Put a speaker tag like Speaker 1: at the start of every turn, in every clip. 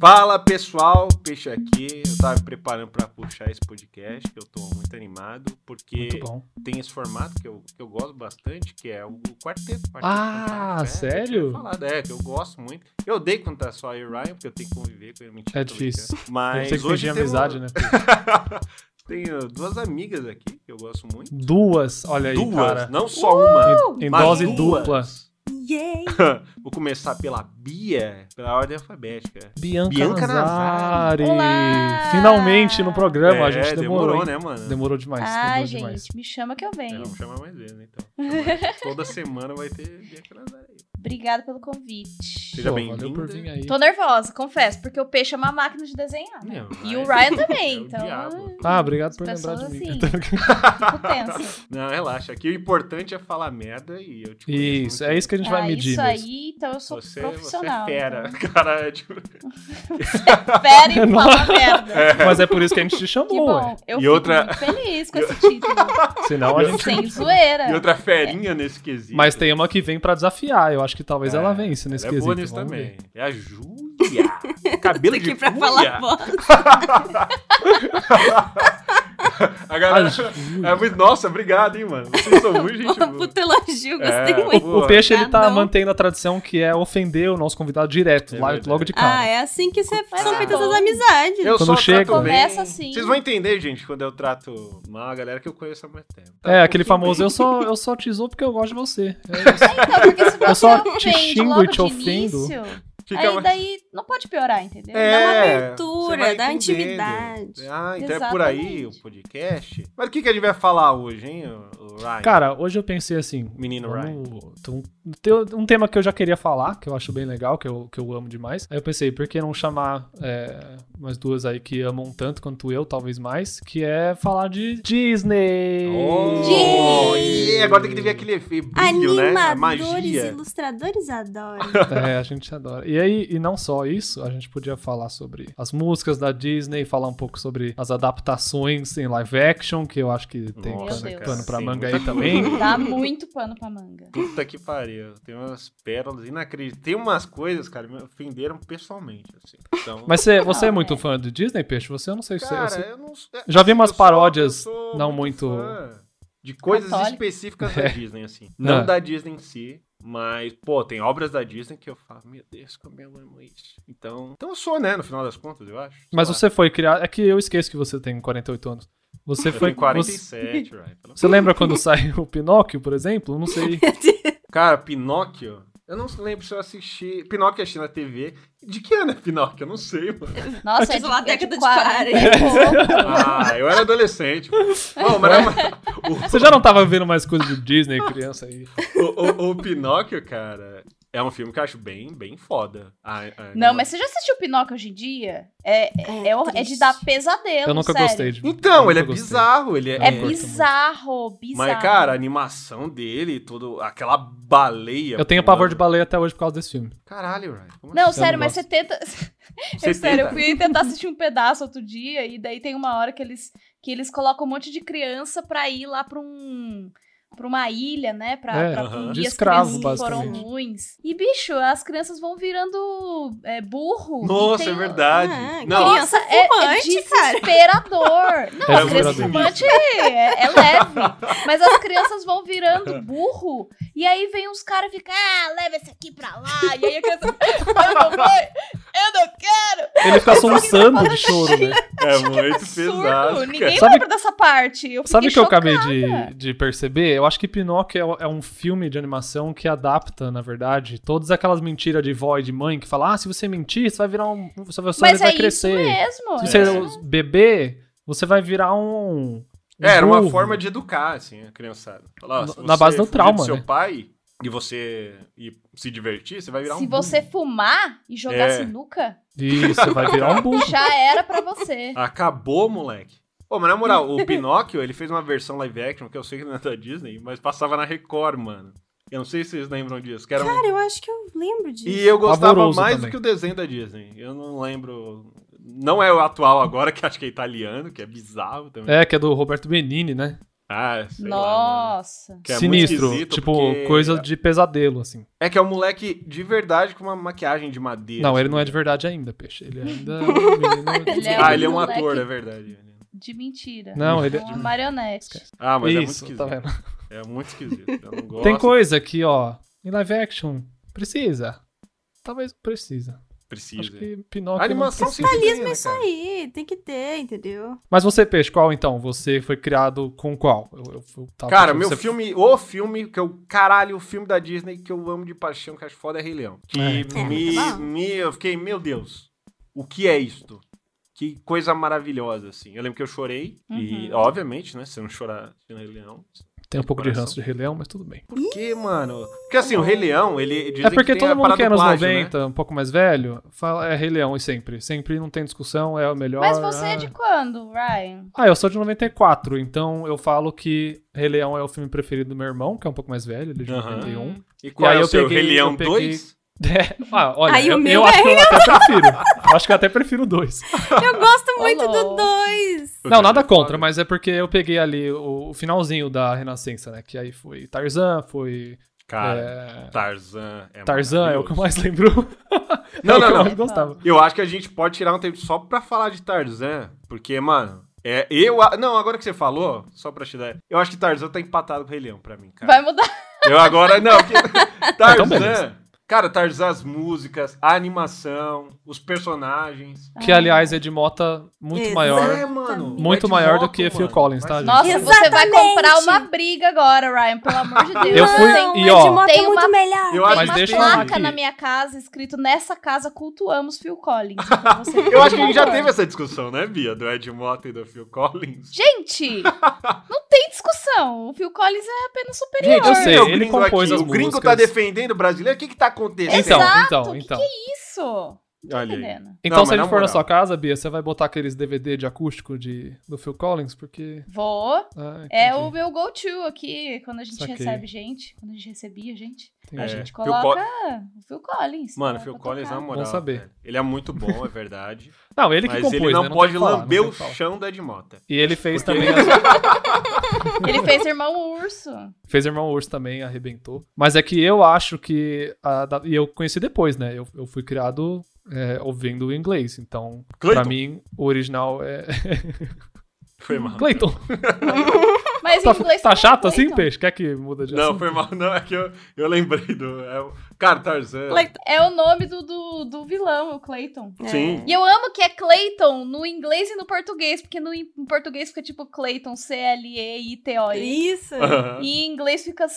Speaker 1: Fala pessoal, Peixe aqui. Eu tava me preparando pra puxar esse podcast, que eu tô muito animado, porque
Speaker 2: Muito bom.
Speaker 1: tem esse formato que eu, que eu gosto bastante, que é o quarteto. quarteto
Speaker 2: Ah,
Speaker 1: fantástico. É, eu
Speaker 2: sério?
Speaker 1: tinha falado, é, que eu gosto muito. Eu odeio quando tá só eu e o Ryan, porque eu tenho que conviver com ele. Mentira,
Speaker 2: É
Speaker 1: tô
Speaker 2: difícil.
Speaker 1: brincando. Mas
Speaker 2: Deve ser que
Speaker 1: hoje
Speaker 2: fingir
Speaker 1: tem um uma-
Speaker 2: amizade, né?
Speaker 1: Tenho duas amigas aqui que eu gosto muito.
Speaker 2: Duas, olha aí,
Speaker 1: duas,
Speaker 2: cara. Uh!
Speaker 1: não só uma.
Speaker 2: Em, em
Speaker 1: mas
Speaker 2: dose
Speaker 1: duas.
Speaker 2: dupla.
Speaker 3: Yay!
Speaker 1: Vou começar pela Bia, pela ordem alfabética.
Speaker 2: Bianca,
Speaker 1: Bianca
Speaker 2: Nazari.
Speaker 1: Nazari.
Speaker 3: Olá!
Speaker 2: Finalmente no programa, a gente
Speaker 1: É,
Speaker 2: demorou, hein?
Speaker 1: né, mano?
Speaker 2: Demorou demais,
Speaker 3: ah,
Speaker 2: demorou
Speaker 3: gente,
Speaker 2: demais.
Speaker 3: me chama que eu
Speaker 1: É,
Speaker 3: venho.
Speaker 1: vamos chamar mais vezes, né, então. Chamar. Toda semana vai ter Bianca Nazari aí.
Speaker 3: Ah, Obrigada pelo convite.
Speaker 1: Seja
Speaker 2: Pô, Valeu
Speaker 1: bem-vinda.
Speaker 2: por vir aí.
Speaker 3: Tô nervosa, confesso, porque o peixe é uma máquina de desenhar.
Speaker 2: É,
Speaker 3: né?
Speaker 1: Não,
Speaker 3: E o
Speaker 1: vai.
Speaker 3: Ryan também,
Speaker 1: É o
Speaker 3: então.
Speaker 1: diabo.
Speaker 2: Ah, obrigado por
Speaker 3: As
Speaker 2: lembrar de mim.
Speaker 3: pessoas assim.
Speaker 2: Ah,
Speaker 3: Fico tensa.
Speaker 1: Não, relaxa. Aqui o importante é falar merda e eu te conheço
Speaker 2: Isso,
Speaker 1: muito
Speaker 2: é isso que a gente vai
Speaker 3: Ah,
Speaker 2: medir
Speaker 3: Isso
Speaker 2: mesmo.
Speaker 3: aí, então eu sou
Speaker 1: você,
Speaker 3: profissional.
Speaker 1: Você é fera,
Speaker 3: então.
Speaker 1: cara. Tipo...
Speaker 3: Fera e fala merda.
Speaker 2: Mas é por isso que a gente te
Speaker 3: Que
Speaker 2: chamou, ué.
Speaker 3: bom. Eu
Speaker 1: E
Speaker 3: fico
Speaker 1: outra-
Speaker 3: muito feliz com esse título.
Speaker 2: Senão a gente...
Speaker 3: Sem zoeira.
Speaker 1: E outra ferinha nesse quesito.
Speaker 2: Mas tem uma que vem pra desafiar. Eu acho que talvez
Speaker 1: É,
Speaker 2: ela vence nesse
Speaker 1: Ela é
Speaker 2: quesito.
Speaker 1: boa nisso
Speaker 2: vamos ver.
Speaker 1: também. É a Júlia. Cabelo de
Speaker 3: Aqui pra
Speaker 1: Júlia.
Speaker 3: falar bosta.
Speaker 1: A
Speaker 2: Ah,
Speaker 1: galera...
Speaker 2: Ju-
Speaker 1: É muito... Nossa, obrigado, hein, mano. Vocês são muito gente boa.
Speaker 3: Puta elogio, gostei
Speaker 1: É,
Speaker 3: muito.
Speaker 1: boa.
Speaker 2: O peixe,
Speaker 3: Ah,
Speaker 2: ele tá
Speaker 4: Obrigadão.
Speaker 2: mantendo a tradição que é ofender o nosso convidado direto,
Speaker 1: É
Speaker 2: lá-
Speaker 1: verdade.
Speaker 2: logo de cara.
Speaker 4: Ah, é assim que você
Speaker 3: Mas
Speaker 4: são
Speaker 3: é
Speaker 4: feitas
Speaker 3: bom.
Speaker 4: as amizades. né?
Speaker 1: Eu
Speaker 2: Quando
Speaker 1: só
Speaker 2: chega-
Speaker 1: trato bem-
Speaker 3: Começa assim.
Speaker 1: Vocês vão entender, gente, quando eu trato mal a galera que eu conheço há muito tempo. Tá
Speaker 2: É,
Speaker 1: um
Speaker 2: aquele
Speaker 1: pouquinho
Speaker 2: famoso,
Speaker 1: bem.
Speaker 2: eu só, eu só te zoo porque eu gosto de você. É isso.
Speaker 3: Então, porque se você
Speaker 2: só te
Speaker 3: ofende
Speaker 2: xingo e
Speaker 3: logo
Speaker 2: te
Speaker 3: de
Speaker 2: ofendo.
Speaker 3: início,
Speaker 1: Fica
Speaker 3: aí
Speaker 1: mais-
Speaker 3: daí não pode piorar, entendeu?
Speaker 4: É, dá uma
Speaker 1: É,
Speaker 4: abertura,
Speaker 1: você vai
Speaker 4: dá
Speaker 1: entendendo.
Speaker 4: intimidade.
Speaker 1: Ah, então é por aí o
Speaker 3: Exatamente.
Speaker 1: podcast. Mas o que, que a gente vai falar hoje, hein, o- o Ryan?
Speaker 2: Cara, hoje eu pensei assim.
Speaker 1: Menino
Speaker 2: vamos- tem um- tem um tema que eu já queria falar, que eu acho bem legal, que eu, que eu amo demais. Aí eu pensei, por que não chamar é, umas duas aí que amam tanto quanto eu, talvez mais, que é falar de Disney.
Speaker 1: Oh,
Speaker 4: Gente!
Speaker 1: e agora tem que ter aquele efeito brilho, né? A
Speaker 4: Animadores,
Speaker 1: magia.
Speaker 4: ilustradores adoram.
Speaker 2: É, a gente adora. E aí, e não só isso, a gente podia falar sobre as músicas da Disney, falar um pouco sobre as adaptações em live action, que eu acho que tem
Speaker 1: Nossa,
Speaker 2: pano,
Speaker 3: cara,
Speaker 2: pano pra
Speaker 1: sim,
Speaker 2: manga
Speaker 1: muita
Speaker 2: aí também.
Speaker 3: Dá muito pano pra manga.
Speaker 1: Puta que pariu. Tem umas pérolas inacreditáveis. Tem umas coisas, cara, me ofenderam pessoalmente, assim. Então,
Speaker 2: Mas você, você é
Speaker 3: Não,
Speaker 2: muito
Speaker 3: é.
Speaker 2: fã de Disney, Peixe? Você eu não sei se
Speaker 1: cara,
Speaker 2: você-
Speaker 1: eu não sei.
Speaker 2: Já vi umas
Speaker 1: eu sou-
Speaker 2: paródias
Speaker 1: eu sou
Speaker 2: não muito- É.
Speaker 1: fã
Speaker 3: É
Speaker 1: De coisas
Speaker 3: Católica.
Speaker 1: específicas da Disney, assim. Não
Speaker 2: Ah.
Speaker 1: da Disney em si, mas, pô, tem obras da Disney que eu falo, meu Deus, como eu amo isso. Então, então eu sou, né, no final das contas, eu acho. Sei
Speaker 2: Mas
Speaker 1: lá.
Speaker 2: você foi criado. É que eu esqueço que você tem 48 anos. Você
Speaker 1: Eu
Speaker 2: foi.
Speaker 1: tenho
Speaker 2: Você,
Speaker 1: 47, Ryan. pelo-
Speaker 2: você lembra quando saiu o Pinóquio, por exemplo? Não sei.
Speaker 1: Cara, Pinóquio. Eu não lembro se eu assisti. Pinóquio eu assisti na TV. De que ano é Pinóquio? Eu não sei, mano.
Speaker 3: Nossa, é
Speaker 4: Tipo,
Speaker 3: de,
Speaker 4: lá
Speaker 3: é
Speaker 4: década
Speaker 3: de
Speaker 4: de
Speaker 3: 40.
Speaker 4: 40.
Speaker 1: Ah, eu era adolescente. mano. Bom, mas era-
Speaker 2: Você já não tava vendo mais coisa de Disney, criança aí.
Speaker 1: o, o- o Pinóquio, cara, é um filme que eu acho bem, bem foda. A- a-
Speaker 3: Não, mas você já assistiu Pinóquio hoje em dia? É, é, é, hor- é de dar pesadelo,
Speaker 2: Eu nunca
Speaker 3: sério.
Speaker 2: gostei de. eu
Speaker 1: Então,
Speaker 2: nunca
Speaker 1: ele é
Speaker 2: gostei.
Speaker 1: bizarro. Ele é.
Speaker 3: É
Speaker 2: Eu curto muito.
Speaker 3: bizarro, bizarro.
Speaker 1: Mas, cara, a animação dele, todo, aquela baleia.
Speaker 2: Eu tenho pavor de baleia até hoje por causa desse filme.
Speaker 1: Caralho, Ryan. como
Speaker 3: Não,
Speaker 1: assim?
Speaker 3: sério,
Speaker 2: não
Speaker 3: mas você tenta...
Speaker 1: Você
Speaker 3: É sério, eu
Speaker 1: tenta?
Speaker 3: fui tentar assistir um pedaço outro dia e daí tem uma hora que eles que eles colocam um monte de criança pra ir lá pra um para uma ilha, né, Pra
Speaker 2: É,
Speaker 3: pra
Speaker 1: aham.
Speaker 3: punir
Speaker 2: De
Speaker 3: as
Speaker 2: escravo,
Speaker 3: crianças que foram
Speaker 4: basicamente.
Speaker 3: ruins. E bicho, as crianças vão virando é, burro. e
Speaker 1: Nossa,
Speaker 3: tem-
Speaker 1: é verdade.
Speaker 4: Ah,
Speaker 1: não,
Speaker 4: criança.
Speaker 3: Nossa, é, é
Speaker 4: fumante, cara.
Speaker 3: desesperador. Não,
Speaker 2: É
Speaker 3: as crianças
Speaker 2: desesperador.
Speaker 3: fumantes é, é leve. Mas as crianças vão virando burro. E aí vem uns caras e ficam, ah, leva esse aqui pra lá. E aí a criança, eu não vou, eu não quero.
Speaker 2: Ele fica soluçando de choro, né?
Speaker 3: assim,
Speaker 1: é muito
Speaker 3: Absurdo!
Speaker 1: pesado.
Speaker 3: Ninguém
Speaker 2: Sabe-
Speaker 3: lembra dessa parte. Eu
Speaker 2: Sabe o
Speaker 3: fiquei
Speaker 2: que eu
Speaker 3: chocada.
Speaker 2: acabei de, de perceber? Eu acho que Pinóquio é o- é, um filme de animação que adapta, na verdade, todas aquelas mentiras de vó e de mãe que fala: ah, se você mentir, você vai virar um. Você vai,
Speaker 3: Mas
Speaker 2: vai
Speaker 3: é
Speaker 2: crescer.
Speaker 3: isso mesmo.
Speaker 2: Se você
Speaker 3: é isso mesmo.
Speaker 2: os- beber, você vai virar um. um
Speaker 1: É, era uma
Speaker 2: burro.
Speaker 1: forma de educar, assim, a criançada. Falar, ó, se
Speaker 2: Na- na
Speaker 1: você
Speaker 2: base do
Speaker 1: fugir
Speaker 2: trauma,
Speaker 1: seu
Speaker 2: né?
Speaker 1: pai e você e se divertir, você vai virar
Speaker 3: Se
Speaker 1: um
Speaker 3: você fumar e jogar
Speaker 1: É.
Speaker 3: sinuca,
Speaker 2: Isso, vai virar um burro.
Speaker 3: já era pra você.
Speaker 1: burro. Acabou, moleque. Pô, mas na moral, o Pinóquio, ele fez uma versão live action, que eu sei que não é da Disney, mas passava na Record, mano. Eu não sei se vocês lembram disso. Que era um-
Speaker 4: Cara, eu acho que eu lembro disso.
Speaker 1: E eu gostava
Speaker 2: Pavoroso
Speaker 1: mais
Speaker 2: também.
Speaker 1: do que o desenho da Disney. Eu não lembro... Não é o atual agora, que acho que é italiano, que é bizarro também.
Speaker 2: É, que é do Roberto Benini, né?
Speaker 1: Ah, sei lá. mano.
Speaker 3: Nossa.
Speaker 1: Que é muito
Speaker 2: Sinistro.
Speaker 1: esquisito,
Speaker 2: Tipo,
Speaker 1: porque-
Speaker 2: coisa de pesadelo, assim.
Speaker 1: É que é um moleque de verdade com uma maquiagem de madeira.
Speaker 2: Não, ele
Speaker 1: assim.
Speaker 2: não é de verdade ainda, peixe. Ele ainda é um menino.
Speaker 3: Ele é
Speaker 1: Ah, ele é um
Speaker 3: moleque.
Speaker 1: ator, é verdade.
Speaker 3: De mentira.
Speaker 2: Não, ele é.
Speaker 1: Uhum.
Speaker 3: Uma marionete.
Speaker 1: Ah, mas é muito
Speaker 2: Isso,
Speaker 1: esquisito.
Speaker 2: tá vendo?
Speaker 1: É muito esquisito. Eu não gosto.
Speaker 2: Tem coisa que, ó, em live action, precisa. Talvez precisa.
Speaker 1: Precisa.
Speaker 2: Acho
Speaker 1: é.
Speaker 2: que
Speaker 1: A
Speaker 2: Pinóquio.
Speaker 1: animação
Speaker 2: não precisa.
Speaker 1: sempre tem,
Speaker 4: Realismo
Speaker 1: né,
Speaker 4: é isso
Speaker 1: cara?
Speaker 4: aí, tem que ter, entendeu?
Speaker 2: Mas você, Peixe, qual então? Você foi criado com qual? Eu- eu- eu tava
Speaker 1: Cara,
Speaker 2: pensando,
Speaker 1: meu
Speaker 2: você-
Speaker 1: filme, o filme que eu, caralho, o filme da Disney que eu amo de paixão, que eu acho foda é Rei Leão. Que
Speaker 2: É.
Speaker 4: É,
Speaker 1: me,
Speaker 4: muito bom.
Speaker 1: me, eu fiquei, meu Deus, o que é isto? Que coisa maravilhosa, assim. Eu lembro que eu chorei,
Speaker 4: Uhum.
Speaker 1: e obviamente, né, se eu não chorar no Rei Leão.
Speaker 2: Tem um pouco de
Speaker 1: Coração.
Speaker 2: ranço de Rei Leão, mas tudo bem.
Speaker 1: Por que, mano? Porque assim, o Rei Leão, ele dizem
Speaker 2: é porque
Speaker 1: que tem a
Speaker 2: todo mundo
Speaker 1: parada
Speaker 2: que é
Speaker 1: do
Speaker 2: anos
Speaker 1: plágio, né?
Speaker 2: 90, um pouco mais velho, fala é Rei Leão e sempre. Sempre não tem discussão, é o melhor.
Speaker 3: Mas você
Speaker 2: ah.
Speaker 3: é de quando, Ryan?
Speaker 2: Ah, eu sou de 94, então eu falo que Rei Leão é o filme preferido do meu irmão, que é um pouco mais velho, ele é de
Speaker 1: Aham.
Speaker 2: 91.
Speaker 1: E qual
Speaker 2: aí
Speaker 1: é o
Speaker 2: eu
Speaker 1: seu
Speaker 2: peguei-
Speaker 1: Rei Leão
Speaker 2: eu peguei-
Speaker 1: 2?
Speaker 2: É, ah, olha,
Speaker 4: Aí o
Speaker 2: eu,
Speaker 4: meu
Speaker 2: eu
Speaker 4: é
Speaker 2: acho que eu até prefiro. Eu acho que eu até prefiro o 2.
Speaker 4: Eu gosto muito
Speaker 3: Alô.
Speaker 4: do dois.
Speaker 2: Não, nada contra, mas é porque eu peguei ali o, o finalzinho da Renascença, né? Que aí foi Tarzan, foi.
Speaker 1: Cara,
Speaker 2: é,
Speaker 1: Tarzan é
Speaker 2: Tarzan é o que eu mais lembro.
Speaker 1: Não,
Speaker 2: é
Speaker 1: não,
Speaker 2: o
Speaker 1: não.
Speaker 2: que eu mais gostava.
Speaker 1: Eu acho que a gente pode tirar um tempo só pra falar de Tarzan, porque, mano, é, eu... a- Não, agora que você falou, só pra te dar... Eu acho que Tarzan tá empatado com o Rei Leão pra mim, cara.
Speaker 3: Vai mudar.
Speaker 1: Eu agora... Não, porque...
Speaker 2: Então,
Speaker 1: Tarzan...
Speaker 2: beleza.
Speaker 1: Cara, Tarzan, as músicas, a animação, os personagens...
Speaker 3: Ah.
Speaker 2: Que, aliás, é de mota muito
Speaker 4: Exato.
Speaker 2: maior.
Speaker 1: É, mano. é
Speaker 2: Muito
Speaker 1: de
Speaker 2: maior do
Speaker 1: moto,
Speaker 2: que
Speaker 1: mano.
Speaker 2: Phil Collins, tá,
Speaker 1: Mas-
Speaker 2: gente?
Speaker 3: Nossa, você vai
Speaker 4: Exatamente.
Speaker 3: comprar uma briga agora, Ryan, pelo amor de Deus.
Speaker 2: Eu fui-
Speaker 3: Tem,
Speaker 2: e
Speaker 4: é
Speaker 2: ó,
Speaker 4: de moto
Speaker 3: tem
Speaker 4: é muito
Speaker 3: uma-
Speaker 4: melhor.
Speaker 1: Eu
Speaker 3: tem
Speaker 1: acho
Speaker 2: Mas
Speaker 3: uma
Speaker 2: deixa eu
Speaker 3: placa
Speaker 2: aqui.
Speaker 3: na minha casa escrito Nessa casa cultuamos Phil Collins. Então você,
Speaker 1: Eu acho que a gente já
Speaker 3: por favor.
Speaker 1: teve essa discussão, né, Bia? Do Ed Mota e do Phil Collins.
Speaker 3: Gente, não tem discussão. O Phil Collins é apenas superior.
Speaker 2: Gente, eu sei,
Speaker 1: Olha o
Speaker 2: ele
Speaker 1: gringo
Speaker 2: compôs
Speaker 1: aqui.
Speaker 2: as
Speaker 1: O gringo
Speaker 2: músicas.
Speaker 1: tá defendendo o brasileiro. O que que tá acontecendo?
Speaker 2: Então,
Speaker 3: Exato,
Speaker 2: então,
Speaker 3: que
Speaker 2: então.
Speaker 3: Isso. Não tô
Speaker 1: Olha aí.
Speaker 3: entendendo.
Speaker 2: Então,
Speaker 1: Não, mas
Speaker 2: se a gente
Speaker 1: na
Speaker 2: for na
Speaker 1: moral.
Speaker 2: sua casa, Bia, você vai botar aqueles DVD de acústico de, do Phil Collins, porque.
Speaker 3: Vou.
Speaker 2: ah,
Speaker 3: É
Speaker 2: entendi.
Speaker 3: o meu go-to aqui, quando a gente
Speaker 2: Saquei.
Speaker 3: recebe gente, quando a gente recebia gente,
Speaker 2: Entendi.
Speaker 3: a
Speaker 1: É,
Speaker 3: gente
Speaker 1: Phil
Speaker 3: coloca o Phil Collins. tá
Speaker 1: Mano,
Speaker 4: é
Speaker 3: pra-
Speaker 1: Phil
Speaker 3: pra
Speaker 1: Collins,
Speaker 3: tocar.
Speaker 1: na moral.
Speaker 2: Bom saber.
Speaker 1: velho, Ele é muito bom, é verdade.
Speaker 2: Não, ele que
Speaker 1: mas
Speaker 2: compôs,
Speaker 1: ele não
Speaker 2: né?
Speaker 1: pode
Speaker 2: tem o que falar, não
Speaker 1: lamber
Speaker 2: tem o
Speaker 1: o
Speaker 2: que falar.
Speaker 1: chão do Ed Mota.
Speaker 2: E ele fez
Speaker 1: Porque-
Speaker 2: também. as-
Speaker 3: Ele fez Irmão Urso.
Speaker 2: Fez Irmão Urso também, arrebentou. Mas é que eu acho que. a da- E eu conheci depois, né? Eu, eu fui criado é, ouvindo o inglês. Então, pra
Speaker 1: Clayton.
Speaker 2: mim, o original é.
Speaker 1: Foi mal.
Speaker 2: Clayton!
Speaker 3: Mas
Speaker 2: Tá,
Speaker 3: em inglês
Speaker 2: tá
Speaker 3: também é
Speaker 2: chato assim,
Speaker 3: Clayton.
Speaker 2: peixe? Quer que muda de
Speaker 1: Não,
Speaker 2: assunto?
Speaker 1: foi mal. Não, é que eu, eu lembrei do... é o- cara, Tarzan...
Speaker 4: Like-
Speaker 3: É o nome do, do, do vilão, é o Clayton.
Speaker 1: Sim.
Speaker 3: E eu amo que é Clayton no inglês e no português, porque no em português fica tipo Clayton,
Speaker 4: É.
Speaker 3: C-L-E-I-T-O-N.
Speaker 4: Isso.
Speaker 1: Aham.
Speaker 3: E em inglês fica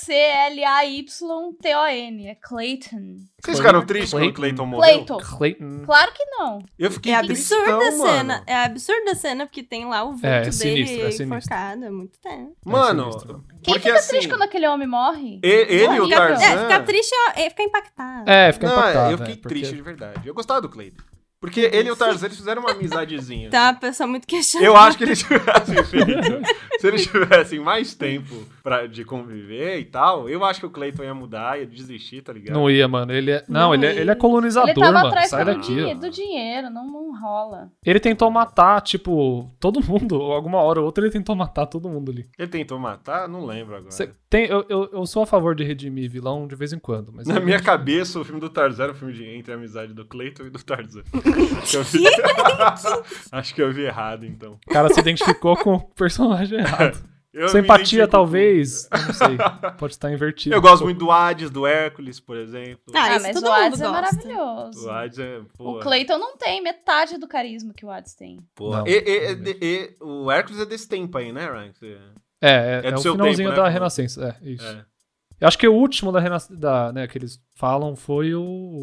Speaker 3: C-L-A-Y-T-O-N. É Clayton.
Speaker 1: Vocês ficaram tristes quando o
Speaker 2: Clayton.
Speaker 1: Clayton morreu?
Speaker 3: Clayton.
Speaker 2: Clayton.
Speaker 3: Claro que não.
Speaker 1: Eu fiquei
Speaker 4: É absurda
Speaker 1: tristão,
Speaker 4: a cena.
Speaker 1: mano.
Speaker 4: É absurda a cena, porque tem lá o vulto
Speaker 2: É, é
Speaker 4: dele
Speaker 2: sinistro, é sinistro.
Speaker 4: enforcado. É muito tempo.
Speaker 1: Mano,
Speaker 2: Esse sinistro.
Speaker 3: Quem
Speaker 1: porque
Speaker 3: fica
Speaker 1: assim...
Speaker 3: triste quando aquele homem morre?
Speaker 1: e- Ele e o
Speaker 3: Horrível.
Speaker 1: Tarzan...
Speaker 4: É, ficar triste é, é ficar impactado.
Speaker 2: É, fica
Speaker 1: Não,
Speaker 2: impactado.
Speaker 1: Ah, eu fiquei
Speaker 2: é, porque-
Speaker 1: triste de verdade. Eu gostava do Clayton. Porque ele e o Tarzan eles fizeram uma amizadezinha. assim.
Speaker 4: Tá uma pessoa muito questionada.
Speaker 1: Eu acho que eles tivessem feito. Se eles tivessem mais tempo pra, de conviver e tal, eu acho que o Clayton ia mudar, ia desistir, tá ligado?
Speaker 2: Não ia, mano. Ele é... Não,
Speaker 4: Não
Speaker 2: ele, é,
Speaker 4: ia.
Speaker 2: ele é colonizador,
Speaker 3: Ele tava
Speaker 2: mano.
Speaker 3: atrás
Speaker 2: Sai
Speaker 3: do,
Speaker 2: daqui.
Speaker 3: dinhe- do dinheiro, não, não rola.
Speaker 2: Ele tentou matar, tipo, todo mundo. Alguma hora ou outra ele tentou matar todo mundo ali.
Speaker 1: Ele tentou matar? Não lembro agora.
Speaker 2: Cê- tem, eu, eu, eu sou a favor de redimir vilão de vez em quando, mas.
Speaker 1: Na minha cabeça, o filme do Tarzan era o filme de entre a amizade do Clayton e do Tarzan. Acho que eu vi- acho que eu vi errado, então.
Speaker 2: O cara se identificou com o personagem errado.
Speaker 1: Eu
Speaker 2: Sua
Speaker 1: me identifico
Speaker 2: empatia,
Speaker 1: com-
Speaker 2: talvez. eu Não sei. Pode estar invertido.
Speaker 1: Eu gosto muito do Hades, do Hércules, por exemplo.
Speaker 4: Ah,
Speaker 3: Ah,
Speaker 4: isso
Speaker 3: mas
Speaker 4: todo
Speaker 3: o
Speaker 4: mundo
Speaker 3: Hades é
Speaker 4: gosta.
Speaker 1: O
Speaker 3: maravilhoso.
Speaker 1: Hades é. Pô,
Speaker 3: O Clayton não tem metade do carisma que o Hades tem.
Speaker 1: pô.
Speaker 2: Não,
Speaker 1: E- e-
Speaker 2: não
Speaker 1: e- e- o Hércules é desse tempo aí, né, Ryan? Você-
Speaker 2: É, é,
Speaker 1: É
Speaker 2: é
Speaker 1: do
Speaker 2: o
Speaker 1: seu
Speaker 2: finalzinho
Speaker 1: tempo, né,
Speaker 2: da
Speaker 1: pô?
Speaker 2: Renascença. É, isso.
Speaker 1: É.
Speaker 2: Eu acho que o último da Renascença. Da, né, que eles falam foi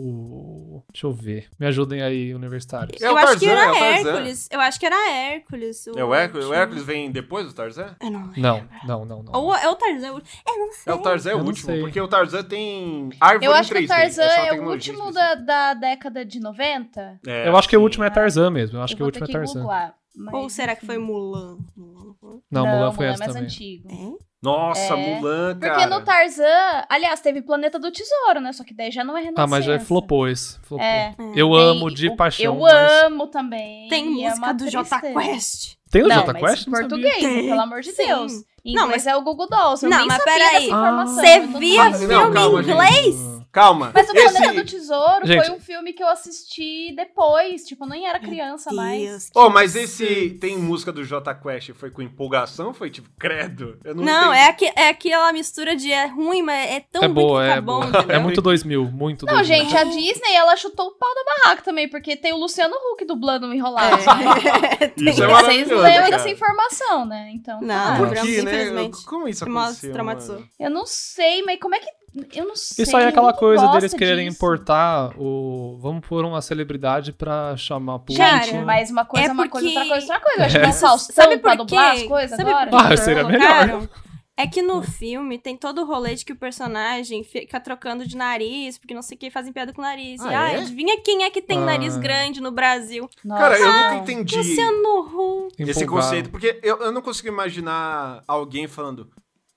Speaker 2: o. Deixa eu ver. Me ajudem aí, universitários.
Speaker 1: É o
Speaker 4: eu acho que
Speaker 1: Tarzan,
Speaker 4: era
Speaker 1: é o Tarzan.
Speaker 4: Hércules. Eu acho que era Hércules.
Speaker 1: É o Hércules, o
Speaker 4: último.
Speaker 1: Hércules vem depois do Tarzan?
Speaker 4: Eu não lembro.
Speaker 2: Não, não, não, não.
Speaker 4: Ou é o Tarzan. Eu não sei.
Speaker 1: É, o Tarzan é
Speaker 2: Eu
Speaker 1: o
Speaker 2: não
Speaker 1: último,
Speaker 2: sei.
Speaker 1: porque o Tarzan tem árvore
Speaker 3: Eu acho
Speaker 1: em
Speaker 3: que
Speaker 1: 3D,
Speaker 3: o
Speaker 1: só
Speaker 3: Tarzan
Speaker 1: uma
Speaker 3: é o
Speaker 1: tecnologia assim.
Speaker 3: último da,
Speaker 1: específica.
Speaker 3: da década de 90.
Speaker 1: É,
Speaker 2: eu acho que o
Speaker 1: sim.
Speaker 2: último é Tarzan mesmo. Eu acho
Speaker 3: Eu
Speaker 2: que o
Speaker 3: vou
Speaker 2: último é
Speaker 3: ter que
Speaker 2: Tarzan.
Speaker 3: googlar, mas
Speaker 4: Ou será que
Speaker 3: enfim.
Speaker 4: foi Mulan? Mulan foi?
Speaker 2: Não, Mulan foi
Speaker 3: Mulan é
Speaker 2: essa
Speaker 3: mais
Speaker 2: também.
Speaker 3: antigo.
Speaker 4: É?
Speaker 1: Nossa,
Speaker 3: É.
Speaker 1: Mulan,
Speaker 3: Porque
Speaker 1: cara.
Speaker 3: no Tarzan, aliás, teve Planeta do Tesouro, né? Só que daí já não é renascença.
Speaker 2: Ah, mas já flopou esse. Flopou.
Speaker 3: É.
Speaker 2: Eu
Speaker 3: Tem-
Speaker 2: amo de
Speaker 3: o-
Speaker 2: paixão.
Speaker 3: Eu
Speaker 2: mas-
Speaker 3: amo também.
Speaker 4: Tem
Speaker 3: e é
Speaker 4: música
Speaker 3: uma
Speaker 4: do
Speaker 3: tristeza.
Speaker 4: Jota Quest.
Speaker 2: Tem no
Speaker 3: Não,
Speaker 2: Jota
Speaker 3: mas
Speaker 2: Quest?
Speaker 3: em
Speaker 2: Não sabia.
Speaker 3: portuguez,
Speaker 4: Tem,
Speaker 3: pelo amor de
Speaker 4: sim.
Speaker 3: Deus. Em
Speaker 4: Não,
Speaker 3: inglês é o Google Dolls. Eu
Speaker 4: Não,
Speaker 3: nem
Speaker 4: mas
Speaker 3: sabia
Speaker 4: peraí.
Speaker 3: dessa informação.
Speaker 4: Você
Speaker 3: eu tô
Speaker 4: via
Speaker 3: falando.
Speaker 1: Mas, não,
Speaker 4: filme
Speaker 1: calma,
Speaker 4: em inglês?
Speaker 2: Hum.
Speaker 1: Gente. Calma.
Speaker 3: Mas o Planeta do
Speaker 1: Esse...
Speaker 3: Tesouro
Speaker 2: Gente.
Speaker 3: foi um filme que eu assisti depois. Tipo, eu nem era criança mais.
Speaker 4: Deus, que
Speaker 1: Oh, mas esse
Speaker 4: absurdo.
Speaker 1: tem música do Jota Quest foi com empolgação? Foi tipo, credo? Eu não,
Speaker 4: Não,
Speaker 1: entendi.
Speaker 4: é, aqui, é aquela mistura de é ruim, mas é tão
Speaker 2: É
Speaker 4: ruim
Speaker 2: boa,
Speaker 4: que fica
Speaker 2: é boa.
Speaker 4: bom. entendeu?
Speaker 2: É muito 2000, muito
Speaker 3: tá Não,
Speaker 2: 2000.
Speaker 3: gente, a Disney, ela chutou o pau da barraca também, porque tem o Luciano Huck dublando o
Speaker 4: É.
Speaker 3: Enrolados.
Speaker 1: Isso é
Speaker 3: Vocês
Speaker 1: maravilhoso,
Speaker 3: lembram
Speaker 1: cara.
Speaker 3: dessa informação, né? Então,
Speaker 4: Não,
Speaker 3: tá.
Speaker 1: Por
Speaker 4: Lembramos,
Speaker 1: quê, né?
Speaker 4: infelizmente.
Speaker 1: Como isso
Speaker 4: Trauma-
Speaker 1: aconteceu?
Speaker 4: traumatizou.
Speaker 1: mano?
Speaker 3: eu não sei, mas como é que... Eu não sei.
Speaker 2: Isso aí é aquela
Speaker 3: ninguém
Speaker 2: coisa
Speaker 3: gosta
Speaker 2: deles quererem
Speaker 3: disso.
Speaker 2: importar o. Vamos pôr uma celebridade pra chamar público.
Speaker 3: Gente,
Speaker 4: Cara,
Speaker 3: mas uma coisa é
Speaker 4: é
Speaker 3: uma coisa,
Speaker 4: porque-
Speaker 3: outra coisa, outra coisa. Eu acho que
Speaker 2: É.
Speaker 3: é o Faustão
Speaker 4: Sabe por
Speaker 3: pra
Speaker 4: quê?
Speaker 3: dublar as coisas
Speaker 4: Sabe
Speaker 3: agora.
Speaker 4: por quê
Speaker 2: Ah, seria
Speaker 4: que
Speaker 2: melhor.
Speaker 4: colocaram? É que no filme tem todo o rolê de que o personagem fica trocando de nariz, porque não sei o que, fazem piada com o nariz. e,
Speaker 1: Ah,
Speaker 4: ai,
Speaker 1: é?
Speaker 4: adivinha quem é que tem
Speaker 2: Ah.
Speaker 4: nariz grande no Brasil?
Speaker 3: Nossa,
Speaker 1: Cara, eu
Speaker 3: não.
Speaker 1: nunca entendi
Speaker 4: Luciano Huck.
Speaker 1: esse
Speaker 2: Empolgaram.
Speaker 1: conceito, porque eu, eu não consigo imaginar alguém falando,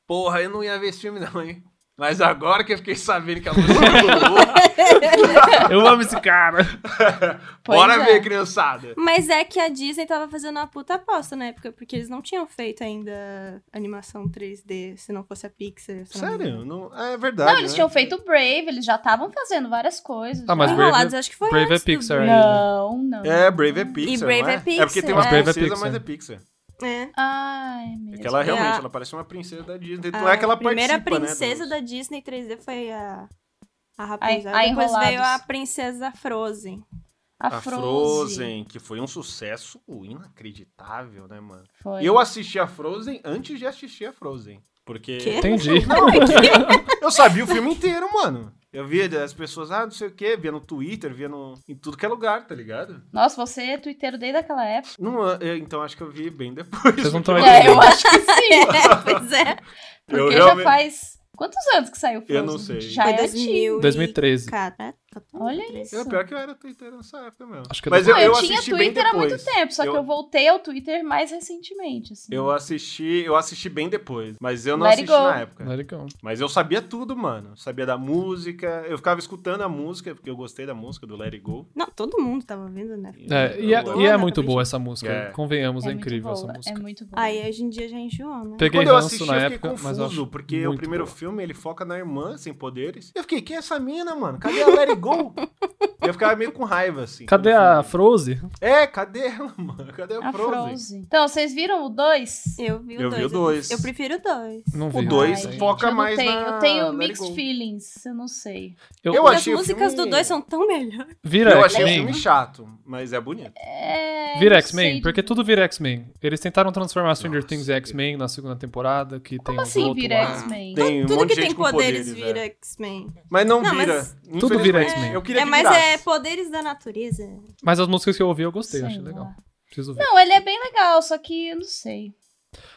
Speaker 1: porra, eu não ia ver esse filme não, hein? Mas agora que eu fiquei sabendo que a é Luciana dublou,
Speaker 2: Eu amo esse cara.
Speaker 3: Pois
Speaker 1: bora
Speaker 3: é.
Speaker 1: ver, criançada.
Speaker 4: Mas é que a Disney tava fazendo uma puta aposta na época, porque eles não tinham feito ainda animação 3D, se não fosse a Pixar. se não me engano.
Speaker 1: Sério? Não, é verdade.
Speaker 3: Não, eles
Speaker 1: né?
Speaker 3: tinham feito o Brave, eles já estavam fazendo várias coisas.
Speaker 2: Ah, mas
Speaker 3: já.
Speaker 2: Brave-
Speaker 4: Enrolados, acho que foi
Speaker 2: Brave é
Speaker 4: antes do-
Speaker 2: Pixar ainda.
Speaker 3: Não, não.
Speaker 1: É, Brave é Pixar, não
Speaker 4: Brave
Speaker 1: é?
Speaker 4: é Pixar,
Speaker 1: É porque tem uma
Speaker 4: é.
Speaker 2: Brave é
Speaker 1: princesa,
Speaker 2: Pixar.
Speaker 1: mas é Pixar.
Speaker 4: É.
Speaker 3: Ai, meu
Speaker 1: É que ela
Speaker 4: É
Speaker 1: realmente,
Speaker 4: a-
Speaker 1: ela parece uma princesa da Disney. Não é que ela
Speaker 4: a primeira
Speaker 1: participa, né,
Speaker 4: princesa
Speaker 1: dos-
Speaker 4: da Disney 3D foi a, a Rapunzel.
Speaker 3: a
Speaker 4: Depois veio a
Speaker 3: Enrolados.
Speaker 4: princesa Frozen.
Speaker 3: A,
Speaker 1: A
Speaker 3: Frozen.
Speaker 1: Frozen, que foi um sucesso inacreditável, né, mano?
Speaker 3: Foi.
Speaker 1: E eu assisti a Frozen antes de assistir a Frozen. Porque
Speaker 4: Quê?
Speaker 2: Entendi.
Speaker 1: eu sabia o filme inteiro, mano. Eu via as pessoas, ah, não sei o quê, via no Twitter, via no... em tudo que é lugar, tá ligado?
Speaker 3: Nossa, você é twitteiro desde aquela época.
Speaker 1: Não, eu- então acho que eu vi bem depois.
Speaker 2: Vocês não estão
Speaker 1: porque-
Speaker 3: É, eu acho que sim.
Speaker 4: É, pois é.
Speaker 3: Porque
Speaker 1: Eu
Speaker 3: já
Speaker 1: realmente-
Speaker 3: faz. Quantos anos que saiu o Frozen?
Speaker 1: Eu não sei.
Speaker 3: Já
Speaker 4: Foi
Speaker 3: é
Speaker 4: 2000.
Speaker 3: antigo.
Speaker 2: 2013.
Speaker 4: Cara,
Speaker 3: Olha isso.
Speaker 1: Eu, pior que eu era Twitter nessa época mesmo.
Speaker 2: Acho que eu
Speaker 1: Mas
Speaker 2: tô-
Speaker 1: eu,
Speaker 3: Não,
Speaker 1: eu
Speaker 3: tinha
Speaker 1: assisti bem
Speaker 3: Twitter há
Speaker 1: depois.
Speaker 3: muito tempo, só
Speaker 1: Eu-
Speaker 3: que eu voltei ao Twitter mais recentemente. Assim.
Speaker 1: Eu assisti, eu assisti bem depois, mas eu não
Speaker 3: Let it
Speaker 1: assisti
Speaker 3: go.
Speaker 1: na época.
Speaker 2: Let it go.
Speaker 1: Mas eu sabia tudo, mano. Sabia da música, eu ficava escutando a música, porque eu gostei da música do Let It Go.
Speaker 4: Não, todo mundo tava vendo, né?
Speaker 2: É, e, é,
Speaker 1: Eu-
Speaker 2: e é
Speaker 4: Boa,
Speaker 2: muito
Speaker 4: né,
Speaker 2: boa essa música.
Speaker 1: É.
Speaker 2: Convenhamos,
Speaker 3: é
Speaker 2: é
Speaker 3: muito
Speaker 2: incrível
Speaker 3: boa,
Speaker 2: essa música.
Speaker 3: É muito boa.
Speaker 4: Aí hoje em dia já enjoou, né?
Speaker 2: Peguei
Speaker 1: Quando eu
Speaker 2: ranço
Speaker 1: assisti,
Speaker 2: na
Speaker 1: eu fiquei
Speaker 2: época, mas eu
Speaker 1: confuso,
Speaker 2: acho
Speaker 1: porque o
Speaker 2: muito
Speaker 1: primeiro
Speaker 2: boa.
Speaker 1: filme ele foca na irmã sem poderes. Eu fiquei, quem é essa mina, mano? Cadê a Let It Go? eu ficava meio com raiva, assim.
Speaker 2: Cadê
Speaker 1: quando
Speaker 2: a
Speaker 1: eu fui-
Speaker 2: Frozen?
Speaker 1: É, cadê ela, mano? Cadê a,
Speaker 3: A
Speaker 1: Tá Frozen?
Speaker 3: Frozen. Então, vocês viram o 2?
Speaker 4: Eu vi o
Speaker 1: Eu vi
Speaker 4: dois.
Speaker 1: o dois.
Speaker 4: Eu prefiro o dois.
Speaker 2: Não vi.
Speaker 1: O dois
Speaker 2: Ai,
Speaker 1: foca mais
Speaker 3: tenho,
Speaker 1: na...
Speaker 3: Eu tenho
Speaker 1: Let It
Speaker 3: mixed
Speaker 1: Go.
Speaker 3: feelings, eu não sei.
Speaker 2: Eu,
Speaker 1: Eu
Speaker 4: Porque
Speaker 1: achei o
Speaker 4: As músicas
Speaker 1: filme-
Speaker 4: do dois são tão melhores.
Speaker 2: Vira
Speaker 1: Eu achei o
Speaker 2: X-Men.
Speaker 1: filme chato, mas é bonito.
Speaker 3: É,
Speaker 2: Vira
Speaker 3: não
Speaker 2: X-Men,
Speaker 3: sei
Speaker 2: porque
Speaker 3: dizer.
Speaker 2: tudo vira X-Men. Eles tentaram transformar Stranger
Speaker 1: Nossa,
Speaker 2: Things em X-Men na segunda temporada, que tem
Speaker 3: Como
Speaker 2: um
Speaker 3: assim
Speaker 2: outro
Speaker 3: vira
Speaker 2: lá.
Speaker 3: X-Men?
Speaker 1: Tem um
Speaker 4: Tudo
Speaker 1: monte
Speaker 4: que
Speaker 1: de gente
Speaker 4: tem
Speaker 1: com
Speaker 4: poderes
Speaker 1: é.
Speaker 4: vira X-Men.
Speaker 1: Mas não,
Speaker 4: Não,
Speaker 1: vira.
Speaker 4: mas-
Speaker 2: Tudo vira
Speaker 1: infelizmente.
Speaker 2: X-Men.
Speaker 1: Eu queria
Speaker 4: É,
Speaker 1: que
Speaker 4: mas é
Speaker 1: virasse.
Speaker 4: poderes da natureza.
Speaker 2: Mas as músicas que eu ouvi eu gostei, eu achei
Speaker 3: Sei
Speaker 2: legal.
Speaker 3: lá.
Speaker 2: Preciso ver.
Speaker 3: Não, ele é bem legal, só que eu não sei.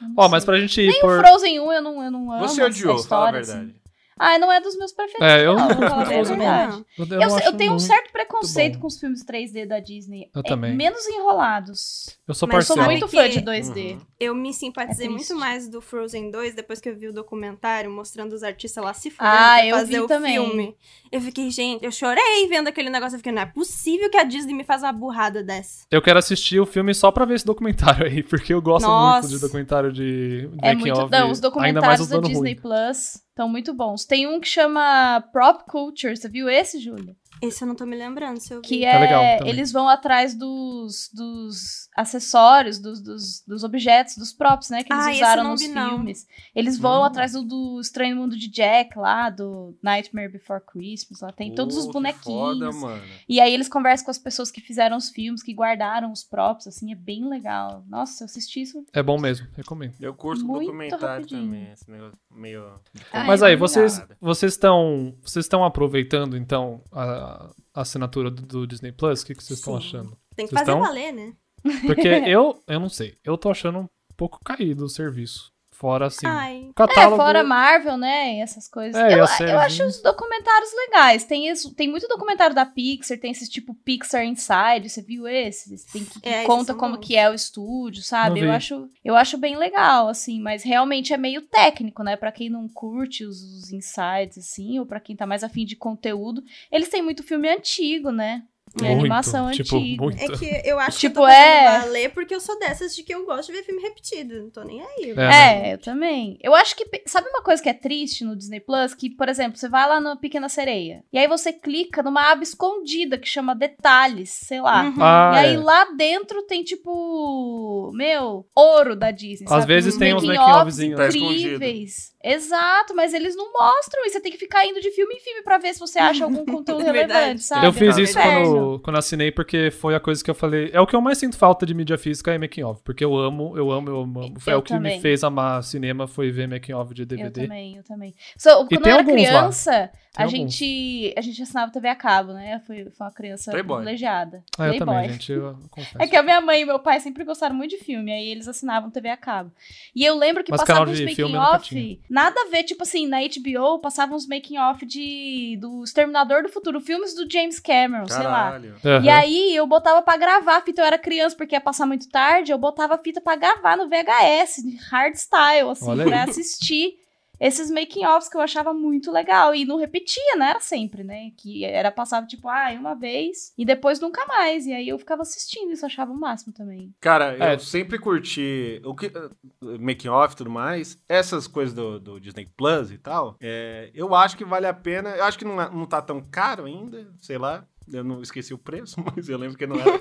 Speaker 3: Eu não
Speaker 2: Ó, mas
Speaker 3: sei.
Speaker 2: pra gente ir
Speaker 3: Nem
Speaker 2: por.
Speaker 3: o Frozen 1 eu não, eu não amo.
Speaker 1: Você
Speaker 3: essa
Speaker 1: odiou, fala a
Speaker 3: história,
Speaker 1: verdade.
Speaker 3: assim. Ah, não é dos meus preferidos,
Speaker 2: É, eu
Speaker 3: não,
Speaker 2: não
Speaker 3: vou falar bem a
Speaker 4: gosto muito,
Speaker 3: verdade.
Speaker 4: não.
Speaker 3: Eu,
Speaker 2: não
Speaker 3: se- eu
Speaker 2: acho
Speaker 3: tenho um
Speaker 2: muito-
Speaker 3: certo preconceito
Speaker 2: bom.
Speaker 3: com os filmes 3D da Disney.
Speaker 2: Eu
Speaker 3: É,
Speaker 2: também.
Speaker 3: menos enrolados.
Speaker 2: Eu sou
Speaker 4: Mas
Speaker 3: Eu
Speaker 2: parcial.
Speaker 3: sou
Speaker 4: Sabe
Speaker 3: muito
Speaker 4: que-
Speaker 3: fã de 2D.
Speaker 1: Uhum.
Speaker 4: Eu me simpatizei
Speaker 3: É triste.
Speaker 4: muito mais do Frozen 2 depois que eu vi o documentário mostrando os artistas lá se fudendo
Speaker 3: Ah,
Speaker 4: pra
Speaker 3: eu
Speaker 4: fazer
Speaker 3: vi
Speaker 4: o
Speaker 3: também.
Speaker 4: filme. Eu fiquei, gente, eu chorei vendo aquele negócio. Eu fiquei, não é possível que a Disney me faz uma burrada dessa.
Speaker 2: Eu quero assistir o filme só pra ver esse documentário aí, porque eu gosto
Speaker 4: Nossa.
Speaker 2: muito de documentário de
Speaker 3: É
Speaker 2: making
Speaker 3: muito.
Speaker 2: of,
Speaker 3: Não,
Speaker 2: ainda
Speaker 3: os
Speaker 2: mais
Speaker 3: documentários
Speaker 2: os
Speaker 3: da
Speaker 2: dando
Speaker 3: Disney
Speaker 2: ruim.
Speaker 3: Plus estão muito bons. Tem um que chama Prop Culture, você viu esse, Júlia?
Speaker 4: Esse eu não tô me lembrando se eu vi.
Speaker 3: Que
Speaker 2: Tá
Speaker 3: é.
Speaker 2: legal também.
Speaker 3: eles vão atrás dos, dos acessórios, dos, dos, dos objetos, dos props, né? Que eles
Speaker 4: Ah, esse eu
Speaker 3: usaram
Speaker 4: não
Speaker 3: nos
Speaker 4: vi, não.
Speaker 3: filmes. Eles vão
Speaker 1: Hum.
Speaker 3: atrás do, do Estranho Mundo de Jack lá, do Nightmare Before Christmas. Lá tem todos os
Speaker 1: Pô, que Foda,
Speaker 3: bonequinhos.
Speaker 1: mano.
Speaker 3: E aí eles conversam com as pessoas que fizeram os filmes, que guardaram os props, assim, é bem legal. Nossa, eu assisti isso.
Speaker 2: É bom mesmo, recomendo.
Speaker 1: Eu curto
Speaker 3: Muito
Speaker 1: documentário
Speaker 3: rapidinho. Ah, é
Speaker 1: também, esse negócio meio...
Speaker 3: Ai,
Speaker 2: Mas
Speaker 3: eu
Speaker 2: aí,
Speaker 3: não
Speaker 2: vocês
Speaker 1: ligado.
Speaker 2: vocês estão vocês estão aproveitando então a, a assinatura do, do Disney Plus? O que, que vocês estão
Speaker 4: Sim.
Speaker 2: achando?
Speaker 4: Tem que
Speaker 2: Vocês
Speaker 4: fazer
Speaker 2: estão?
Speaker 4: valer, né?
Speaker 2: Porque eu eu não sei, eu tô achando um pouco caído o serviço. Fora assim,
Speaker 4: Ai.
Speaker 2: o catálogo.
Speaker 3: É, fora Marvel, né? E essas coisas.
Speaker 2: É, e
Speaker 3: eu,
Speaker 2: as
Speaker 3: eu
Speaker 2: sériezinhas.
Speaker 3: acho os documentários legais. Tem, isso, tem muito documentário da Pixar, tem esse tipo Pixar Inside, você viu esse? Tem que, que
Speaker 4: É, esses
Speaker 3: conta
Speaker 4: são
Speaker 3: como
Speaker 4: bons.
Speaker 3: que é o estúdio, sabe?
Speaker 2: Não
Speaker 3: Eu
Speaker 2: vi.
Speaker 3: acho, eu acho bem legal, assim, mas realmente é meio técnico, né? Pra quem não curte os, os insights, assim, ou pra quem tá mais afim de conteúdo. Eles têm muito filme antigo, né? É animação
Speaker 2: tipo,
Speaker 3: antiga.
Speaker 2: Muito.
Speaker 4: É que eu acho
Speaker 3: Tipo,
Speaker 4: que eu tô fazendo
Speaker 3: é-
Speaker 4: valer porque eu sou dessas de que eu gosto de ver filme repetido. Não tô nem aí.
Speaker 2: É,
Speaker 1: né?
Speaker 3: É, eu também. Eu acho que. pe- Sabe uma coisa que é triste no Disney Plus? Que, por exemplo, você vai lá no Pequena Sereia. E aí você clica numa aba escondida que chama Detalhes, sei lá.
Speaker 4: Uhum.
Speaker 2: Ah,
Speaker 3: e aí
Speaker 2: é.
Speaker 3: lá dentro tem, tipo. Meu, ouro da Disney.
Speaker 2: Às
Speaker 3: sabe?
Speaker 2: vezes tem uns
Speaker 3: making-ofs
Speaker 2: making-ofzinhos.
Speaker 1: Tá
Speaker 3: incríveis. Exato, mas eles não mostram. E você tem que ficar indo de filme em filme pra ver se você acha algum conteúdo
Speaker 4: Verdade.
Speaker 3: relevante, sabe?
Speaker 2: Eu fiz
Speaker 1: Tá
Speaker 2: isso
Speaker 3: Inferno.
Speaker 2: quando, quando assinei, porque foi a coisa que eu falei. É o que eu mais sinto falta de mídia física é making of. Porque eu amo, eu amo, eu amo. Foi
Speaker 3: Eu
Speaker 2: o que
Speaker 3: também.
Speaker 2: me fez amar cinema, foi ver making of de
Speaker 3: Eu
Speaker 2: DVD.
Speaker 3: também, eu também. So, quando
Speaker 2: tem
Speaker 3: eu era
Speaker 2: alguns lá.
Speaker 3: criança, a
Speaker 2: alguns.
Speaker 3: gente, a gente assinava TV a cabo, né? Eu fui, fui uma criança
Speaker 1: Playboy.
Speaker 3: privilegiada.
Speaker 2: Ah, eu
Speaker 3: Playboy.
Speaker 2: também, gente. Eu confesso.
Speaker 3: É que a minha mãe e meu pai sempre gostaram muito de filme, aí eles assinavam TV a cabo. E eu lembro que
Speaker 2: Mas
Speaker 3: passava
Speaker 2: canal
Speaker 3: uns
Speaker 2: de filme
Speaker 3: making
Speaker 2: nunca
Speaker 3: off, nada a ver, tipo assim, na HBO passava uns making off de do Exterminador do Futuro, filmes do James Cameron, sei lá.
Speaker 1: Caralho.
Speaker 2: Aham.
Speaker 3: E aí eu botava pra gravar a fita, eu era criança porque ia passar muito tarde, eu botava a fita pra gravar no VHS, de hardstyle, assim,
Speaker 2: Olha aí.
Speaker 3: pra assistir esses making-offs que eu achava muito legal. E não repetia, né? Era sempre, né? Que era passava, tipo, ah, uma vez e depois nunca mais. E aí eu ficava assistindo, isso eu achava o máximo também.
Speaker 1: Cara,
Speaker 2: É.
Speaker 1: eu sempre curti o que, eh, making off e tudo mais, essas coisas do, do Disney Plus e tal, é, eu acho que vale a pena, eu acho que não, é- não tá tão caro ainda, sei lá, eu não esqueci o preço, mas eu lembro que não era.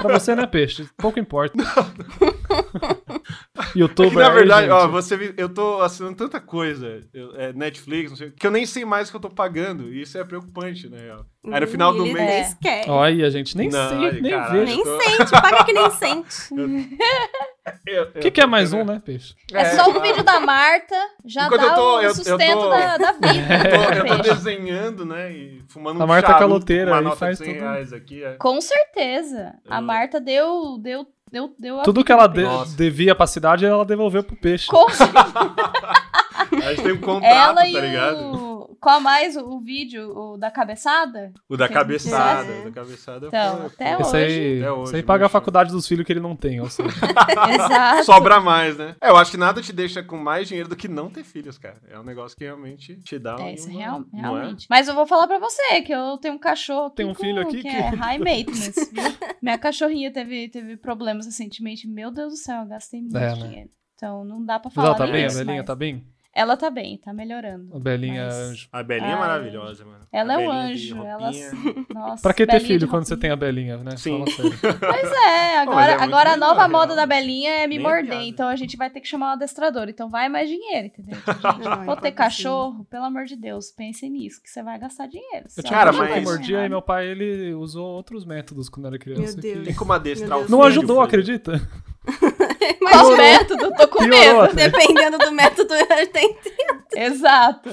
Speaker 2: Pra você, né, peixe? Pouco importa.
Speaker 1: Porque,
Speaker 2: YouTube
Speaker 1: É na
Speaker 2: aí,
Speaker 1: verdade,
Speaker 2: gente.
Speaker 1: ó, você, vi- eu tô assinando tanta coisa, eu- é, Netflix, não sei, o que eu nem sei mais o que eu tô pagando, e isso é preocupante, né? ó. Aí no final do
Speaker 4: Ele
Speaker 1: mês...
Speaker 3: É.
Speaker 4: nem esquece.
Speaker 2: Olha, gente, nem
Speaker 1: Não,
Speaker 2: sei, nem
Speaker 1: caralho.
Speaker 2: vejo.
Speaker 4: Nem
Speaker 1: tô-
Speaker 4: sente, paga que nem sente.
Speaker 1: eu-
Speaker 2: O
Speaker 1: eu
Speaker 2: que, que é
Speaker 1: tô-
Speaker 2: mais um, né, peixe?
Speaker 3: É, só o
Speaker 1: claro.
Speaker 3: vídeo da Marta, já
Speaker 1: Enquanto
Speaker 3: dá
Speaker 1: eu tô-
Speaker 3: o
Speaker 1: eu- eu
Speaker 3: sustento
Speaker 1: tô-
Speaker 3: da, da né,
Speaker 1: Eu tô, eu tô
Speaker 3: vida.
Speaker 1: desenhando, né, e fumando
Speaker 2: A
Speaker 1: um
Speaker 2: Marta
Speaker 1: charuto
Speaker 2: caloteira
Speaker 1: com uma
Speaker 2: aí
Speaker 1: nota de
Speaker 2: faz
Speaker 1: 100
Speaker 2: tudo.
Speaker 1: reais aqui, é.
Speaker 3: Com certeza. A
Speaker 1: Eu-
Speaker 3: Marta deu, deu, deu, deu a
Speaker 2: Tudo
Speaker 3: vida
Speaker 2: que ela
Speaker 3: pro
Speaker 2: de-
Speaker 3: peixe.
Speaker 1: Nossa.
Speaker 2: devia pra cidade, ela devolveu pro peixe.
Speaker 3: Com certeza.
Speaker 1: A gente tem um contrato,
Speaker 3: Ela e
Speaker 1: tá ligado?
Speaker 3: o... Qual mais? O, o vídeo o da cabeçada?
Speaker 1: O da
Speaker 3: Que
Speaker 1: cabeçada.
Speaker 4: é.
Speaker 1: O da cabeçada
Speaker 3: Então,
Speaker 1: foi-
Speaker 3: até
Speaker 1: foi-
Speaker 2: Esse aí,
Speaker 1: Até é hoje,
Speaker 2: esse aí paga a
Speaker 1: mexeu.
Speaker 2: faculdade dos filhos que ele não tem, ou seja.
Speaker 3: Exato.
Speaker 1: Sobra mais, né? É, eu acho que nada te deixa com mais dinheiro do que não ter filhos, cara. É um negócio que realmente te dá
Speaker 3: É, isso
Speaker 1: uma-
Speaker 3: real-
Speaker 1: não é?
Speaker 3: realmente. Mas eu vou falar pra você que eu tenho um cachorro aqui
Speaker 2: Tem um
Speaker 3: com-
Speaker 2: filho aqui
Speaker 3: que
Speaker 2: que-
Speaker 3: é high maintenance. viu? Minha cachorrinha teve, teve problemas recentemente. Meu Deus do céu, eu gastei muito
Speaker 2: É, né?
Speaker 3: dinheiro. Então não dá pra
Speaker 2: Mas
Speaker 3: falar
Speaker 2: ela tá
Speaker 3: nem
Speaker 2: bem, a
Speaker 3: isso,
Speaker 2: velhinha
Speaker 3: mas-
Speaker 2: tá bem?
Speaker 3: Ela tá bem, tá melhorando.
Speaker 2: A Belinha
Speaker 3: Mas-
Speaker 2: anjo.
Speaker 1: A Belinha é
Speaker 3: Ah,
Speaker 1: maravilhosa, mano.
Speaker 3: Ela
Speaker 1: A
Speaker 3: é um
Speaker 1: Belinha de
Speaker 3: anjo, ela-
Speaker 1: roupinha.
Speaker 3: Nossa,
Speaker 2: Pra que ter
Speaker 3: Belinha de
Speaker 2: filho quando você
Speaker 3: roupinha.
Speaker 2: tem um a Belinha, né?
Speaker 1: Sim.
Speaker 2: Fala sério.
Speaker 3: Pois é,
Speaker 1: Pô, mas
Speaker 3: agora,
Speaker 1: é muito
Speaker 3: agora a
Speaker 1: melhor,
Speaker 3: nova
Speaker 1: né?
Speaker 3: moda da Belinha é
Speaker 1: Nem
Speaker 3: me
Speaker 1: é
Speaker 3: morder,
Speaker 1: piada.
Speaker 3: então a gente vai ter que chamar um adestrador. Então vai mais dinheiro, entendeu? Gente,
Speaker 4: Não,
Speaker 3: vou ter
Speaker 4: impossível.
Speaker 3: cachorro, pelo amor de Deus, pensem nisso, que você vai gastar dinheiro.
Speaker 2: Eu
Speaker 3: sabe?
Speaker 2: tinha
Speaker 1: Cara,
Speaker 2: um cachorro que
Speaker 1: mas-
Speaker 2: mordia e meu pai ele usou outros métodos quando era criança.
Speaker 4: Meu
Speaker 2: que-
Speaker 1: Tem
Speaker 4: Deus.
Speaker 1: como adestrar
Speaker 4: Meu
Speaker 1: o
Speaker 4: Deus.
Speaker 2: Não
Speaker 1: filho,
Speaker 2: ajudou,
Speaker 1: filho.
Speaker 2: acredita?
Speaker 3: Qual
Speaker 4: Imagina,
Speaker 3: método? Tô com
Speaker 2: Piorou.
Speaker 3: medo.
Speaker 4: tipo,
Speaker 3: né?
Speaker 4: dependendo do método, eu tenho.
Speaker 3: Exato.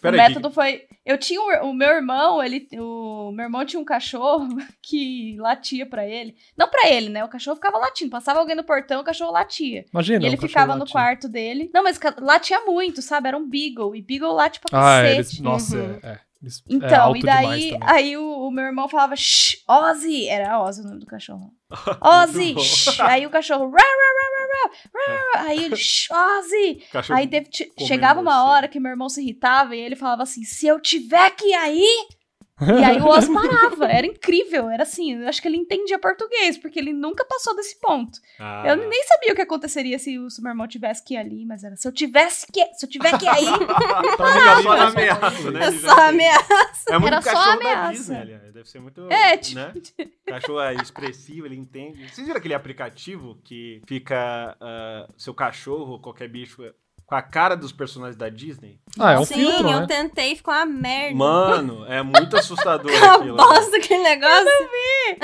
Speaker 1: Pera
Speaker 3: o
Speaker 1: aí,
Speaker 3: método foi. Eu tinha um- o meu irmão, ele, o meu irmão tinha um cachorro que latia pra ele. Não pra ele, né? O cachorro ficava latindo. Passava alguém no portão, o cachorro latia.
Speaker 2: Imagina.
Speaker 3: E
Speaker 2: um
Speaker 3: ele
Speaker 2: cachorro
Speaker 3: ficava no
Speaker 2: latindo.
Speaker 3: quarto dele. Não, mas ca- latia muito, sabe? Era um beagle. E beagle late pra
Speaker 2: Ah,
Speaker 3: cacete.
Speaker 2: eles. Nossa,
Speaker 4: Uhum.
Speaker 2: é. Eles, é
Speaker 3: Então,
Speaker 2: alto
Speaker 3: e
Speaker 2: demais
Speaker 3: daí
Speaker 2: também.
Speaker 3: aí o, o meu irmão falava, shh, Ozzy, era Ozzy o nome do cachorro. Ozzy,
Speaker 1: bom.
Speaker 3: shh, aí o cachorro, rá, rá, rá, rá, rá, rá, aí ele, shh, Ozzy.
Speaker 1: Cachorro
Speaker 3: Aí teve- che-
Speaker 1: comendo
Speaker 3: chegava uma
Speaker 1: você.
Speaker 3: hora que meu irmão se irritava e ele falava assim, se eu tiver que ir aí... E aí o Ozzy parava, era incrível, era assim, eu acho que ele entendia português, porque ele nunca passou desse ponto.
Speaker 1: Ah,
Speaker 3: Eu nem sabia o que aconteceria se o meu irmão tivesse que ir ali, mas era, se eu tivesse que, se eu tiver que ir aí...
Speaker 1: Tá ligado? Só na ameaça, né?
Speaker 4: É
Speaker 1: Ele
Speaker 4: só
Speaker 1: já-
Speaker 4: ameaça.
Speaker 1: É muito
Speaker 3: Era só
Speaker 1: cachorro da
Speaker 3: ameaça.
Speaker 1: Disney, aliás. Deve ser muito.
Speaker 3: É, tipo-
Speaker 1: Né? Cachorro é expressivo, ele entende. Vocês viram aquele aplicativo que fica ah, seu cachorro ou qualquer bicho com a cara dos personagens da Disney?
Speaker 2: Ah, é um
Speaker 4: Sim,
Speaker 2: filtro,
Speaker 4: eu
Speaker 2: né?
Speaker 4: tentei, ficou uma merda.
Speaker 1: Mano, é muito assustador
Speaker 4: Uma
Speaker 1: aquilo. né?
Speaker 4: bosta aquele negócio.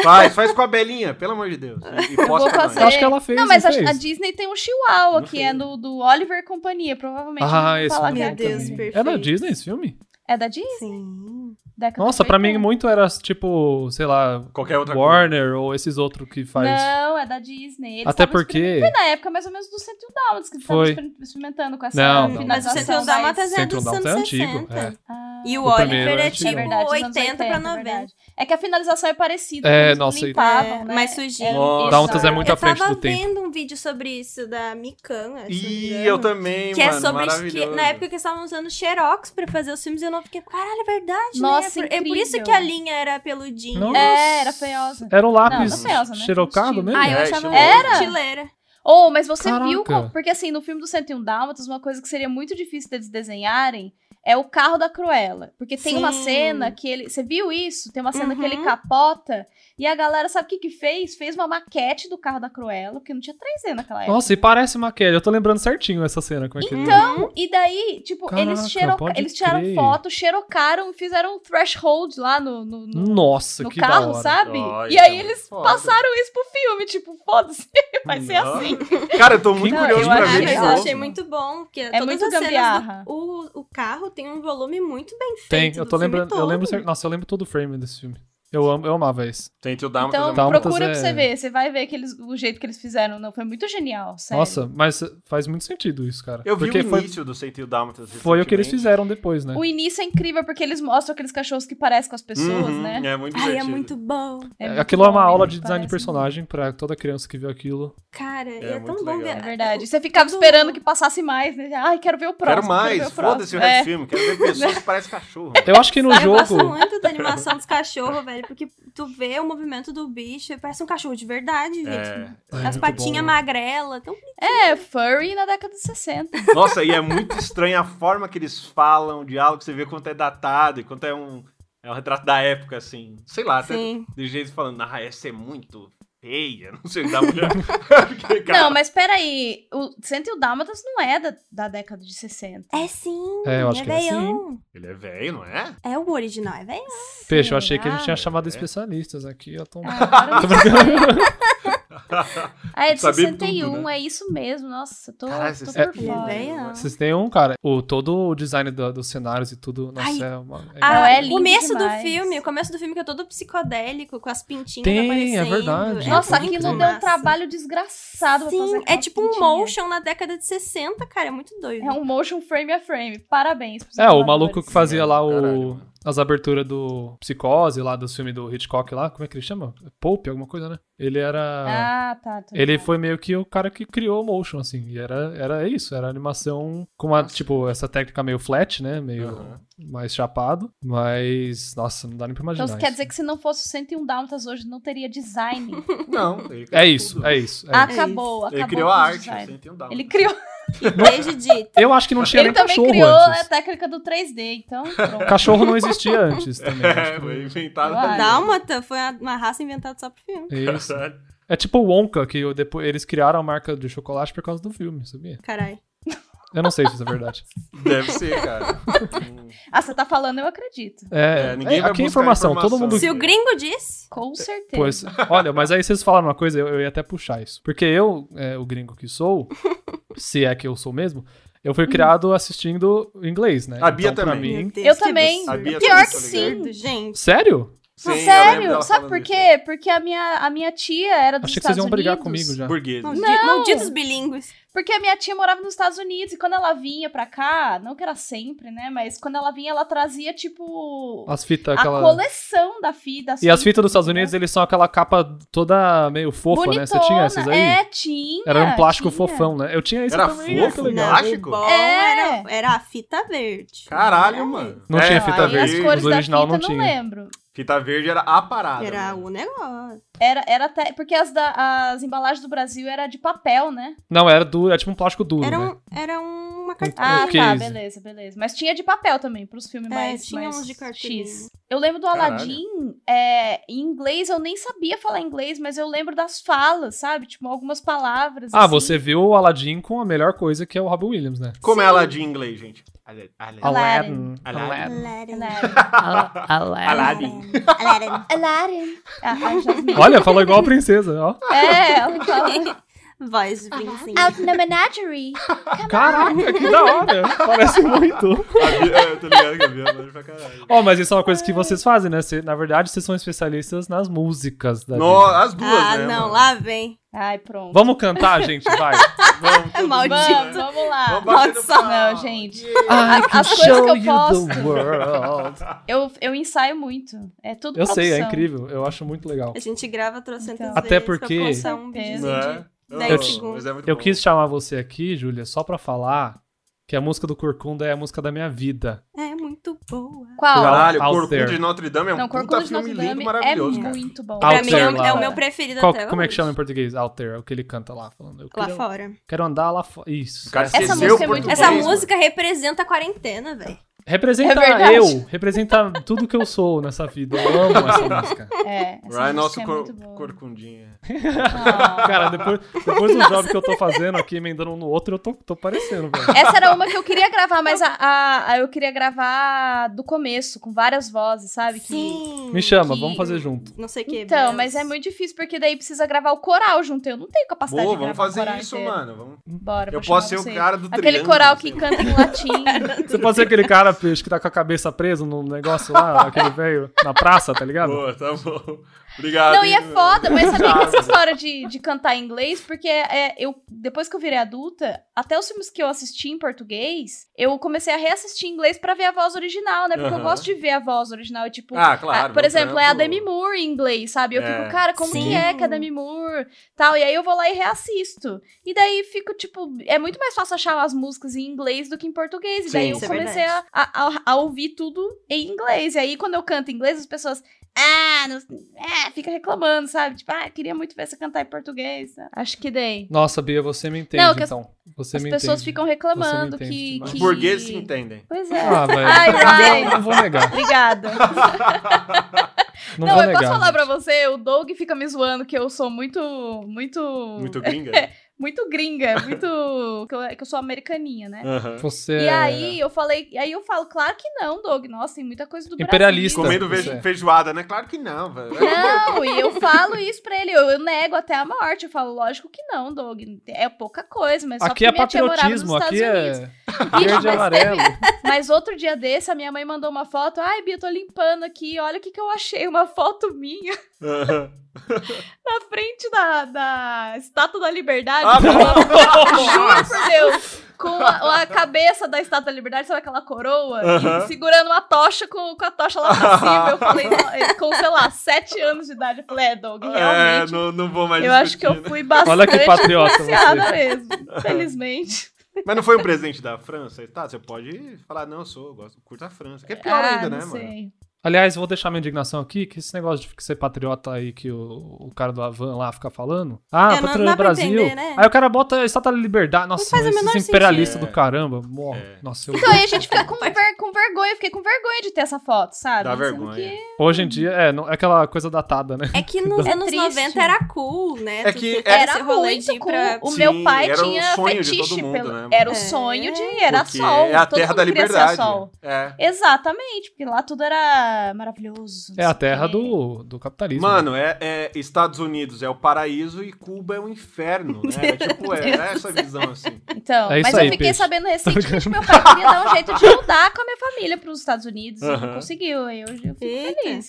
Speaker 1: Faz, faz com a Belinha, pelo amor de Deus. E, e posta pra
Speaker 3: vou
Speaker 1: nós.
Speaker 2: Eu
Speaker 3: fazer.
Speaker 2: acho que ela fez.
Speaker 3: Não, mas a,
Speaker 2: fez.
Speaker 3: a Disney tem um chihuahua
Speaker 1: Não
Speaker 3: que
Speaker 1: sei.
Speaker 3: é do, do Oliver e Companhia, provavelmente.
Speaker 2: Ah,
Speaker 3: eu
Speaker 2: esse
Speaker 3: falar
Speaker 2: filme
Speaker 3: que é,
Speaker 4: Meu Deus,
Speaker 2: também.
Speaker 4: perfeito.
Speaker 2: É da Disney esse filme?
Speaker 3: é da Disney?
Speaker 4: Sim.
Speaker 3: Década
Speaker 2: Nossa,
Speaker 3: de
Speaker 2: pra mim
Speaker 3: 80.
Speaker 2: muito era tipo, sei lá,
Speaker 1: Qualquer outra
Speaker 2: Warner ou esses outros que faz.
Speaker 3: Não, é da Disney. Eles
Speaker 2: Até
Speaker 3: estavam
Speaker 2: porque.
Speaker 3: experimentando- Foi na época mais ou menos do Central Downs um que
Speaker 2: Foi.
Speaker 3: estavam exper- experimentando com essa
Speaker 2: Não, não,
Speaker 4: Mas o
Speaker 3: finalização.
Speaker 4: Central Dá
Speaker 3: mais-
Speaker 4: Mata é
Speaker 2: Central
Speaker 4: dos
Speaker 2: Downs
Speaker 4: anos
Speaker 2: é antigo,
Speaker 4: 60.
Speaker 2: é.
Speaker 3: Ah,
Speaker 4: E o,
Speaker 2: O primeiro
Speaker 4: Oliver
Speaker 2: é
Speaker 4: é
Speaker 2: antigo.
Speaker 4: tipo
Speaker 3: é verdade, dos anos
Speaker 4: 80
Speaker 3: 80,
Speaker 4: pra
Speaker 3: é
Speaker 4: 90.
Speaker 3: verdade. É que a finalização é parecida.
Speaker 2: É,
Speaker 3: eles
Speaker 2: nossa, e-
Speaker 3: limpavam,
Speaker 4: É,
Speaker 3: né?
Speaker 4: mais sujinho.
Speaker 1: Nossa.
Speaker 2: Downton é muito à
Speaker 4: Eu
Speaker 2: frente
Speaker 4: tava
Speaker 2: do tempo.
Speaker 4: vendo um vídeo sobre isso da Mikan. acho, se não me
Speaker 1: E
Speaker 4: engano.
Speaker 1: eu também,
Speaker 4: Que é
Speaker 1: mano.
Speaker 4: sobre que,
Speaker 1: maravilhoso.
Speaker 4: na época que eles estavam usando xerox pra fazer os filmes, eu não, eu fiquei, caralho, é verdade,
Speaker 3: Nossa,
Speaker 4: né? É por- É por isso
Speaker 3: incrível.
Speaker 4: que a linha era peludinha.
Speaker 2: Não.
Speaker 3: É, era feiosa.
Speaker 2: Era o lápis
Speaker 3: Não, não é essa, né?
Speaker 2: xerocado mesmo?
Speaker 4: Ah, eu
Speaker 1: É,
Speaker 4: achava
Speaker 1: isso é
Speaker 3: louco.
Speaker 4: estileira.
Speaker 3: Oh, mas você
Speaker 2: Caraca.
Speaker 3: viu como... Porque assim, no filme do 101 Dálmatas, uma coisa que seria muito difícil deles desenharem é o carro da Cruella. Porque tem uma
Speaker 4: Sim.
Speaker 3: cena que ele... Você viu isso? Tem uma cena que
Speaker 4: Uhum.
Speaker 3: ele capota e a galera sabe o que que fez? Fez uma maquete do carro da Cruella, porque não tinha 3D naquela época.
Speaker 2: Nossa, e parece maquete. Eu tô lembrando certinho essa cena. Como é que
Speaker 1: Uhum.
Speaker 3: Então, e daí, tipo,
Speaker 2: Caraca,
Speaker 3: eles, xeroca-
Speaker 2: pode
Speaker 3: eles tiraram
Speaker 2: crer.
Speaker 3: foto, xerocaram, fizeram um threshold lá no, no, no-
Speaker 2: Nossa,
Speaker 3: no
Speaker 2: que da
Speaker 3: carro,
Speaker 2: hora.
Speaker 3: sabe?
Speaker 1: Olha,
Speaker 3: e aí
Speaker 1: tá
Speaker 3: eles
Speaker 1: foda.
Speaker 3: passaram isso pro filme, tipo, foda-se, vai ser
Speaker 1: Não.
Speaker 3: assim.
Speaker 1: Cara, eu tô muito
Speaker 2: Não,
Speaker 1: curioso
Speaker 3: eu
Speaker 1: pra é
Speaker 3: achei-
Speaker 1: ver
Speaker 4: Ah,
Speaker 1: de
Speaker 4: mas eu
Speaker 1: novo.
Speaker 4: achei muito bom, porque todas
Speaker 3: É muito
Speaker 4: as cenas
Speaker 3: gambiarra.
Speaker 4: do- o, o carro tem um volume muito bem feito.
Speaker 2: Tem, eu
Speaker 4: do
Speaker 2: tô
Speaker 4: filme
Speaker 2: lembrando. Eu
Speaker 4: todo.
Speaker 2: lembro certo. Nossa, eu lembro todo o frame desse filme. Eu, amo, eu amava esse.
Speaker 1: Tente o Dálmatas.
Speaker 3: Então,
Speaker 1: é muito
Speaker 2: Dálmatas
Speaker 3: procura
Speaker 2: é-
Speaker 3: pra você ver. Você vai ver que eles, o jeito que eles fizeram. Não, foi muito genial, sério.
Speaker 2: Nossa, mas faz muito sentido isso, cara.
Speaker 1: Eu vi
Speaker 2: Porque
Speaker 1: o
Speaker 2: foi,
Speaker 1: início do Sentiu Dálmatas.
Speaker 2: foi o que eles
Speaker 1: recentemente.
Speaker 2: fizeram depois, né?
Speaker 3: O início é incrível porque eles mostram aqueles cachorros que parecem com as pessoas,
Speaker 1: Uhum,
Speaker 3: né?
Speaker 1: É muito
Speaker 4: Ai,
Speaker 1: divertido.
Speaker 4: é muito bom.
Speaker 3: É muito
Speaker 2: aquilo é uma
Speaker 3: bom,
Speaker 2: aula
Speaker 3: eles
Speaker 2: de design de
Speaker 3: parecem
Speaker 2: personagem pra toda criança que viu aquilo.
Speaker 4: Cara, é,
Speaker 1: É,
Speaker 4: tão
Speaker 1: muito
Speaker 4: bom ver.
Speaker 1: legal.
Speaker 3: muito. É verdade. Você ficava esperando que passasse mais, né? Ai, quero ver o próximo.
Speaker 1: Quero mais,
Speaker 3: ver o próximo.
Speaker 1: foda-se o resto
Speaker 3: É.
Speaker 1: do filme. Quero ver pessoas que parecem cachorro.
Speaker 2: Eu acho que no
Speaker 4: Eu gosto
Speaker 2: jogo.
Speaker 4: muito da animação dos cachorros, velho, porque tu vê o movimento do bicho e parece um cachorro de verdade, gente.
Speaker 1: É.
Speaker 2: É
Speaker 4: As
Speaker 2: muito
Speaker 4: patinhas
Speaker 2: bom.
Speaker 4: magrelas, tão
Speaker 3: É, furry na década de 60.
Speaker 1: Nossa, e é muito estranha a forma que eles falam, o diálogo, você vê quanto é datado e quanto é um. É um retrato da época, assim. Sei lá, até
Speaker 4: Sim.
Speaker 1: do jeito falando, ah, essa é muito feia, não sei o que da mulher. Porque, cara,
Speaker 3: Não, mas peraí. O Cento e o Dálmatas não é da, da década de 60.
Speaker 4: É sim.
Speaker 2: É,
Speaker 3: né?
Speaker 2: eu acho que é
Speaker 4: veião.
Speaker 1: Ele é velho, não é?
Speaker 4: É o original, é velho.
Speaker 2: Peixe, eu achei que a gente
Speaker 3: Será?
Speaker 2: tinha chamado
Speaker 1: É.
Speaker 2: especialistas aqui. Eu tô...
Speaker 3: Ah, agora
Speaker 2: Tô
Speaker 3: eu-
Speaker 2: brincando.
Speaker 3: Ah, é de
Speaker 1: Saber tudo,
Speaker 3: 61,
Speaker 1: né?
Speaker 3: é isso mesmo. Nossa, eu tô,
Speaker 1: Caralho, um,
Speaker 3: tô
Speaker 1: vocês
Speaker 3: por
Speaker 4: têm
Speaker 1: né?
Speaker 3: fora.
Speaker 4: ideia?
Speaker 1: é?
Speaker 2: Vocês têm um, cara. O, todo o design do- dos cenários e tudo. Nossa,
Speaker 4: Ai,
Speaker 2: é uma. é
Speaker 3: Ah,
Speaker 4: Ah,
Speaker 3: é
Speaker 4: o
Speaker 3: lindo
Speaker 4: começo
Speaker 3: demais.
Speaker 4: do filme, o começo do filme que é todo psicodélico, com as pintinhas
Speaker 2: Tem, é
Speaker 4: aparecendo.
Speaker 2: verdade.
Speaker 3: Nossa,
Speaker 4: muito
Speaker 2: que
Speaker 3: aquilo deu
Speaker 4: massa.
Speaker 3: um trabalho desgraçado pra fazer
Speaker 4: Sim, é
Speaker 3: aquelas
Speaker 4: tipo um
Speaker 3: pintinhas.
Speaker 4: motion na década de 60, cara, é muito doido.
Speaker 3: É um motion frame a frame. Parabéns. pros
Speaker 2: É, o
Speaker 3: animadores.
Speaker 2: maluco que fazia lá
Speaker 1: Caralho,
Speaker 2: o,
Speaker 1: mano.
Speaker 2: as aberturas do Psicose, lá do filme do Hitchcock lá, como é que ele chama? Pope, alguma coisa, né? Ele era.
Speaker 3: Ah, tá. tá.
Speaker 2: Ele é foi meio que o cara que criou o motion, assim. E era, era isso, era animação com uma,
Speaker 1: Nossa.
Speaker 2: tipo, essa técnica meio flat, né? Meio
Speaker 1: Aham.
Speaker 2: mais chapado. Mas, nossa, não dá nem pra imaginar.
Speaker 3: Então quer
Speaker 2: isso.
Speaker 3: dizer que se não fosse o 101 Dálmatas hoje, não teria design. Ah,
Speaker 1: Não, ele
Speaker 2: É
Speaker 1: criou
Speaker 2: isso,
Speaker 1: tudo.
Speaker 2: é isso. é isso.
Speaker 3: acabou, acabou.
Speaker 1: Ele criou
Speaker 3: com
Speaker 1: a
Speaker 3: o
Speaker 1: arte,
Speaker 3: design.
Speaker 1: assim, tem um down.
Speaker 3: Ele criou.
Speaker 4: Beijo de
Speaker 2: Eu acho que não tinha
Speaker 3: Ele
Speaker 2: nem
Speaker 3: também
Speaker 2: cachorro
Speaker 3: criou é, tá. a
Speaker 2: antes.
Speaker 3: técnica do 3D, então pronto.
Speaker 2: Cachorro não existia antes também. tipo, acho
Speaker 1: É,
Speaker 2: que-
Speaker 1: foi inventado.
Speaker 3: Ah,
Speaker 4: Dálmata foi uma raça inventada só pro filme.
Speaker 2: é isso.
Speaker 1: Caralho.
Speaker 2: É tipo o Wonka, que eu- depois, eles criaram a marca de chocolate por causa do filme, sabia?
Speaker 4: Caralho.
Speaker 2: Eu não sei se isso é verdade.
Speaker 1: Deve ser, cara. Hum.
Speaker 3: Ah, você tá falando, eu acredito.
Speaker 2: É,
Speaker 1: É, ninguém
Speaker 2: é-
Speaker 1: vai
Speaker 2: aqui é
Speaker 1: buscar
Speaker 2: informação,
Speaker 1: informação.
Speaker 2: todo mundo.
Speaker 4: Se o gringo disse,
Speaker 3: Com
Speaker 2: É,
Speaker 3: certeza.
Speaker 2: Pois, olha, mas aí vocês falaram uma coisa, eu, eu ia até puxar isso. Porque eu, é, o gringo que sou, se é que eu sou mesmo, eu fui criado assistindo inglês, né?
Speaker 1: A Bia
Speaker 2: Então, pra
Speaker 1: também.
Speaker 2: mim-
Speaker 4: Deus,
Speaker 3: Eu
Speaker 4: que
Speaker 3: também.
Speaker 1: absurdo. A Bia também,
Speaker 3: Pior que
Speaker 1: tá
Speaker 3: sim.
Speaker 1: ligado?
Speaker 4: absurdo, gente.
Speaker 2: Sério?
Speaker 1: Sim, eu lembro
Speaker 3: Sério?
Speaker 1: dela
Speaker 3: Sabe
Speaker 1: falando
Speaker 3: por
Speaker 1: isso.
Speaker 3: quê? Porque a minha, a minha tia era dos
Speaker 2: Achei que
Speaker 3: Estados
Speaker 2: vocês iam brigar
Speaker 3: Unidos.
Speaker 2: comigo já.
Speaker 1: Burgueses.
Speaker 4: Maldi-
Speaker 3: Não.
Speaker 4: Malditos bilíngues.
Speaker 3: Porque a minha tia morava nos Estados Unidos e quando ela vinha pra cá, não que era sempre, né? Mas quando ela vinha, ela trazia, tipo,
Speaker 2: As fitas,
Speaker 3: a
Speaker 2: aquela.
Speaker 3: coleção da né? fi, das
Speaker 2: E as fitas dos Estados Unidos, eles são aquela capa toda meio fofa, né? Você tinha essas aí?
Speaker 3: É, tinha.
Speaker 2: Era um plástico
Speaker 3: tinha.
Speaker 2: fofão, né? Eu tinha isso
Speaker 1: Era
Speaker 2: também.
Speaker 1: fofo,
Speaker 2: que
Speaker 1: né?
Speaker 2: legal.
Speaker 1: Plástico?
Speaker 4: O bom
Speaker 3: É.
Speaker 4: era, era a fita verde.
Speaker 1: Caralho, mano.
Speaker 2: Não
Speaker 1: É,
Speaker 2: tinha
Speaker 3: Não,
Speaker 2: né, fita
Speaker 3: aí
Speaker 2: verde,
Speaker 3: as cores
Speaker 2: mas original
Speaker 3: da fita
Speaker 2: não
Speaker 3: não,
Speaker 2: tinha.
Speaker 3: lembro.
Speaker 1: Fita verde era a parada.
Speaker 4: Era
Speaker 1: mano.
Speaker 4: o negócio.
Speaker 3: Era, era até. Porque as, da- as embalagens do Brasil era de papel, né?
Speaker 2: Não, era duro, era tipo um plástico duro,
Speaker 4: Era,
Speaker 2: né?
Speaker 4: um, era uma
Speaker 2: Ah,
Speaker 3: Ah,
Speaker 4: cartolina.
Speaker 2: que
Speaker 3: tá,
Speaker 2: isso.
Speaker 3: beleza, beleza. Mas tinha de papel também, pros filmes
Speaker 4: É,
Speaker 3: mais.
Speaker 4: tinha
Speaker 3: mais
Speaker 4: uns de cartolina.
Speaker 3: X. Eu lembro do
Speaker 1: Caralho.
Speaker 3: Aladdin, é, em inglês, eu nem sabia falar inglês, mas eu lembro das falas, sabe? Tipo, algumas palavras.
Speaker 2: Ah,
Speaker 3: assim.
Speaker 2: você viu o Aladdin com a melhor coisa que é o Robin Williams, né?
Speaker 1: Como é ela de inglês, gente? Ale- ale-
Speaker 3: Al- Aladdin.
Speaker 2: Aladdin.
Speaker 1: Aladdin.
Speaker 3: É, Aladdin.
Speaker 1: É. Aladdin.
Speaker 4: Aladdin.
Speaker 3: Aladdin. Ah, a Jasmine.
Speaker 2: Olha, falou igual a princesa, ó.
Speaker 3: É, ela fala.
Speaker 4: Voz de Vincent.
Speaker 3: Out in the menagerie.
Speaker 2: Caraca, que da hora. Parece muito.
Speaker 1: A Bia- é, Eu tô ligado que a Bia manja pra caralho.
Speaker 2: Ó, mas isso é uma coisa que vocês fazem, né? Cê- na verdade, vocês são especialistas nas músicas da
Speaker 1: No,
Speaker 2: Disney.
Speaker 1: as duas,
Speaker 4: Ah,
Speaker 1: né?
Speaker 4: não,
Speaker 1: mano?
Speaker 4: lá vem.
Speaker 3: Ai, pronto.
Speaker 2: Vamos cantar, gente, vai.
Speaker 1: Vamos, todo
Speaker 4: Maldito.
Speaker 1: mundo, né?
Speaker 3: Vamos, vamos lá.
Speaker 1: Vamos bater no
Speaker 4: Nossa,
Speaker 1: pau.
Speaker 3: não, gente.
Speaker 1: Yeah.
Speaker 2: I
Speaker 3: can As coisas show que eu you the posto.
Speaker 2: world.
Speaker 3: Eu, eu ensaio muito. É tudo
Speaker 2: Eu sei, é
Speaker 3: produção.
Speaker 2: incrível. Eu acho muito legal.
Speaker 4: A gente grava trocentas
Speaker 3: Então.
Speaker 4: vezes
Speaker 2: Até
Speaker 4: pra
Speaker 2: porque-
Speaker 4: postar um
Speaker 3: Certeza.
Speaker 4: videozinho
Speaker 1: Não é?
Speaker 4: de 10
Speaker 1: Oh,
Speaker 4: segundos.
Speaker 1: mas é muito
Speaker 2: Eu
Speaker 1: bom.
Speaker 2: quis chamar você aqui, Júlia, só pra falar Que a música do Corcunda é a música da minha vida.
Speaker 1: Né?
Speaker 4: É muito boa.
Speaker 3: Qual?
Speaker 1: Caralho,
Speaker 2: Out
Speaker 1: Corcunda
Speaker 2: there.
Speaker 1: de Notre Dame é um
Speaker 3: não,
Speaker 1: puta
Speaker 3: Corcunda de
Speaker 1: filme
Speaker 3: Notre
Speaker 1: lindo,
Speaker 3: Dame é
Speaker 1: maravilhoso, cara.
Speaker 3: muito bom.
Speaker 2: Out
Speaker 4: pra mim é,
Speaker 2: there
Speaker 4: o-
Speaker 2: lá.
Speaker 4: é o meu preferido
Speaker 2: Tá Qual-
Speaker 4: até
Speaker 2: como é
Speaker 4: hoje.
Speaker 2: que chama em português? Out there, é o que ele canta lá, falando. Eu
Speaker 4: Lá
Speaker 2: quero,
Speaker 4: fora.
Speaker 2: quero andar lá fora. Isso.
Speaker 1: O cara
Speaker 2: essa
Speaker 1: esqueceu
Speaker 3: música é
Speaker 1: o
Speaker 3: muito
Speaker 1: português,
Speaker 4: Essa
Speaker 1: Tipo mano.
Speaker 4: música representa a quarentena, velho.
Speaker 2: Representa
Speaker 3: É verdade.
Speaker 2: eu, representa tudo que eu sou nessa vida. Eu amo essa música.
Speaker 3: É, essa
Speaker 1: Ryan,
Speaker 3: música
Speaker 1: nosso
Speaker 3: é
Speaker 1: cor-
Speaker 3: muito boa.
Speaker 1: corcundinha.
Speaker 3: Ah.
Speaker 2: Cara, depois, depois do job que eu tô fazendo aqui, emendando um no outro, eu tô, tô parecendo, velho.
Speaker 3: Essa era uma que eu queria gravar, mas a, a- a- eu queria gravar do começo, com várias vozes, sabe? Que-
Speaker 4: Sim.
Speaker 2: Me chama,
Speaker 3: Que-
Speaker 2: vamos fazer junto.
Speaker 4: Não sei o que.
Speaker 3: Então,
Speaker 4: Bros.
Speaker 3: mas é muito difícil, porque daí precisa gravar o coral junto. Eu não tenho capacidade
Speaker 1: Boa,
Speaker 3: de
Speaker 1: vamos
Speaker 3: gravar o
Speaker 1: fazer
Speaker 3: coral
Speaker 1: isso,
Speaker 3: inteiro.
Speaker 1: mano. Vamos-
Speaker 3: Bora,
Speaker 1: Eu
Speaker 3: vou
Speaker 1: posso ser
Speaker 3: chamar
Speaker 1: o
Speaker 3: você.
Speaker 1: cara do
Speaker 3: Aquele
Speaker 1: triângulo,
Speaker 3: coral que
Speaker 1: assim.
Speaker 3: canta em latim.
Speaker 2: Você pode ser aquele cara, peixe, que tá com a cabeça presa num negócio lá, aquele velho, na praça, tá ligado?
Speaker 1: Boa, tá bom. Obrigado.
Speaker 3: Não, e é
Speaker 1: hein,
Speaker 3: foda, mas sabia que
Speaker 1: Thiago.
Speaker 3: essa história de, de cantar em inglês, porque é, eu, depois que eu virei adulta, até os filmes que eu assisti em português, eu comecei a reassistir em inglês pra ver a voz original, né? Porque eu
Speaker 1: Aham.
Speaker 3: gosto de ver a voz original, e, tipo...
Speaker 1: Ah, claro.
Speaker 3: a- por
Speaker 1: no
Speaker 3: exemplo, é a
Speaker 1: trampo.
Speaker 3: Demi Moore em inglês, sabe? Eu
Speaker 1: É,
Speaker 3: fico, cara, como
Speaker 4: sim.
Speaker 3: que é que é a Demi Moore? Tal, e aí eu vou lá e reassisto. E daí fico, tipo, é muito mais fácil achar as músicas em inglês do que em português. E
Speaker 1: Sim.
Speaker 3: daí eu
Speaker 4: Isso é
Speaker 3: comecei a,
Speaker 4: verdade.
Speaker 3: a- a- a ouvir tudo em inglês. E aí, quando eu canto em inglês, as pessoas. Ah, não, é, fica reclamando, sabe? Tipo, ah, queria muito ver você cantar em português. Acho que dei.
Speaker 2: Nossa, Bia, você me entende,
Speaker 3: Não, que as-
Speaker 2: então. Você
Speaker 3: As
Speaker 2: me
Speaker 3: pessoas
Speaker 2: entende.
Speaker 3: ficam reclamando
Speaker 2: entende
Speaker 3: que,
Speaker 2: demais.
Speaker 1: Os
Speaker 3: que.
Speaker 1: burgueses
Speaker 4: então.
Speaker 1: se entendem.
Speaker 3: Pois é.
Speaker 2: Ah, velho.
Speaker 3: Ai,
Speaker 2: Ah,
Speaker 3: vai.
Speaker 2: não vou negar.
Speaker 3: Obrigada.
Speaker 2: Não,
Speaker 3: Não,
Speaker 2: vou
Speaker 3: eu
Speaker 2: negar.
Speaker 3: posso falar
Speaker 2: gente.
Speaker 3: pra você, o Doug fica me zoando que eu sou muito. Muito. Muito,
Speaker 1: Muito gringa.
Speaker 3: gringa, muito. que, eu, que eu sou americaninha, né?
Speaker 1: Aham.
Speaker 2: Você
Speaker 3: E
Speaker 2: é
Speaker 3: aí eu falei. E aí eu falo, claro que não, Doug. Nossa, tem muita coisa do
Speaker 2: Imperialista.
Speaker 3: Brasil.
Speaker 1: Comendo
Speaker 2: Isso é.
Speaker 1: ve- feijoada, né? Claro que não, velho.
Speaker 3: Não, e eu falo isso pra ele, eu, eu nego até a morte. Eu falo, lógico que não, Doug. É pouca coisa, mas só
Speaker 2: Aqui
Speaker 3: porque
Speaker 2: é
Speaker 3: minha tia morava nos
Speaker 2: patriotismo,
Speaker 3: Estados
Speaker 2: aqui
Speaker 3: Unidos.
Speaker 2: é
Speaker 3: Vixe,
Speaker 2: verde e
Speaker 3: mas- é
Speaker 2: amarelo.
Speaker 3: Mas outro dia desse, a minha mãe mandou uma foto. Ai, Bia, tô limpando aqui. Olha o que, que eu achei. Uma foto minha
Speaker 1: Aham.
Speaker 3: na frente da, da Estátua da Liberdade.
Speaker 1: Ah,
Speaker 3: com
Speaker 1: não.
Speaker 3: uma- Juro por Deus! Com a, a cabeça da Estátua da Liberdade, sabe aquela coroa?
Speaker 1: Aham.
Speaker 3: E segurando uma tocha com, com a tocha lá pra cima. Eu falei, no- com, sei lá, sete anos de idade. Eu falei, é, Doug,
Speaker 1: É,
Speaker 3: realmente.
Speaker 1: não, não vou mais
Speaker 3: eu acho que
Speaker 1: discutir,
Speaker 3: eu fui bastante
Speaker 2: Olha que patriota
Speaker 3: influenciada
Speaker 2: você.
Speaker 3: mesmo. Infelizmente.
Speaker 1: né? Mas não foi um presente da França? Tá, você pode falar, não, eu sou, eu gosto, curto a França. Que é pior
Speaker 3: ah,
Speaker 1: ainda, né,
Speaker 3: não
Speaker 1: mano?
Speaker 3: sei.
Speaker 2: Aliás, vou deixar minha indignação aqui, que esse negócio de ser patriota aí que o, o cara do Avan lá fica falando. Ah,
Speaker 4: É, não-
Speaker 2: patriota do
Speaker 4: não dá pra
Speaker 2: Brasil.
Speaker 4: entender, né?
Speaker 2: Aí o cara bota a estátua da liberdade. Nossa,
Speaker 4: faz o menor
Speaker 2: esses imperialistas
Speaker 1: sentido.
Speaker 2: do caramba. Morre.
Speaker 1: É.
Speaker 2: Nossa, eu...
Speaker 3: Então aí a gente fica com, ver- com vergonha. Eu fiquei com vergonha de ter essa foto, sabe?
Speaker 1: Dá
Speaker 3: Sendo
Speaker 1: vergonha.
Speaker 3: que-
Speaker 2: Hoje em dia, é, não- é aquela coisa datada, né?
Speaker 4: É que nos
Speaker 2: É
Speaker 4: anos
Speaker 3: triste.
Speaker 4: 90 era cool, né?
Speaker 1: É
Speaker 4: Tu-
Speaker 1: que
Speaker 4: tu-
Speaker 1: Era
Speaker 3: Era
Speaker 4: esse rolê de
Speaker 3: muito
Speaker 4: ir
Speaker 3: cool.
Speaker 4: pra-
Speaker 3: O
Speaker 1: Sim,
Speaker 3: meu pai
Speaker 1: era o
Speaker 3: tinha
Speaker 1: sonho de
Speaker 3: fetiche
Speaker 1: todo mundo,
Speaker 3: pelo.
Speaker 1: né, mano?
Speaker 3: Era o
Speaker 4: É.
Speaker 3: sonho de. Era
Speaker 1: Porque
Speaker 3: sol.
Speaker 1: é a
Speaker 3: todo
Speaker 1: terra
Speaker 3: mundo
Speaker 1: da
Speaker 3: queria ser
Speaker 1: liberdade.
Speaker 3: Sol.
Speaker 1: É.
Speaker 3: Exatamente, porque lá tudo era maravilhoso. assim,
Speaker 2: É
Speaker 3: né? não
Speaker 2: a
Speaker 3: sei o
Speaker 2: terra
Speaker 3: quê.
Speaker 2: do, do capitalismo. né?
Speaker 1: Mano, é, é- Estados Unidos é o paraíso e Cuba é o inferno, né? É tipo, é, é essa visão assim.
Speaker 3: Então,
Speaker 2: É isso
Speaker 3: mas
Speaker 2: aí,
Speaker 3: eu fiquei
Speaker 2: peixe.
Speaker 3: sabendo recentemente que meu pai queria dar um jeito de mudar com a minha família para os Estados Unidos e não
Speaker 1: Aham.
Speaker 3: conseguiu. Aí hoje eu fico
Speaker 4: Eita.
Speaker 3: feliz.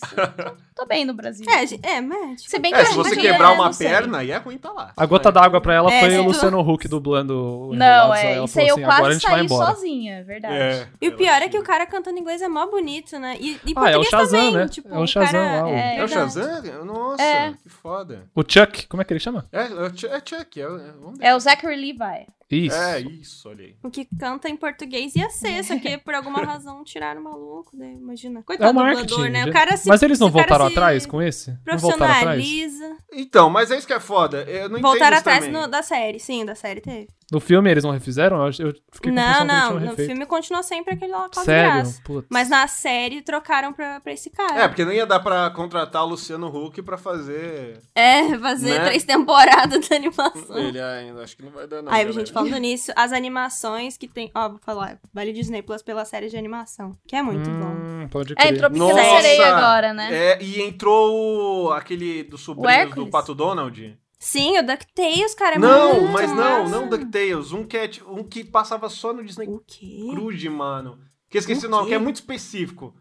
Speaker 3: Tô, tô bem no Brasil.
Speaker 4: É, gente- é, médico.
Speaker 3: se bem que
Speaker 1: É,
Speaker 3: eu
Speaker 1: se
Speaker 3: acho
Speaker 1: você
Speaker 3: que eu
Speaker 1: quebrar
Speaker 3: não
Speaker 1: uma
Speaker 3: sei.
Speaker 1: perna, aí é ruim tá lá.
Speaker 2: A gota d'água pra ela
Speaker 4: É,
Speaker 2: foi
Speaker 4: se
Speaker 2: o
Speaker 4: tu-
Speaker 2: Luciano Huck dublando. o
Speaker 3: Não,
Speaker 2: Enrolados.
Speaker 3: é,
Speaker 2: ela
Speaker 3: isso
Speaker 2: falou
Speaker 3: aí eu
Speaker 2: assim, agora a
Speaker 3: quase
Speaker 2: gente vai
Speaker 3: saí
Speaker 2: embora.
Speaker 3: sozinha, é verdade.
Speaker 1: É,
Speaker 4: E o
Speaker 1: eu
Speaker 4: pior
Speaker 1: acho
Speaker 4: é que o cara cantando inglês é mó bonito, né? E, e
Speaker 2: Ah, é o
Speaker 4: português
Speaker 2: Shazam,
Speaker 4: também,
Speaker 2: né?
Speaker 4: Tipo,
Speaker 2: É o
Speaker 4: o
Speaker 2: Shazam
Speaker 4: cara...
Speaker 2: lá, o-
Speaker 1: É o
Speaker 3: verdade.
Speaker 1: Shazam? Nossa,
Speaker 3: É.
Speaker 1: que foda.
Speaker 2: O Chuck, como é que ele chama?
Speaker 1: É, é Ch- é Chuck, é, é, vamos
Speaker 3: É o Zachary Levi.
Speaker 2: Isso.
Speaker 1: É, isso, olha aí.
Speaker 4: O que canta em português ia ser, só que por alguma razão tiraram o maluco, né? Imagina.
Speaker 2: É
Speaker 4: Coitado
Speaker 2: o
Speaker 4: do
Speaker 2: marketing.
Speaker 4: dublador, né?
Speaker 2: gente.
Speaker 4: O cara se,
Speaker 2: Mas eles não
Speaker 4: se o cara
Speaker 2: voltaram
Speaker 4: se
Speaker 2: atrás com esse? Não voltaram atrás?
Speaker 4: Profissionaliza.
Speaker 1: Então, mas é isso que é foda. Eu não
Speaker 4: Voltaram
Speaker 1: entendo isso
Speaker 4: atrás
Speaker 1: também.
Speaker 4: no- da série, sim, da série teve.
Speaker 2: No filme eles não refizeram? Eu eu fiquei com a
Speaker 4: não,
Speaker 2: impressão que eles
Speaker 4: não.
Speaker 2: tinham
Speaker 4: No
Speaker 2: refeito.
Speaker 4: filme continua sempre aquele lá com
Speaker 2: Sério?
Speaker 4: graça.
Speaker 2: Putz.
Speaker 4: Mas na série trocaram pra, pra esse
Speaker 1: É,
Speaker 4: cara.
Speaker 1: porque não ia dar pra contratar o Luciano Huck pra fazer.
Speaker 4: É, fazer
Speaker 1: Né?
Speaker 4: três temporadas da animação.
Speaker 1: Ele ainda, acho que não vai dar, não.
Speaker 4: Aí,
Speaker 1: galera.
Speaker 4: gente, falando nisso, as animações que tem. Ó, vou falar, vale Disney Plus pela série de animação, que é muito bom.
Speaker 2: Hum, Pode
Speaker 3: É,
Speaker 2: crer.
Speaker 3: entrou Pequena
Speaker 1: Nossa!
Speaker 3: Sereia agora, né?
Speaker 1: É, e entrou o- aquele do sobrinho
Speaker 3: Hércules?
Speaker 1: do Pato Donald.
Speaker 4: Sim, o DuckTales, cara, é
Speaker 1: não,
Speaker 4: muito
Speaker 1: mas não,
Speaker 4: massa.
Speaker 1: não DuckTales. Um que, é ti- um que passava só no Disney
Speaker 4: O quê?
Speaker 1: Cruise, mano. Que eu esqueci
Speaker 4: O
Speaker 1: o nome, que
Speaker 4: quê?
Speaker 1: é muito específico.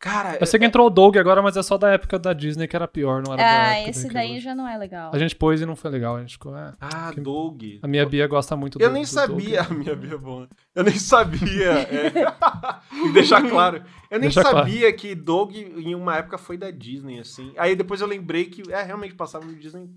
Speaker 1: Cara,
Speaker 2: Eu sei que entrou o Doug agora, mas é só da época da Disney que era pior, não era da
Speaker 3: Ah,
Speaker 2: época
Speaker 3: esse
Speaker 2: do
Speaker 3: daí
Speaker 2: Nickelodeon.
Speaker 3: já não é legal.
Speaker 2: A gente pôs e não foi legal, a gente ficou... é.
Speaker 1: Ah, Doug.
Speaker 2: A minha Bia gosta muito do
Speaker 1: Eu nem
Speaker 2: do
Speaker 1: sabia.
Speaker 2: Doug.
Speaker 1: A minha Bia é boa. Eu nem sabia. é. Tem que deixar claro. Eu nem
Speaker 2: Deixa claro.
Speaker 1: sabia que Doug, em uma época, foi da Disney, assim. Aí depois eu lembrei que é, realmente passava no Disney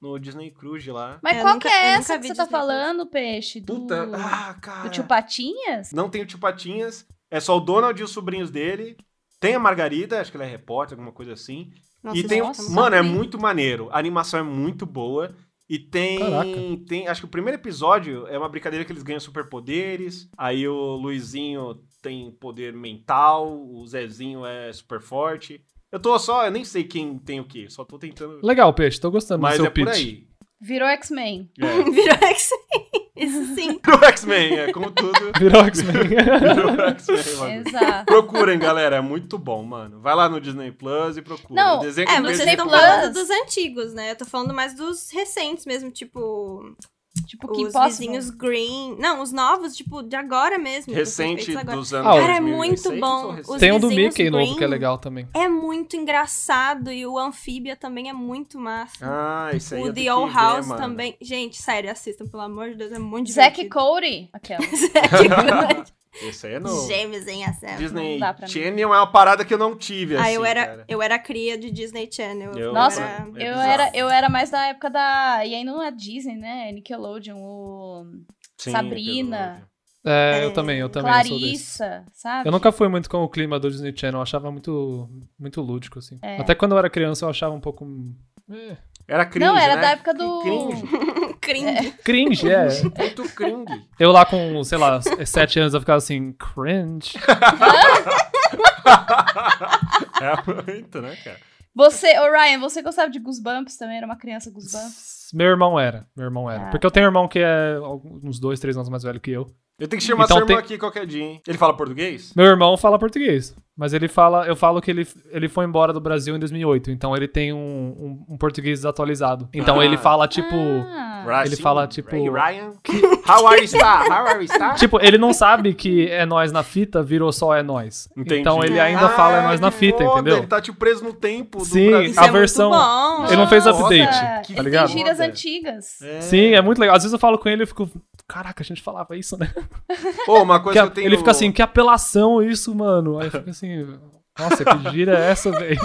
Speaker 1: no Disney Cruise lá.
Speaker 3: Mas
Speaker 4: É, eu
Speaker 3: qual
Speaker 4: nunca-
Speaker 3: que é
Speaker 4: eu
Speaker 3: essa que
Speaker 4: nunca vi
Speaker 3: você tá
Speaker 4: Disney Plus.
Speaker 3: falando, peixe? Do,
Speaker 1: Puta, ah,
Speaker 3: do
Speaker 1: cara.
Speaker 3: tio Patinhas?
Speaker 1: Não tem o tio Patinhas, é só o Donald e os sobrinhos dele. Tem a Margarida, acho que ela é repórter, alguma coisa assim.
Speaker 4: Nossa,
Speaker 1: e tem,
Speaker 4: eu
Speaker 1: um-
Speaker 4: gosto
Speaker 3: nossa,
Speaker 1: mano, é
Speaker 3: muito.
Speaker 1: muito maneiro. A animação é muito boa. E
Speaker 2: Caraca.
Speaker 1: tem, tem. Acho que o primeiro episódio é uma brincadeira que eles ganham superpoderes. Aí o Luizinho tem poder mental. O Zezinho é super forte. Eu tô só. Eu nem sei quem tem o que. Só tô tentando.
Speaker 2: Legal, Peixe, tô gostando do
Speaker 1: Mas
Speaker 2: seu
Speaker 1: é
Speaker 2: pitch.
Speaker 1: por aí.
Speaker 3: Virou X-Men.
Speaker 1: É.
Speaker 4: Virou X-Men. Isso sim.
Speaker 1: Virou X-Men, é. Como tudo.
Speaker 2: Virou X-Men.
Speaker 1: Virou X-Men, mano.
Speaker 3: Exato.
Speaker 1: Procurem, galera. É muito bom, mano. Vai lá no Disney Plus e procura.
Speaker 3: Não,
Speaker 1: Desenho
Speaker 4: É,
Speaker 1: com
Speaker 4: vocês
Speaker 1: desenho
Speaker 3: Disney
Speaker 4: estão
Speaker 3: Plus.
Speaker 4: falando dos antigos, né? Eu tô falando mais dos recentes mesmo, tipo.
Speaker 3: tipo, que
Speaker 4: os
Speaker 3: posso.
Speaker 4: vizinhos green. Não, os novos, tipo, de agora mesmo. dos
Speaker 1: recente
Speaker 4: feitos agora.
Speaker 1: dos anos
Speaker 2: Ah,
Speaker 4: Cara, é
Speaker 1: 2006
Speaker 4: muito bom.
Speaker 1: ou
Speaker 4: Os
Speaker 1: recente?
Speaker 2: Tem um do
Speaker 4: Desenhos
Speaker 2: Mickey novo
Speaker 4: Green.
Speaker 2: que é legal também.
Speaker 4: É muito engraçado e o Anfíbia também é muito massa.
Speaker 1: Ah, isso aí. eu
Speaker 4: o
Speaker 1: tenho
Speaker 4: The Old
Speaker 1: que ver,
Speaker 4: House
Speaker 1: mano.
Speaker 4: também. Gente, sério, assistam, pelo amor de Deus, é muito
Speaker 3: Zack e
Speaker 4: divertido.
Speaker 3: Cody? Aquela.
Speaker 4: Zack
Speaker 1: Esse aí é
Speaker 4: Cody.
Speaker 1: novo.
Speaker 4: Gêmeos em ação.
Speaker 1: Disney
Speaker 3: Não dá pra mim.
Speaker 1: Channel é uma parada que eu não tive, assim,
Speaker 4: Ah, eu era,
Speaker 1: cara.
Speaker 4: eu era cria de Disney Channel.
Speaker 1: Eu-
Speaker 3: Nossa,
Speaker 4: era-
Speaker 1: É
Speaker 3: eu,
Speaker 1: bizarro.
Speaker 3: era, eu era mais da época da. E aí não é Disney, né? É Nickelodeon, o
Speaker 1: Sim,
Speaker 3: Sabrina.
Speaker 2: É, eu
Speaker 4: É,
Speaker 2: também, eu também sou desse.
Speaker 3: Clarissa, sabe?
Speaker 2: Eu nunca fui muito com o clima do Disney Channel, eu achava muito, muito lúdico, assim.
Speaker 3: É.
Speaker 2: Até quando eu era criança, eu achava um pouco. eh,
Speaker 1: Era cringe,
Speaker 3: Não, era
Speaker 1: né?
Speaker 3: da época do-
Speaker 1: Cringe.
Speaker 4: Cringe.
Speaker 2: cringe, é.
Speaker 1: Muito cringe.
Speaker 2: Eu lá com, sei lá, s- sete anos, eu ficava assim, cringe.
Speaker 1: é muito, né, cara?
Speaker 3: Você, ô Ryan, você gostava de Goosebumps também? Era uma criança Goosebumps?
Speaker 2: S- Meu irmão era, meu irmão era.
Speaker 3: Uhum. Ah,
Speaker 2: Porque eu tenho um irmão que é algum- uns dois, três anos mais velho que eu.
Speaker 1: Eu tenho que chamar
Speaker 2: Então
Speaker 1: seu irmão
Speaker 2: tem-
Speaker 1: aqui qualquer dia, hein? Ele fala português?
Speaker 2: Meu irmão fala português, mas ele fala, eu falo que ele, ele foi embora do Brasil em 2008, então ele tem um, um, um português desatualizado. Então
Speaker 1: Ah.
Speaker 2: ele fala, tipo,
Speaker 3: Ah,
Speaker 1: Racine,
Speaker 2: fala, tipo-
Speaker 1: Ray Ryan, how are you star? How are you star?
Speaker 2: Tipo, ele não sabe que é nós na fita virou só é nós.
Speaker 1: Entendi.
Speaker 2: Então ele ainda
Speaker 1: Ah,
Speaker 2: fala é nós na
Speaker 1: que
Speaker 2: fita,
Speaker 1: foda,
Speaker 2: entendeu?
Speaker 1: Ele tá, tipo, preso no tempo do
Speaker 2: Sim,
Speaker 1: Brasil.
Speaker 4: Isso
Speaker 2: A
Speaker 4: é
Speaker 2: versão-
Speaker 4: muito bom.
Speaker 2: Ele não fez
Speaker 1: Nossa,
Speaker 2: update,
Speaker 1: que
Speaker 2: tá ligado?
Speaker 3: Tem gírias
Speaker 1: foda.
Speaker 3: antigas.
Speaker 1: É.
Speaker 2: Sim, é muito legal. Às vezes eu falo com ele e eu fico, caraca, a gente falava isso, né?
Speaker 1: Pô, uma coisa
Speaker 2: Que
Speaker 1: que, eu
Speaker 2: a-
Speaker 1: tenho...
Speaker 2: Ele fica assim, que apelação isso, mano. Aí eu fico assim, nossa, que gira é essa, velho?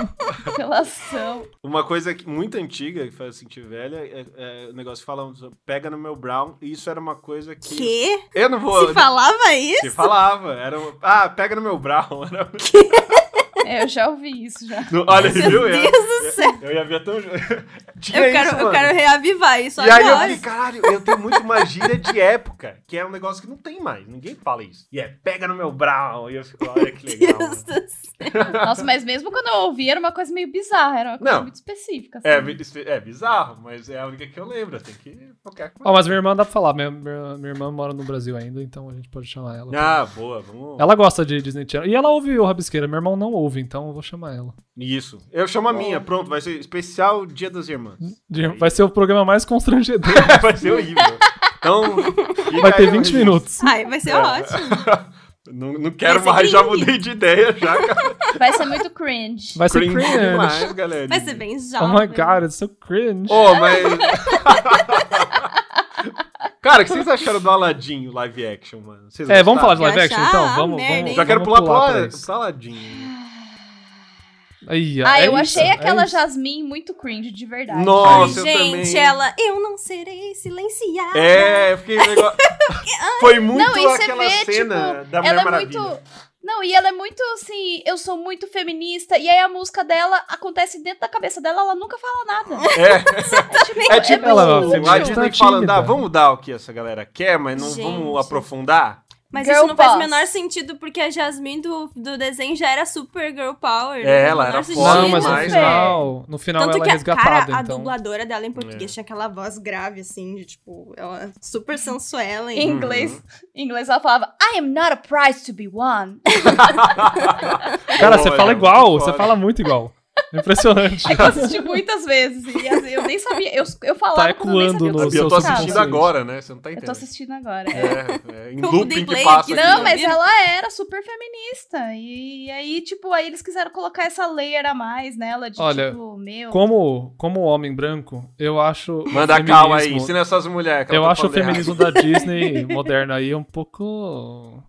Speaker 3: Relação.
Speaker 1: Uma coisa que- muito antiga, que faz eu sentir velha, é, é o negócio que falam, pega no meu brown, e isso era uma coisa que...
Speaker 4: Que?
Speaker 1: Eu não vou...
Speaker 4: Se falava isso?
Speaker 1: Se falava, era um- Ah, pega no meu brown. Era... um-
Speaker 3: É, eu já ouvi isso já.
Speaker 1: No- Olha, viu?
Speaker 4: Meu
Speaker 1: assim. Eu,
Speaker 4: Deus do céu.
Speaker 1: eu ia ver tão... Tinha
Speaker 4: Eu quero,
Speaker 1: é isso,
Speaker 4: eu
Speaker 1: mano.
Speaker 4: quero reavivar isso
Speaker 1: E aí eu
Speaker 4: agora.
Speaker 1: falei, caralho, eu tenho muito uma gíria de época, que é um negócio que não tem mais, ninguém fala isso. E é, pega no meu brown, e eu fico, olha que legal.
Speaker 4: Deus
Speaker 1: mano.
Speaker 4: do céu.
Speaker 3: Nossa, mas mesmo quando eu ouvi, era uma coisa meio bizarra, era uma coisa
Speaker 1: Não.
Speaker 3: muito específica. assim.
Speaker 1: É, bi- isso é bizarro, mas é a única que eu lembro, tem que focar com
Speaker 2: Ó, mas minha irmã dá pra falar. Minha, minha, minha irmã mora no Brasil ainda, então a gente pode chamar ela.
Speaker 1: Ah, boa, vamos...
Speaker 2: Ela gosta de Disney Channel. E ela ouve o Rabisqueira. Meu irmão não ouve, então eu vou chamar ela.
Speaker 1: Isso. Eu chamo a minha, pronto, vai ser especial Dia das Irmãs.
Speaker 2: De- Vai ser o programa mais constrangedor.
Speaker 1: vai ser horrível. Então. fica
Speaker 2: Vai
Speaker 1: aí
Speaker 2: ter
Speaker 1: o
Speaker 2: 20
Speaker 1: registro.
Speaker 2: minutos.
Speaker 4: Ai, vai
Speaker 1: É.
Speaker 4: ser ótimo.
Speaker 1: Não, não quero
Speaker 4: Vai ser
Speaker 1: mais, já
Speaker 4: cringe.
Speaker 1: mudei de ideia já. cara.
Speaker 3: Vai ser muito cringe.
Speaker 2: Vai ser
Speaker 1: Cringe
Speaker 2: cringe.
Speaker 1: demais, galera.
Speaker 4: Vai ser bem
Speaker 2: Oh
Speaker 4: jovem.
Speaker 2: my god, it's so cringe.
Speaker 1: Oh, mas. Cara, o que vocês acharam do Aladdin o live action, mano? Vocês
Speaker 2: É, vamos falar
Speaker 1: gostaram?
Speaker 2: de live
Speaker 4: Eu
Speaker 2: action
Speaker 4: achar
Speaker 2: então?
Speaker 4: a
Speaker 2: Vamos,
Speaker 4: merda,
Speaker 2: vamos.
Speaker 4: hein?
Speaker 1: Já quero
Speaker 2: vamos
Speaker 1: pular, pro,
Speaker 2: pra
Speaker 1: Ala-
Speaker 2: isso.
Speaker 1: pro Aladdin.
Speaker 2: Aí,
Speaker 3: Ah,
Speaker 2: é
Speaker 3: eu
Speaker 2: isso,
Speaker 3: achei
Speaker 2: é
Speaker 3: aquela
Speaker 2: isso.
Speaker 3: Jasmine muito cringe, de verdade.
Speaker 1: Nossa.
Speaker 4: Ai,
Speaker 1: eu
Speaker 4: gente,
Speaker 1: também.
Speaker 4: ela. Eu não serei silenciada.
Speaker 1: É, eu fiquei. Negócio... Foi muito
Speaker 3: Não, e você
Speaker 1: aquela
Speaker 3: vê,
Speaker 1: cena
Speaker 3: tipo,
Speaker 1: da Mulher
Speaker 3: Ela é
Speaker 1: Maravilha.
Speaker 3: muito. Não, e ela é muito assim, eu sou muito feminista, e aí a música dela acontece dentro da cabeça dela, ela nunca fala nada.
Speaker 1: É,
Speaker 3: É tipo,
Speaker 1: é tipo.
Speaker 3: é
Speaker 2: ela é uma
Speaker 1: o-
Speaker 3: muito-
Speaker 1: a
Speaker 2: feminista
Speaker 1: Disney
Speaker 2: tímida.
Speaker 1: falando, ah, vamos dar o que essa galera quer, mas não vamos
Speaker 4: Gente.
Speaker 1: aprofundar.
Speaker 4: Mas
Speaker 3: Girl
Speaker 4: isso não faz o
Speaker 3: boss.
Speaker 4: menor sentido, porque a Jasmine do, do desenho já era super girl power.
Speaker 1: É, ela
Speaker 4: não faz o menor
Speaker 1: era
Speaker 4: sentido.
Speaker 1: foda
Speaker 2: Não, mas no
Speaker 1: demais,
Speaker 2: final, no final
Speaker 4: Tanto
Speaker 2: ela
Speaker 4: que
Speaker 2: é
Speaker 4: a, cara,
Speaker 2: resgatada,
Speaker 4: a
Speaker 2: então.
Speaker 4: dubladora dela em português
Speaker 1: É.
Speaker 4: tinha aquela voz grave, assim, de tipo, ela super sensuela.
Speaker 3: Em
Speaker 4: Hein?
Speaker 1: Uhum.
Speaker 3: inglês, em inglês ela falava, I am not a prize to be won.
Speaker 2: Cara, você
Speaker 1: Olha,
Speaker 2: fala igual,
Speaker 1: é muito
Speaker 2: você
Speaker 1: foda.
Speaker 2: fala muito igual. Impressionante.
Speaker 3: É que eu assisti muitas vezes, e assim, eu nem sabia, eu, eu falava
Speaker 2: Tá
Speaker 3: quando eu nem sabia o
Speaker 2: ecoando
Speaker 3: que
Speaker 1: Bia,
Speaker 2: no seu
Speaker 1: eu tô assistindo
Speaker 2: subconsciente.
Speaker 1: agora, né? Você não tá
Speaker 3: Eu tô
Speaker 1: entendendo.
Speaker 3: assistindo agora. é.
Speaker 1: É, é, em
Speaker 4: Eu
Speaker 1: looping
Speaker 4: mudei
Speaker 1: que
Speaker 4: play
Speaker 1: passa
Speaker 4: aqui,
Speaker 1: aqui.
Speaker 3: Não,
Speaker 4: né?
Speaker 3: mas ela era super feminista. E aí, tipo, aí eles quiseram colocar essa layer a mais nela de
Speaker 2: Olha,
Speaker 3: tipo, meu.
Speaker 2: Como, como homem branco, eu acho. o
Speaker 1: Manda calma aí,
Speaker 2: feminismo-
Speaker 1: ensina essas mulheres. que
Speaker 2: Eu
Speaker 1: ela tá
Speaker 2: acho o
Speaker 1: falando errado.
Speaker 2: feminismo da Disney moderno aí um pouco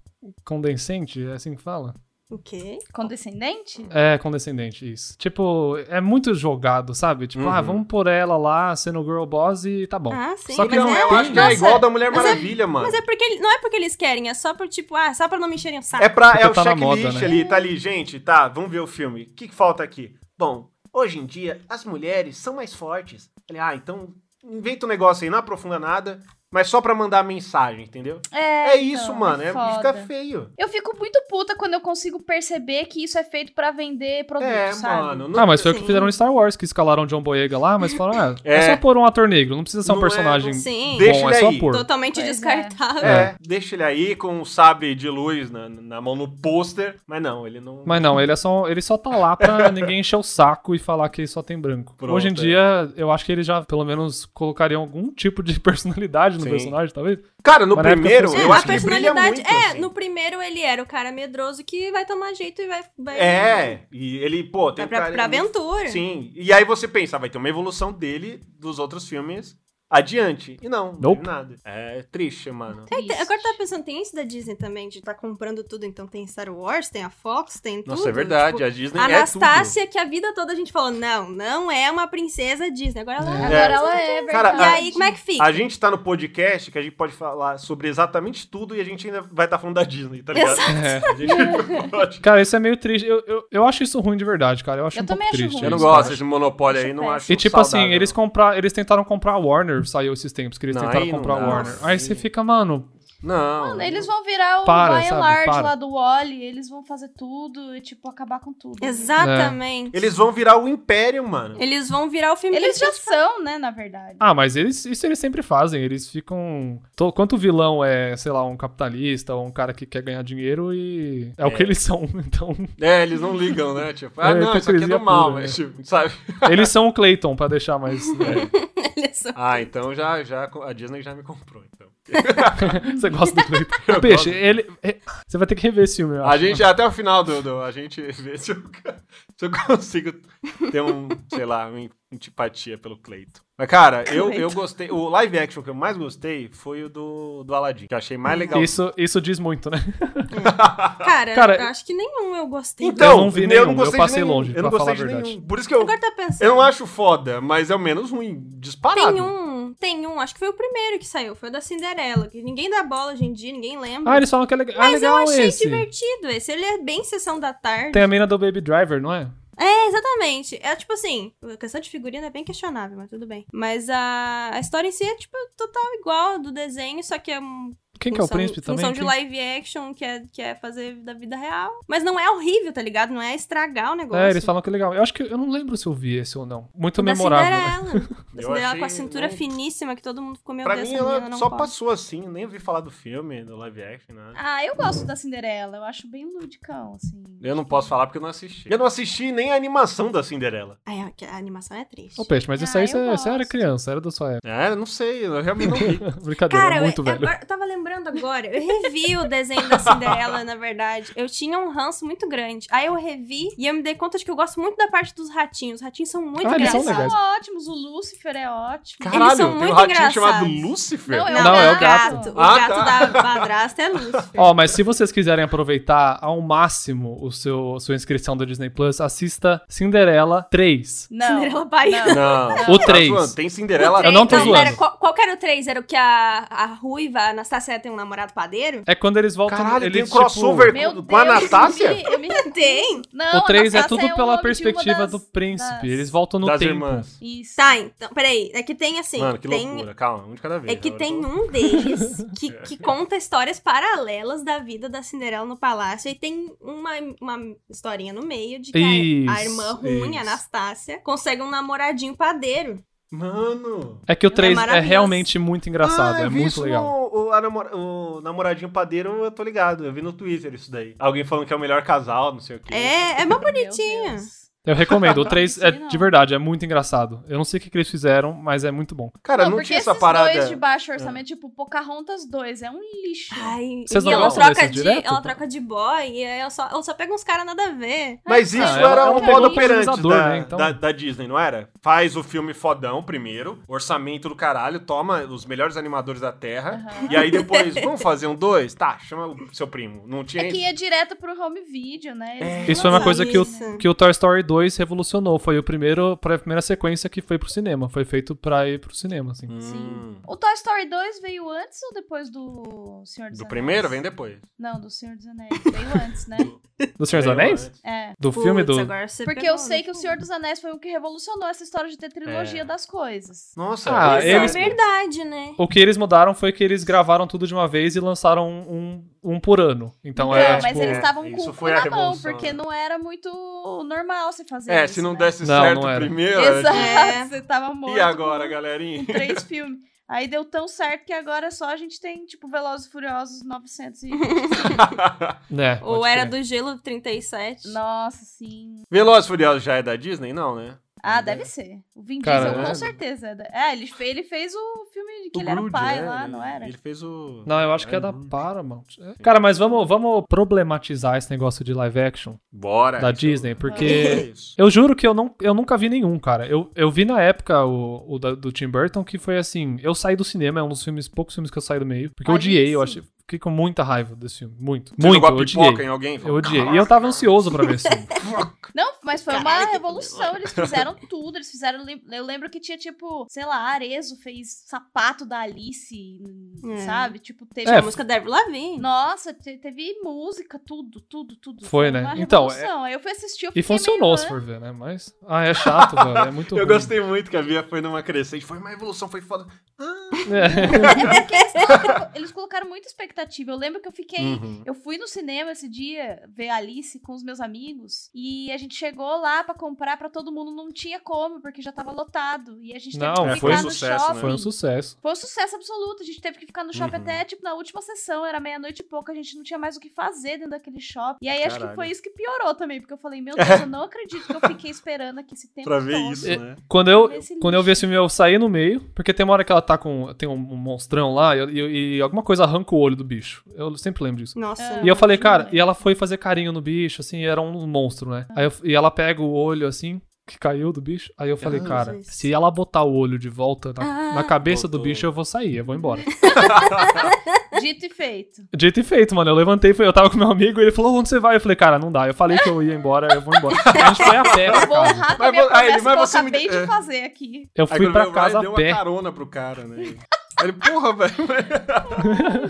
Speaker 2: condensante, é assim que fala?
Speaker 4: O quê?
Speaker 3: Condescendente?
Speaker 2: É, condescendente, isso. Tipo, é muito jogado, sabe? Tipo,
Speaker 1: Uhum.
Speaker 2: ah, vamos pôr ela lá sendo girl boss e tá bom.
Speaker 4: Ah, sim.
Speaker 2: Só que
Speaker 4: mas
Speaker 1: não,
Speaker 4: é,
Speaker 1: eu acho que é
Speaker 4: nossa,
Speaker 1: igual da Mulher
Speaker 4: mas é-
Speaker 1: Maravilha, mano.
Speaker 4: Mas é porque ele- não é porque eles querem, é só por tipo, ah, só pra não me encherem o saco.
Speaker 1: É, pra, é o
Speaker 2: Porque tá na
Speaker 1: checklist
Speaker 2: moda, né?
Speaker 1: ali, tá ali, gente, tá, vamos ver o filme. O que, que falta aqui? Bom, hoje em dia, as mulheres são mais fortes. Falei, ah, então inventa um negócio aí, não aprofunda nada, mas só pra mandar mensagem, entendeu? É, isso,
Speaker 3: então,
Speaker 1: mano, é,
Speaker 3: foda.
Speaker 1: fica feio.
Speaker 3: Eu fico muito puta quando eu consigo perceber que isso é feito pra vender produto,
Speaker 1: é,
Speaker 3: sabe?
Speaker 1: mano.
Speaker 2: Ah, mas foi o
Speaker 4: Sim.
Speaker 2: que fizeram no Star Wars, que escalaram o John Boyega lá, mas falaram, ah, é,
Speaker 1: né? É.
Speaker 2: só pôr um ator negro, não precisa ser um
Speaker 1: Não é,
Speaker 2: personagem
Speaker 4: Sim,
Speaker 1: Deixa
Speaker 2: bom,
Speaker 1: ele
Speaker 2: é só
Speaker 1: aí.
Speaker 2: pôr.
Speaker 4: totalmente
Speaker 3: Pois é.
Speaker 4: descartável.
Speaker 1: É, deixa ele aí com um sabre de luz na, na mão no pôster, mas não, ele não...
Speaker 2: Mas não, ele, é só, ele só tá lá pra ninguém encher o saco e falar que só tem branco.
Speaker 1: Pronto,
Speaker 2: Hoje em
Speaker 1: é.
Speaker 2: dia, eu acho que eles já, pelo menos, colocariam algum tipo de personalidade no
Speaker 1: Sim.
Speaker 2: personagem, talvez.
Speaker 1: Cara, no
Speaker 2: Mas na época
Speaker 1: primeiro,
Speaker 2: funcionou.
Speaker 1: eu
Speaker 2: É,
Speaker 1: acho que ele brilha muito.
Speaker 4: É,
Speaker 1: assim.
Speaker 4: no primeiro ele era o cara medroso que vai tomar jeito e vai. vai
Speaker 1: É, e ele, pô, tem
Speaker 4: Vai
Speaker 1: um
Speaker 4: pra,
Speaker 1: cara-
Speaker 4: pra aventura.
Speaker 1: Sim, e aí você pensa, "Ah, vai ter uma evolução dele dos outros filmes adiante. E não, não
Speaker 2: Nope.
Speaker 1: teve nada. É triste, mano.
Speaker 4: É, tem-
Speaker 3: Triste.
Speaker 4: agora eu tava pensando, tem isso da Disney também, de tá comprando tudo, então tem Star Wars, tem a Fox, tem tudo.
Speaker 1: Nossa, é verdade,
Speaker 4: tipo,
Speaker 1: a Disney
Speaker 4: a
Speaker 1: é
Speaker 4: Anastácia, que a vida toda a gente falou, não, não é uma princesa Disney. Agora ela é.
Speaker 3: Agora ela é, verdade.
Speaker 1: Cara,
Speaker 4: E aí, como é que
Speaker 1: tudo.
Speaker 4: fica?
Speaker 1: A gente tá no podcast que a gente pode falar sobre exatamente tudo e a gente ainda vai estar falando da Disney, tá ligado?
Speaker 4: Exato.
Speaker 2: É.
Speaker 1: A gente pode-
Speaker 2: Cara, isso é meio triste. Eu, eu, eu acho isso ruim de verdade, cara. Eu acho
Speaker 3: Eu
Speaker 2: um
Speaker 3: também
Speaker 2: pouco
Speaker 3: acho
Speaker 2: triste.
Speaker 3: ruim.
Speaker 1: Eu não
Speaker 2: isso,
Speaker 1: gosto
Speaker 2: cara.
Speaker 1: desse monopólio aí, não
Speaker 3: Acho
Speaker 1: acho
Speaker 2: E tipo assim,
Speaker 1: saudável.
Speaker 2: eles comprar, eles tentaram comprar a Warner, saiu esses tempos que eles
Speaker 1: Não,
Speaker 2: tentaram
Speaker 1: aí não
Speaker 2: comprar a
Speaker 1: dá.
Speaker 2: Warner. Aí você
Speaker 1: Sim.
Speaker 2: fica, mano,
Speaker 1: Não.
Speaker 3: Mano, eles vão virar o
Speaker 2: Para,
Speaker 3: Lion
Speaker 2: sabe?
Speaker 3: Large
Speaker 2: Para.
Speaker 3: lá do Wally, eles vão fazer tudo e, tipo, acabar com tudo.
Speaker 4: Exatamente.
Speaker 1: Eles vão virar o Império,
Speaker 3: É.
Speaker 1: mano.
Speaker 4: Eles vão virar o filme
Speaker 3: Eles
Speaker 4: que
Speaker 3: já são, né, na verdade.
Speaker 2: ah, mas eles isso eles sempre fazem, eles ficam, to- quanto o vilão é, sei lá, um capitalista ou um cara que quer ganhar dinheiro e é, o que eles são. Então,
Speaker 1: É, eles não ligam, né? Tipo, ah,
Speaker 2: É,
Speaker 1: não, isso aqui é
Speaker 2: hipocrisia
Speaker 1: do mal,
Speaker 2: pura,
Speaker 1: mas tipo, sabe?
Speaker 2: eles são o Clayton pra deixar mais é.
Speaker 4: eles são.
Speaker 1: Ah, então já, já a Disney já me comprou, então.
Speaker 2: Você gosta do Clayton.
Speaker 1: Eu
Speaker 2: Peixe,
Speaker 1: gosto.
Speaker 2: ele é- você vai ter que rever esse filme, eu
Speaker 1: A
Speaker 2: acho. né?
Speaker 1: gente, até o final, Dudu, a gente vê se eu, se eu consigo ter um, sei lá, uma antipatia pelo Cleito. Mas, cara, eu, eu
Speaker 4: Cleito.
Speaker 1: gostei. O live action que eu mais gostei foi o do, do Aladdin, que eu achei mais é legal.
Speaker 2: Hum. Isso isso diz muito, né?
Speaker 4: Cara,
Speaker 2: Cara,
Speaker 4: eu acho que nenhum eu gostei.
Speaker 1: Então,
Speaker 2: Eu não vi nenhum, eu passei
Speaker 1: de nenhum,
Speaker 2: longe,
Speaker 1: Eu não
Speaker 2: pra
Speaker 1: gostei de
Speaker 2: falar a verdade.
Speaker 1: nenhum. Por isso que eu.
Speaker 4: Agora tá pensando.
Speaker 1: Eu não acho foda, mas é o menos ruim. Disparado.
Speaker 4: Tem um, tem um, acho que foi o primeiro que saiu, foi o da Cinderela, que ninguém dá bola hoje em dia, ninguém lembra.
Speaker 2: Ah, eles falam que é legal. ah,
Speaker 4: Hum. Mas eu
Speaker 2: legal
Speaker 4: achei
Speaker 2: esse.
Speaker 4: divertido esse, ele é bem sessão da tarde.
Speaker 2: Tem a mina do Baby Driver, não é?
Speaker 4: É, exatamente. É tipo assim, a questão de figurino é bem questionável, mas tudo bem. Mas a, a história em si é tipo total igual a do desenho, só que é um
Speaker 2: Quem que é o
Speaker 4: função,
Speaker 2: príncipe também?
Speaker 4: função de
Speaker 2: Quem-
Speaker 4: live action que é, que é fazer da vida real. Mas não é horrível, tá ligado? Não é estragar o negócio. assim,
Speaker 2: É, eles falam que é legal. Eu acho que eu não lembro se eu vi esse ou não. Muito
Speaker 4: da
Speaker 2: memorável. né?
Speaker 4: Cinderela. Da
Speaker 1: Eu
Speaker 4: Cinderela
Speaker 1: achei-
Speaker 4: com a cintura
Speaker 1: não-
Speaker 4: finíssima que todo mundo ficou, meu
Speaker 1: Pra
Speaker 4: Deus,
Speaker 1: mim,
Speaker 4: essa
Speaker 1: ela
Speaker 4: menina não
Speaker 1: só
Speaker 4: pode.
Speaker 1: passou assim, nem ouvi falar do filme, do live action, nada.
Speaker 3: Ah, eu gosto da Cinderela, eu acho bem ludicão, assim.
Speaker 1: Eu não posso falar porque eu não assisti. Eu não assisti nem a animação da Cinderela.
Speaker 4: Ai, a- a animação é triste.
Speaker 2: Ô, Peixe, mas isso
Speaker 3: Ah,
Speaker 2: aí
Speaker 3: eu
Speaker 2: você você era
Speaker 3: gosto.
Speaker 2: criança, era da sua época.
Speaker 1: É, eu não sei, eu realmente não vi.
Speaker 2: Brincadeira,
Speaker 4: Cara,
Speaker 2: é muito
Speaker 4: eu,
Speaker 2: velho.
Speaker 4: agora- eu tava lembrando agora. Eu revi o desenho da Cinderela, na verdade. Eu tinha um ranço muito grande. Aí eu revi e eu me dei conta de que eu gosto muito da parte dos ratinhos. Os ratinhos são muito
Speaker 2: Ah, eles são
Speaker 4: engraçados.
Speaker 3: Eles
Speaker 2: legais.
Speaker 3: são ótimos, o Lúcifer é ótimo.
Speaker 1: Caralho, tem
Speaker 4: são
Speaker 1: um
Speaker 4: muito
Speaker 1: ratinho
Speaker 4: engraçados.
Speaker 1: chamado Lúcifer?
Speaker 3: Não,
Speaker 4: Não,
Speaker 2: Não, é
Speaker 4: é
Speaker 2: o
Speaker 4: o gato. O
Speaker 1: Ah,
Speaker 4: gato
Speaker 1: tá.
Speaker 4: da madrasta é Lúcifer.
Speaker 2: Ó, mas se vocês quiserem aproveitar ao máximo o seu, a sua inscrição do Disney Plus, assista Cinderela 3.
Speaker 3: Não,
Speaker 4: Cinderela é Bahia.
Speaker 3: não.
Speaker 1: Não.
Speaker 2: O três.
Speaker 1: Tá zoando, Tem Cinderela.
Speaker 2: Eu não tô zoando.
Speaker 4: Era, Então, qual, qual que era o três? Era o que a, a Ruiva, a Anastácia tem um namorado padeiro?
Speaker 2: É quando eles voltam.
Speaker 1: Caralho,
Speaker 2: eles,
Speaker 1: tem um
Speaker 2: tipo,
Speaker 1: crossover
Speaker 3: Meu
Speaker 1: com
Speaker 3: Deus,
Speaker 1: a Anastácia?
Speaker 3: eu me- eu me-
Speaker 4: Tem.
Speaker 3: Não,
Speaker 2: o 3 é
Speaker 3: Anastácia
Speaker 2: tudo pela
Speaker 3: o nome de uma
Speaker 2: perspectiva
Speaker 3: das-
Speaker 2: do príncipe.
Speaker 3: das-
Speaker 2: Eles voltam no
Speaker 1: das
Speaker 2: tempo.
Speaker 1: irmãs.
Speaker 3: Isso.
Speaker 4: Tá, então, peraí. É que tem assim.
Speaker 1: Mano, que
Speaker 4: tem,
Speaker 1: loucura. Calma, um de cada vez.
Speaker 4: É que
Speaker 1: Agora
Speaker 4: tem
Speaker 1: eu tô-
Speaker 4: um deles que, que conta histórias paralelas da vida da Cinderela no palácio. E tem uma, uma historinha no meio de que a- a,
Speaker 2: Isso,
Speaker 4: irmã ruim,
Speaker 2: isso.
Speaker 4: a Anastácia, consegue um namoradinho padeiro.
Speaker 1: Mano.
Speaker 2: É que o
Speaker 4: É
Speaker 2: 3 é,
Speaker 4: maravilhoso.
Speaker 2: realmente muito engraçado,
Speaker 1: Ah, eu
Speaker 2: é
Speaker 1: vi
Speaker 2: muito
Speaker 1: isso
Speaker 2: legal.
Speaker 1: No, o, a namora- o namoradinho padeiro, eu tô ligado. Eu vi no Twitter isso daí. Alguém falando que é o melhor casal, não sei o quê.
Speaker 4: É, é mó
Speaker 3: Meu
Speaker 4: bonitinho.
Speaker 3: Deus.
Speaker 2: Eu recomendo. O 3 é
Speaker 4: Não sei, não.
Speaker 2: de verdade, é muito engraçado. Eu não sei o que, que eles fizeram, mas é muito bom.
Speaker 1: Cara, não,
Speaker 3: porque
Speaker 1: tinha essa
Speaker 3: esses
Speaker 1: parada. É.
Speaker 3: dois de baixo orçamento, tipo Pocahontas 2, é um lixo.
Speaker 4: Ai,
Speaker 2: Vocês
Speaker 4: e
Speaker 2: não
Speaker 4: ela
Speaker 2: gostam
Speaker 4: troca,
Speaker 2: desses
Speaker 4: de,
Speaker 2: direto?
Speaker 4: ela troca de boy e aí ela só, ela só pega uns caras nada a ver.
Speaker 3: Ah,
Speaker 1: Mas isso
Speaker 3: é
Speaker 2: ela-
Speaker 1: era
Speaker 2: ela
Speaker 1: o
Speaker 3: pegou
Speaker 1: modo
Speaker 3: o
Speaker 1: operante
Speaker 2: organizador,
Speaker 1: da,
Speaker 2: né, então.
Speaker 1: da, da Disney, não era? Faz o filme fodão primeiro, orçamento do caralho, toma os melhores animadores da Terra,
Speaker 3: Aham.
Speaker 1: e aí depois, vamos fazer um dois? Tá, chama o seu primo. Não tinha
Speaker 3: É que
Speaker 1: isso?
Speaker 3: ia direto pro home video, né?
Speaker 1: É,
Speaker 3: Eles
Speaker 2: Isso foi uma
Speaker 4: Nossa,
Speaker 2: coisa que o,
Speaker 4: isso.
Speaker 2: que o Toy Story 2 revolucionou. Foi o primeiro, foi a primeira sequência que foi pro cinema. Foi feito pra ir pro cinema,
Speaker 3: é
Speaker 2: assim.
Speaker 1: Hum,
Speaker 3: Sim. O Toy Story 2 veio antes ou depois do Senhor dos
Speaker 1: Do
Speaker 3: Anéis?
Speaker 1: primeiro, vem depois.
Speaker 3: Não, do Senhor dos Anéis. Veio antes, né?
Speaker 2: Do Senhor dos Anéis?
Speaker 3: É.
Speaker 2: Do
Speaker 4: Putz,
Speaker 2: filme do.
Speaker 4: agora você
Speaker 3: Porque
Speaker 4: pegou,
Speaker 3: eu sei
Speaker 4: né?
Speaker 3: que o Senhor dos Anéis foi o que revolucionou essa história de ter trilogia
Speaker 1: É.
Speaker 3: das coisas.
Speaker 1: Nossa,
Speaker 2: Ah,
Speaker 1: é
Speaker 4: Isso
Speaker 2: eles-
Speaker 4: é verdade, né?
Speaker 2: O que eles mudaram foi que eles gravaram tudo de uma vez e lançaram um, um, um por ano. Então
Speaker 3: não,
Speaker 2: era
Speaker 3: mas
Speaker 2: tipo.
Speaker 1: é,
Speaker 3: eles estavam
Speaker 1: isso
Speaker 3: com o cu
Speaker 1: foi a
Speaker 3: na mão,
Speaker 1: revolução,
Speaker 3: porque
Speaker 1: né?
Speaker 3: não era muito normal você fazer
Speaker 1: É,
Speaker 3: isso.
Speaker 1: se não
Speaker 3: né?
Speaker 1: desse
Speaker 2: Não,
Speaker 1: certo
Speaker 2: não era.
Speaker 1: primeiro.
Speaker 3: Exato,
Speaker 4: É.
Speaker 3: você tava morto.
Speaker 1: E agora,
Speaker 3: com-
Speaker 1: galerinha?
Speaker 3: com três filmes. Aí deu tão certo que agora só a gente tem, tipo, Velozes e Furiosos 900 e...
Speaker 2: né,
Speaker 4: Ou
Speaker 2: pode
Speaker 4: Era
Speaker 2: crer.
Speaker 4: do Gelo 37.
Speaker 3: Nossa, sim.
Speaker 1: Velozes e Furiosos já é da Disney? Não, né?
Speaker 3: Ah, deve ser. O Vin
Speaker 2: Cara,
Speaker 3: Diesel,
Speaker 1: é.
Speaker 3: com certeza. é da- É, ele, fe- ele fez o filme que
Speaker 1: Do
Speaker 3: ele era
Speaker 1: Groot,
Speaker 3: pai
Speaker 1: né?
Speaker 3: lá,
Speaker 1: Ele-
Speaker 3: não era?
Speaker 1: Ele fez o.
Speaker 2: Não, eu acho que é da
Speaker 1: Groot.
Speaker 2: Paramount. É. Cara, mas vamos, vamos problematizar esse negócio de live action
Speaker 1: Bora.
Speaker 2: da
Speaker 1: isso.
Speaker 2: Disney,
Speaker 1: É
Speaker 2: porque.
Speaker 1: isso.
Speaker 2: Eu juro que eu, não, eu nunca vi nenhum, cara. Eu, eu vi na época o, o da- do Tim Burton, que foi assim. Eu saí do cinema, é um dos filmes, poucos filmes que eu saí do meio. Porque eu
Speaker 3: Olha
Speaker 2: odiei, eu
Speaker 3: isso.
Speaker 2: achei. Fiquei com muita raiva desse filme. Muito.
Speaker 1: Você
Speaker 2: muito,
Speaker 1: jogou
Speaker 2: eu
Speaker 1: a pipoca em
Speaker 2: odiei.
Speaker 1: alguém?
Speaker 2: Eu odiei. E eu tava ansioso pra ver esse filme.
Speaker 3: Não, mas foi uma
Speaker 4: Caralho, que
Speaker 3: revolução. Eles fizeram tudo, eles fizeram. lem- Eu lembro que tinha, tipo, sei lá, Arezo fez sapato da Alice,
Speaker 4: É.
Speaker 3: sabe? Tipo, teve.
Speaker 2: É,
Speaker 4: A música da Avril Lavigne.
Speaker 3: Nossa, te- teve música, tudo, tudo, tudo.
Speaker 2: Foi, né?
Speaker 3: Uma
Speaker 2: Então, é-
Speaker 3: revolução. Aí eu fui assistir, eu
Speaker 2: E
Speaker 3: fiquei
Speaker 2: funcionou,
Speaker 3: meio,
Speaker 2: se
Speaker 3: "Hã?"
Speaker 2: for ver, né? Mas. Ah, é chato, velho. É muito
Speaker 1: Eu
Speaker 2: ruim.
Speaker 1: gostei muito que a Bia foi numa crescente. Foi uma evolução, foi foda.
Speaker 2: É.
Speaker 3: É porque eles colocaram, eles colocaram muita expectativa. Eu lembro que eu fiquei.
Speaker 2: Hum.
Speaker 1: Uhum.
Speaker 3: Eu fui no cinema esse dia ver a Alice com os meus amigos e a gente chegou lá pra comprar pra todo mundo, não tinha como, porque já tava lotado. E a gente
Speaker 2: Não,
Speaker 3: teve que
Speaker 2: é,
Speaker 3: ficar
Speaker 2: foi um
Speaker 3: no
Speaker 1: sucesso, né?
Speaker 3: shopping.
Speaker 2: Foi um sucesso.
Speaker 3: Foi um sucesso absoluto. A gente teve que ficar no shopping
Speaker 1: Uhum.
Speaker 3: até, tipo, na última sessão, era meia-noite e pouco, a gente não tinha mais o que fazer dentro daquele shopping. E aí acho
Speaker 1: Caralho.
Speaker 3: que foi isso que piorou também, porque eu falei, meu Deus, eu não acredito que eu fiquei esperando aqui esse tempo
Speaker 1: Pra ver
Speaker 3: todo.
Speaker 1: isso,
Speaker 2: É.
Speaker 1: né?
Speaker 2: Quando eu,
Speaker 3: Esse
Speaker 2: quando eu vi esse filme, eu saí no meio, porque tem uma hora que ela tá com. Tem um um monstrão lá e, e- e alguma coisa arranca o olho do bicho. Eu sempre lembro disso.
Speaker 4: Nossa.
Speaker 3: Ah.
Speaker 2: E eu falei, cara,
Speaker 3: Imagina.
Speaker 2: e ela foi fazer carinho no bicho, assim, era um monstro, né? Aí eu- e ela pega o olho, assim, que caiu do bicho. Aí eu falei,
Speaker 1: Ah,
Speaker 2: cara,
Speaker 4: Jesus.
Speaker 2: se ela botar o olho de volta na,
Speaker 4: Ah.
Speaker 2: na cabeça do
Speaker 1: Botou.
Speaker 2: bicho, eu vou sair, eu vou embora.
Speaker 3: Dito e feito.
Speaker 2: Dito e feito, mano. Eu levantei, fui- eu tava com meu amigo, ele falou, onde você vai? Eu falei, cara, não dá. Eu falei que eu ia embora, eu vou embora. A gente foi a pé pra
Speaker 3: Eu vou
Speaker 2: casa.
Speaker 3: honrar com
Speaker 1: Tá Mas
Speaker 3: a minha
Speaker 1: vo- aí ele,
Speaker 3: promessa
Speaker 1: mas
Speaker 3: que eu
Speaker 1: você me-
Speaker 3: acabei
Speaker 1: é.
Speaker 3: de fazer aqui.
Speaker 2: Eu
Speaker 1: Aí
Speaker 2: fui
Speaker 1: quando
Speaker 2: pra
Speaker 1: veio o Ryan,
Speaker 2: casa a
Speaker 1: deu
Speaker 2: pé.
Speaker 1: uma carona pro cara, né? Ele, porra, velho.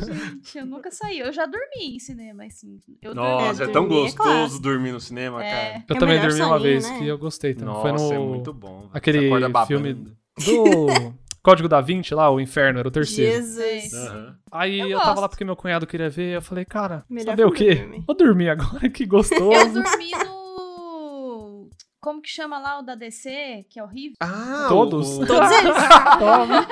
Speaker 3: Gente, eu nunca saí. Eu já dormi em cinema, assim. Eu
Speaker 1: Nossa, é
Speaker 3: dormi.
Speaker 4: dormir
Speaker 1: tão
Speaker 4: é
Speaker 1: gostoso
Speaker 4: clássico.
Speaker 1: dormir no cinema,
Speaker 3: É.
Speaker 1: cara.
Speaker 2: Eu
Speaker 4: É
Speaker 2: também
Speaker 4: melhor
Speaker 2: dormi uma
Speaker 4: soninho,
Speaker 2: vez
Speaker 4: né?
Speaker 2: que eu gostei também.
Speaker 1: Nossa,
Speaker 2: Então, foi no
Speaker 1: é muito bom. velho.
Speaker 2: aquele
Speaker 1: Você acorda babando.
Speaker 2: filme- do Código da Vinci lá, o Inferno, era o terceiro.
Speaker 4: Jesus.
Speaker 2: Ah.
Speaker 1: Aham.
Speaker 2: Aí eu,
Speaker 3: Eu
Speaker 2: tava
Speaker 3: gosto.
Speaker 2: lá porque meu cunhado queria ver, eu falei, cara,
Speaker 4: Melhor
Speaker 2: saber o
Speaker 4: filme
Speaker 2: quê?
Speaker 4: do filme.
Speaker 2: Vou dormir agora, que
Speaker 3: Eu
Speaker 2: gostoso.
Speaker 3: dormi no. Como que chama lá o da DC? Que é horrível?
Speaker 1: Ah,
Speaker 2: Todos?
Speaker 1: o- o-
Speaker 4: Todos eles.
Speaker 2: Toma.
Speaker 3: Ah,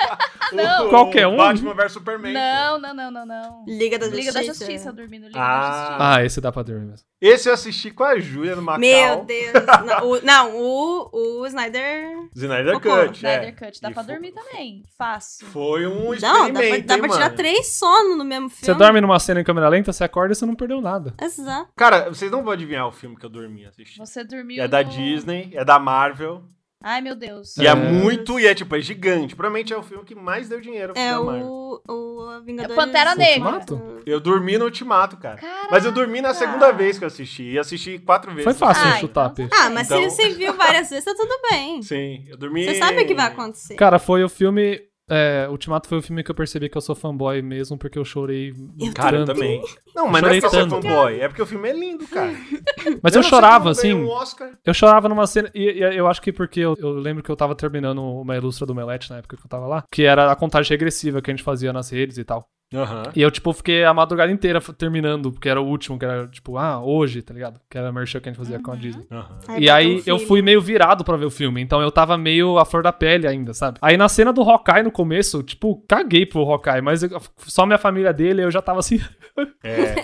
Speaker 3: Não.
Speaker 1: o-
Speaker 2: Qualquer um?
Speaker 1: Batman vs Superman. pô.
Speaker 3: Não, não, não, não, não.
Speaker 4: Liga da
Speaker 3: Liga
Speaker 4: Justiça.
Speaker 3: da Justiça, eu dormi no Liga
Speaker 1: é. Ah.
Speaker 3: da Justiça.
Speaker 2: ah, esse dá pra dormir mesmo.
Speaker 1: Esse eu assisti com a Júlia no Macau.
Speaker 4: Meu Deus. Não, o, não, o, o Snyder.
Speaker 1: Snyder
Speaker 4: Socorro,
Speaker 1: Cut,
Speaker 3: Snyder
Speaker 1: é.
Speaker 3: Cut, dá
Speaker 1: E
Speaker 3: pra
Speaker 1: fo-
Speaker 3: dormir também. Fácil.
Speaker 1: Foi um
Speaker 4: Não, dá pra,
Speaker 1: experimento,
Speaker 4: dá
Speaker 1: hein,
Speaker 4: pra tirar
Speaker 1: mano?
Speaker 4: três sono no mesmo filme.
Speaker 2: Você dorme numa cena em câmera lenta, você acorda e você não perdeu nada.
Speaker 4: Exato.
Speaker 1: Cara, vocês não vão adivinhar o filme que eu dormi assistindo.
Speaker 3: Você dormiu.
Speaker 1: É da
Speaker 3: no-
Speaker 1: Disney, é da Marvel.
Speaker 3: Ai, meu Deus.
Speaker 1: E é
Speaker 2: É.
Speaker 1: muito, e é tipo, é gigante. Provavelmente é o filme que mais deu dinheiro pra
Speaker 4: É
Speaker 1: Marvel.
Speaker 4: o, o Vingadores.
Speaker 3: É Pantera Negra.
Speaker 2: Ultimato?
Speaker 1: Eu dormi no Ultimato, cara.
Speaker 3: Caraca.
Speaker 1: Mas eu dormi na segunda vez que eu assisti. E assisti quatro vezes.
Speaker 2: Foi é fácil
Speaker 3: Ai,
Speaker 2: chutar,
Speaker 3: então-
Speaker 2: peixe.
Speaker 4: Ah, mas
Speaker 1: Então-
Speaker 4: se você viu várias vezes, tá tudo bem.
Speaker 1: Sim, eu dormi.
Speaker 4: Você sabe o que vai acontecer.
Speaker 2: Cara, foi o filme. É, Ultimato foi o filme que eu percebi que eu sou fanboy mesmo, porque eu chorei.
Speaker 1: Cara, eu
Speaker 2: tanto.
Speaker 1: também. Não, mas não é
Speaker 2: chorei
Speaker 1: porque eu sou
Speaker 2: tanto.
Speaker 1: fanboy. É porque o filme é lindo, cara.
Speaker 2: Mas
Speaker 1: não sei
Speaker 2: eu, chorava,
Speaker 1: como ganhou Um
Speaker 2: assim.
Speaker 1: Oscar.
Speaker 2: Eu chorava numa cena, e, e eu acho que porque eu, eu lembro que eu tava terminando uma ilustra do Melete na época que eu tava lá, que era a contagem regressiva que a gente fazia nas redes e tal.
Speaker 1: Aham.
Speaker 2: E eu, tipo, fiquei a madrugada inteira f- terminando, porque era o último, que era, tipo, ah, hoje, tá ligado? Que era a merchan que a gente fazia
Speaker 1: Uhum.
Speaker 2: com a Disney.
Speaker 1: aham.
Speaker 4: Ai,
Speaker 2: E
Speaker 4: bateu
Speaker 2: aí
Speaker 4: um
Speaker 2: eu
Speaker 4: feeling.
Speaker 2: fui meio virado pra ver o filme, então eu tava meio à flor da pele ainda, sabe? Aí na cena do Hawkeye no começo, tipo, caguei pro Hawkeye, mas eu- só minha família dele, eu já tava assim,
Speaker 1: É.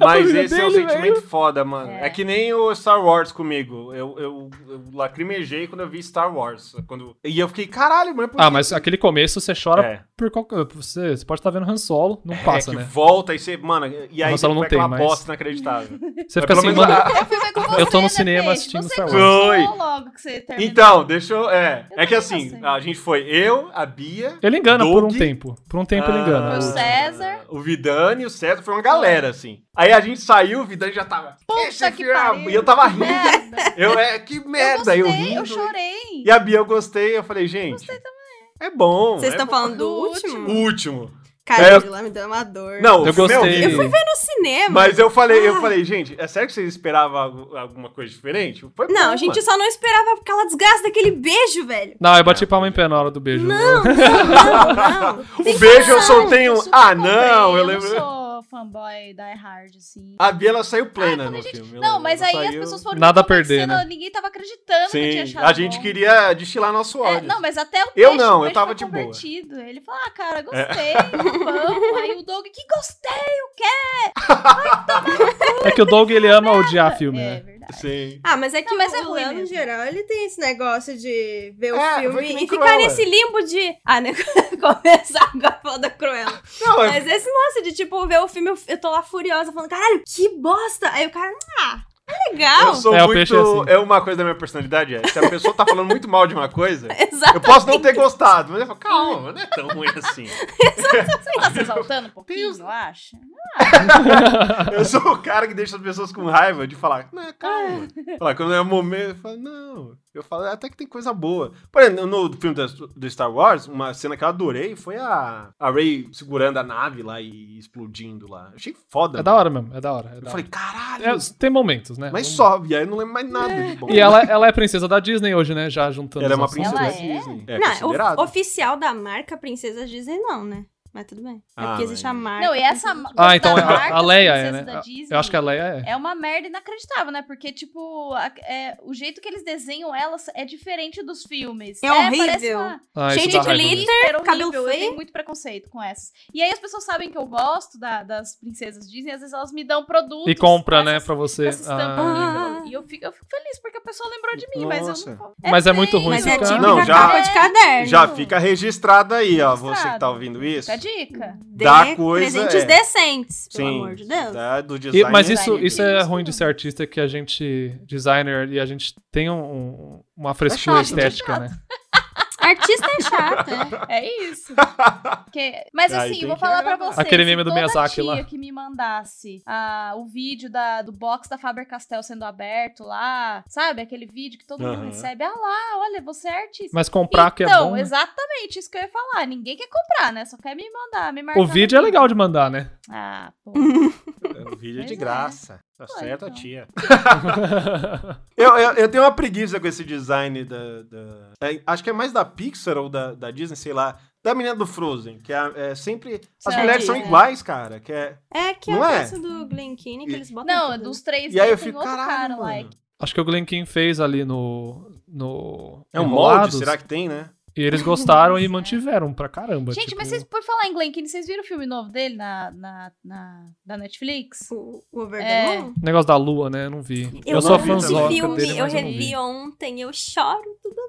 Speaker 1: Mas
Speaker 2: família
Speaker 1: esse é um
Speaker 2: dele,
Speaker 1: sentimento
Speaker 2: velho.
Speaker 1: foda, mano. É.
Speaker 3: É.
Speaker 1: que nem o Star Wars comigo. Eu, eu, eu lacrimejei quando eu vi Star Wars. Quando... E eu fiquei, caralho, mas por
Speaker 2: Ah,
Speaker 1: que-
Speaker 2: mas aquele começo você chora
Speaker 1: É.
Speaker 2: por qualquer. Você, você pode estar vendo Han Solo, não passa,
Speaker 1: é que
Speaker 2: né?
Speaker 1: volta e você, mano, e aí é
Speaker 2: Nossa,
Speaker 1: você
Speaker 2: ela não
Speaker 1: fica aquela
Speaker 2: tem, mas-
Speaker 1: bosta inacreditável. É
Speaker 2: Você
Speaker 1: Mas
Speaker 2: fica
Speaker 1: pelo
Speaker 2: assim,
Speaker 1: menos
Speaker 2: mano.
Speaker 1: a-
Speaker 3: Eu filmei com você,
Speaker 2: Eu tô no
Speaker 3: né,
Speaker 2: cinema
Speaker 3: Peixe?
Speaker 2: assistindo
Speaker 3: Você
Speaker 2: Star Wars.
Speaker 3: gostou logo que você terminou.
Speaker 1: Então, deixa eu. É,
Speaker 3: Eu
Speaker 1: é que
Speaker 3: também
Speaker 1: assim,
Speaker 3: gostei.
Speaker 1: a gente foi eu, a Bia.
Speaker 2: Ele engana por um
Speaker 1: Doug.
Speaker 2: tempo. Por um tempo ele engana.
Speaker 1: ah,
Speaker 3: Foi o César.
Speaker 1: O Vidani, o César, foi uma galera, assim. Aí a gente saiu, o Vidani já tava. Puta
Speaker 3: que pariu."
Speaker 1: E eu tava rindo.
Speaker 3: Merda.
Speaker 1: Eu, é, que
Speaker 3: Eu
Speaker 1: merda,
Speaker 3: gostei,
Speaker 1: eu,
Speaker 3: eu,
Speaker 1: rindo.
Speaker 3: chorei.
Speaker 1: E a Bia, eu gostei, eu falei, gente. É bom.
Speaker 4: Vocês
Speaker 1: é
Speaker 4: estão
Speaker 1: bom.
Speaker 4: falando do
Speaker 3: Do
Speaker 4: último?
Speaker 1: O último.
Speaker 4: Cara,
Speaker 1: É.
Speaker 4: aquilo lá me deu uma dor.
Speaker 1: Não,
Speaker 2: Eu
Speaker 1: meu,
Speaker 2: gostei.
Speaker 4: Eu fui ver no cinema.
Speaker 1: Mas eu falei,
Speaker 3: Ah.
Speaker 1: eu falei, gente, é sério que vocês esperavam algo- alguma coisa diferente? Foi
Speaker 4: Não,
Speaker 1: bom,
Speaker 4: a gente
Speaker 1: mano.
Speaker 4: só não esperava aquela desgraça daquele beijo, velho.
Speaker 2: Não, eu bati palma em pé na hora do beijo.
Speaker 4: Não, não, não.
Speaker 1: O beijo eu soltei um.
Speaker 3: Eu super
Speaker 1: Ah,
Speaker 3: comprei,
Speaker 1: não, eu
Speaker 3: Eu
Speaker 1: lembro.
Speaker 3: não sou fanboy die hard, assim.
Speaker 1: A Bia, ela saiu plena
Speaker 3: Ah, eu
Speaker 1: no
Speaker 3: falei, gente,
Speaker 1: filme.
Speaker 3: Não,
Speaker 1: ela-
Speaker 3: mas
Speaker 1: ela
Speaker 3: aí as
Speaker 1: saiu-
Speaker 3: pessoas foram
Speaker 2: Nada a
Speaker 3: me convencendo,
Speaker 2: perder, né?
Speaker 3: ninguém tava acreditando que eu tinha
Speaker 1: Sim,
Speaker 3: achado
Speaker 1: a gente
Speaker 3: bom.
Speaker 1: queria destilar nosso ódio.
Speaker 3: É, não, mas até o
Speaker 1: Eu
Speaker 3: peixe,
Speaker 1: não,
Speaker 3: o
Speaker 1: eu
Speaker 3: peixe
Speaker 1: tava
Speaker 3: foi
Speaker 1: de boa. É.
Speaker 3: convertido. Ele falou, ah, cara, gostei, vamos. Aí o Doug, que gostei, eu quero.
Speaker 2: É que o Doug ele ama odiar filme,
Speaker 3: é
Speaker 2: né?
Speaker 3: verdade.
Speaker 1: Sim.
Speaker 4: Ah, mas é que
Speaker 3: Não, mas
Speaker 4: o
Speaker 3: é ruim
Speaker 4: Léo, no
Speaker 3: mesmo.
Speaker 4: geral, ele tem esse negócio de ver o
Speaker 1: É, foi que
Speaker 4: filme
Speaker 1: nem
Speaker 4: e ficar
Speaker 1: Cruella.
Speaker 4: nesse limbo de... Ah, né? Começar agora a falar da Cruella.
Speaker 1: Não, é-
Speaker 4: Mas esse lance de, tipo, ver o filme, eu- eu tô lá furiosa, falando, caralho, que bosta. Aí o cara, ah, é legal.
Speaker 1: eu sou
Speaker 2: É, o peixe é
Speaker 1: muito.
Speaker 2: assim.
Speaker 1: É, uma coisa da minha personalidade, é. Se a pessoa tá falando muito mal de uma coisa,
Speaker 4: Exato.
Speaker 1: eu posso não ter gostado. Mas eu falo, calma, não é tão ruim assim.
Speaker 3: Você tá se exaltando um pouquinho,
Speaker 1: Deus.
Speaker 3: eu acho?
Speaker 1: Eu sou o cara que deixa as pessoas com raiva de falar, não, é, calma. Fala, quando é o momento, eu falo, não. Eu falo, "É, até que tem coisa boa. Por exemplo, no filme da- do Star Wars, uma cena que eu adorei foi a, a Rey segurando a nave lá e explodindo lá. Achei foda.
Speaker 2: É
Speaker 1: mano.
Speaker 2: da hora mesmo, é da hora. é
Speaker 1: Eu
Speaker 2: da
Speaker 1: falei,
Speaker 2: hora.
Speaker 1: caralho.
Speaker 2: É, tem momentos, né?
Speaker 1: Mas
Speaker 2: Vamos-
Speaker 1: só, e aí eu não lembro mais nada de bom.
Speaker 2: E ela, ela é princesa da Disney hoje, né? Já juntando.
Speaker 1: Ela é
Speaker 2: os
Speaker 1: uma
Speaker 2: assuntos.
Speaker 1: princesa
Speaker 3: Ela é?
Speaker 1: Disney. É,
Speaker 4: não,
Speaker 1: considerado.
Speaker 4: o- oficial da marca Princesa Disney não, né? Mas tudo bem. É
Speaker 1: Ah,
Speaker 4: porque existe
Speaker 1: mas-
Speaker 4: a marca.
Speaker 3: Não, e essa
Speaker 2: Ah, então
Speaker 3: da
Speaker 2: é a,
Speaker 3: marca,
Speaker 2: a Leia
Speaker 3: as
Speaker 2: é,
Speaker 3: princesas
Speaker 2: né?
Speaker 3: da
Speaker 2: A-
Speaker 3: Disney,
Speaker 2: Eu acho que a Leia é.
Speaker 3: É uma merda inacreditável, né? Porque, tipo, a- é, o jeito que eles desenham elas é diferente dos filmes.
Speaker 4: É
Speaker 3: parece
Speaker 4: horrível.
Speaker 3: uma-
Speaker 2: Ah,
Speaker 4: Cheio
Speaker 2: isso
Speaker 4: de
Speaker 2: dá raiva
Speaker 4: glitter.
Speaker 2: mesmo.
Speaker 3: Era horrível.
Speaker 4: cabelo
Speaker 3: eu
Speaker 4: feio.
Speaker 3: tenho muito preconceito com essas. E aí as pessoas sabem que eu gosto da- das princesas Disney, às vezes elas me dão produtos.
Speaker 2: E compra, né,
Speaker 3: essas-
Speaker 2: pra você.
Speaker 3: essas
Speaker 2: Ah,
Speaker 3: tampas. E eu fico, eu fico feliz, porque a pessoa lembrou de mim, mas eu
Speaker 1: Nossa.
Speaker 3: não vou.
Speaker 2: Mas é muito ruim
Speaker 4: Mas é
Speaker 2: ficar-
Speaker 4: típica
Speaker 1: Não, já-
Speaker 4: capa de caderno.
Speaker 1: Já fica registrado aí, ó. Você que tá
Speaker 3: Registrado.
Speaker 1: ouvindo isso.
Speaker 3: Fica a dica.
Speaker 4: Dê
Speaker 1: Dá coisa,
Speaker 4: presentes
Speaker 1: é.
Speaker 4: decentes, É pelo
Speaker 1: Sim.
Speaker 4: amor de Deus.
Speaker 1: tá? do
Speaker 2: E-
Speaker 1: design.
Speaker 2: mas
Speaker 1: é
Speaker 2: isso,
Speaker 1: incrível.
Speaker 2: isso é
Speaker 3: Isso.
Speaker 2: ruim de ser artista, que a gente, designer, e a gente tem um- um- uma frescura
Speaker 1: chato,
Speaker 2: estética, né?
Speaker 4: Artista é chato, é.
Speaker 3: É isso. Porque- Mas
Speaker 1: Aí
Speaker 3: assim,
Speaker 1: tem
Speaker 3: eu vou
Speaker 1: que
Speaker 3: falar pra
Speaker 1: agradar.
Speaker 3: vocês.
Speaker 2: Aquele
Speaker 3: se
Speaker 2: meme do
Speaker 3: toda
Speaker 2: Miyazaki
Speaker 3: tia
Speaker 2: lá.
Speaker 3: que me mandasse ah, o vídeo da- do box da Faber-Castell sendo aberto lá, sabe? Aquele vídeo que todo mundo
Speaker 1: Aham.
Speaker 3: recebe. Ah lá, olha, você é artista.
Speaker 2: Mas comprar que é
Speaker 3: então,
Speaker 2: bom. né?
Speaker 3: exatamente isso que eu ia falar. Ninguém quer comprar, né? Só quer me mandar, me marcar.
Speaker 2: O
Speaker 3: no
Speaker 2: vídeo é legal de mandar, né?
Speaker 3: Ah, pô.
Speaker 1: O vídeo é de
Speaker 3: Pois é.
Speaker 1: graça. Tá
Speaker 3: Pô,
Speaker 1: certo,
Speaker 4: é.
Speaker 1: a
Speaker 3: então.
Speaker 1: tia. Eu, eu, eu tenho uma preguiça com esse design da. da- é, acho que é mais da Pixar ou da, da Disney, sei lá. Da menina do Frozen, que é, é sempre. As
Speaker 3: Isso é
Speaker 1: mulheres são
Speaker 4: Disney.
Speaker 1: iguais, cara. Que é,
Speaker 4: É que é
Speaker 1: Não
Speaker 4: o
Speaker 1: é?
Speaker 4: preço do Glenkine que
Speaker 1: E-
Speaker 4: eles botam.
Speaker 3: Não,
Speaker 4: tudo.
Speaker 3: dos três
Speaker 1: e aí
Speaker 3: né,
Speaker 1: eu
Speaker 3: tem
Speaker 1: fico,
Speaker 3: outro cara
Speaker 1: caralho.
Speaker 3: lá.
Speaker 1: Mano.
Speaker 2: Acho que o Glen Kim fez ali no. no
Speaker 1: É um molde?
Speaker 2: Enrolados,
Speaker 1: Será que tem, né?
Speaker 2: E eles gostaram e mantiveram pra caramba.
Speaker 3: Gente,
Speaker 2: tipo,
Speaker 3: mas vocês, por falar em Glenkin, vocês viram o filme novo dele na, na, na, da Netflix?
Speaker 4: O o Over
Speaker 3: É.
Speaker 4: the Moon.
Speaker 2: Negócio da lua, né? Não vi. Eu,
Speaker 1: não
Speaker 2: sou
Speaker 1: vi
Speaker 4: esse
Speaker 2: fãzão
Speaker 1: também.
Speaker 4: filme,
Speaker 2: dele,
Speaker 4: eu
Speaker 2: mas eu não vi.
Speaker 4: revi ontem, eu choro.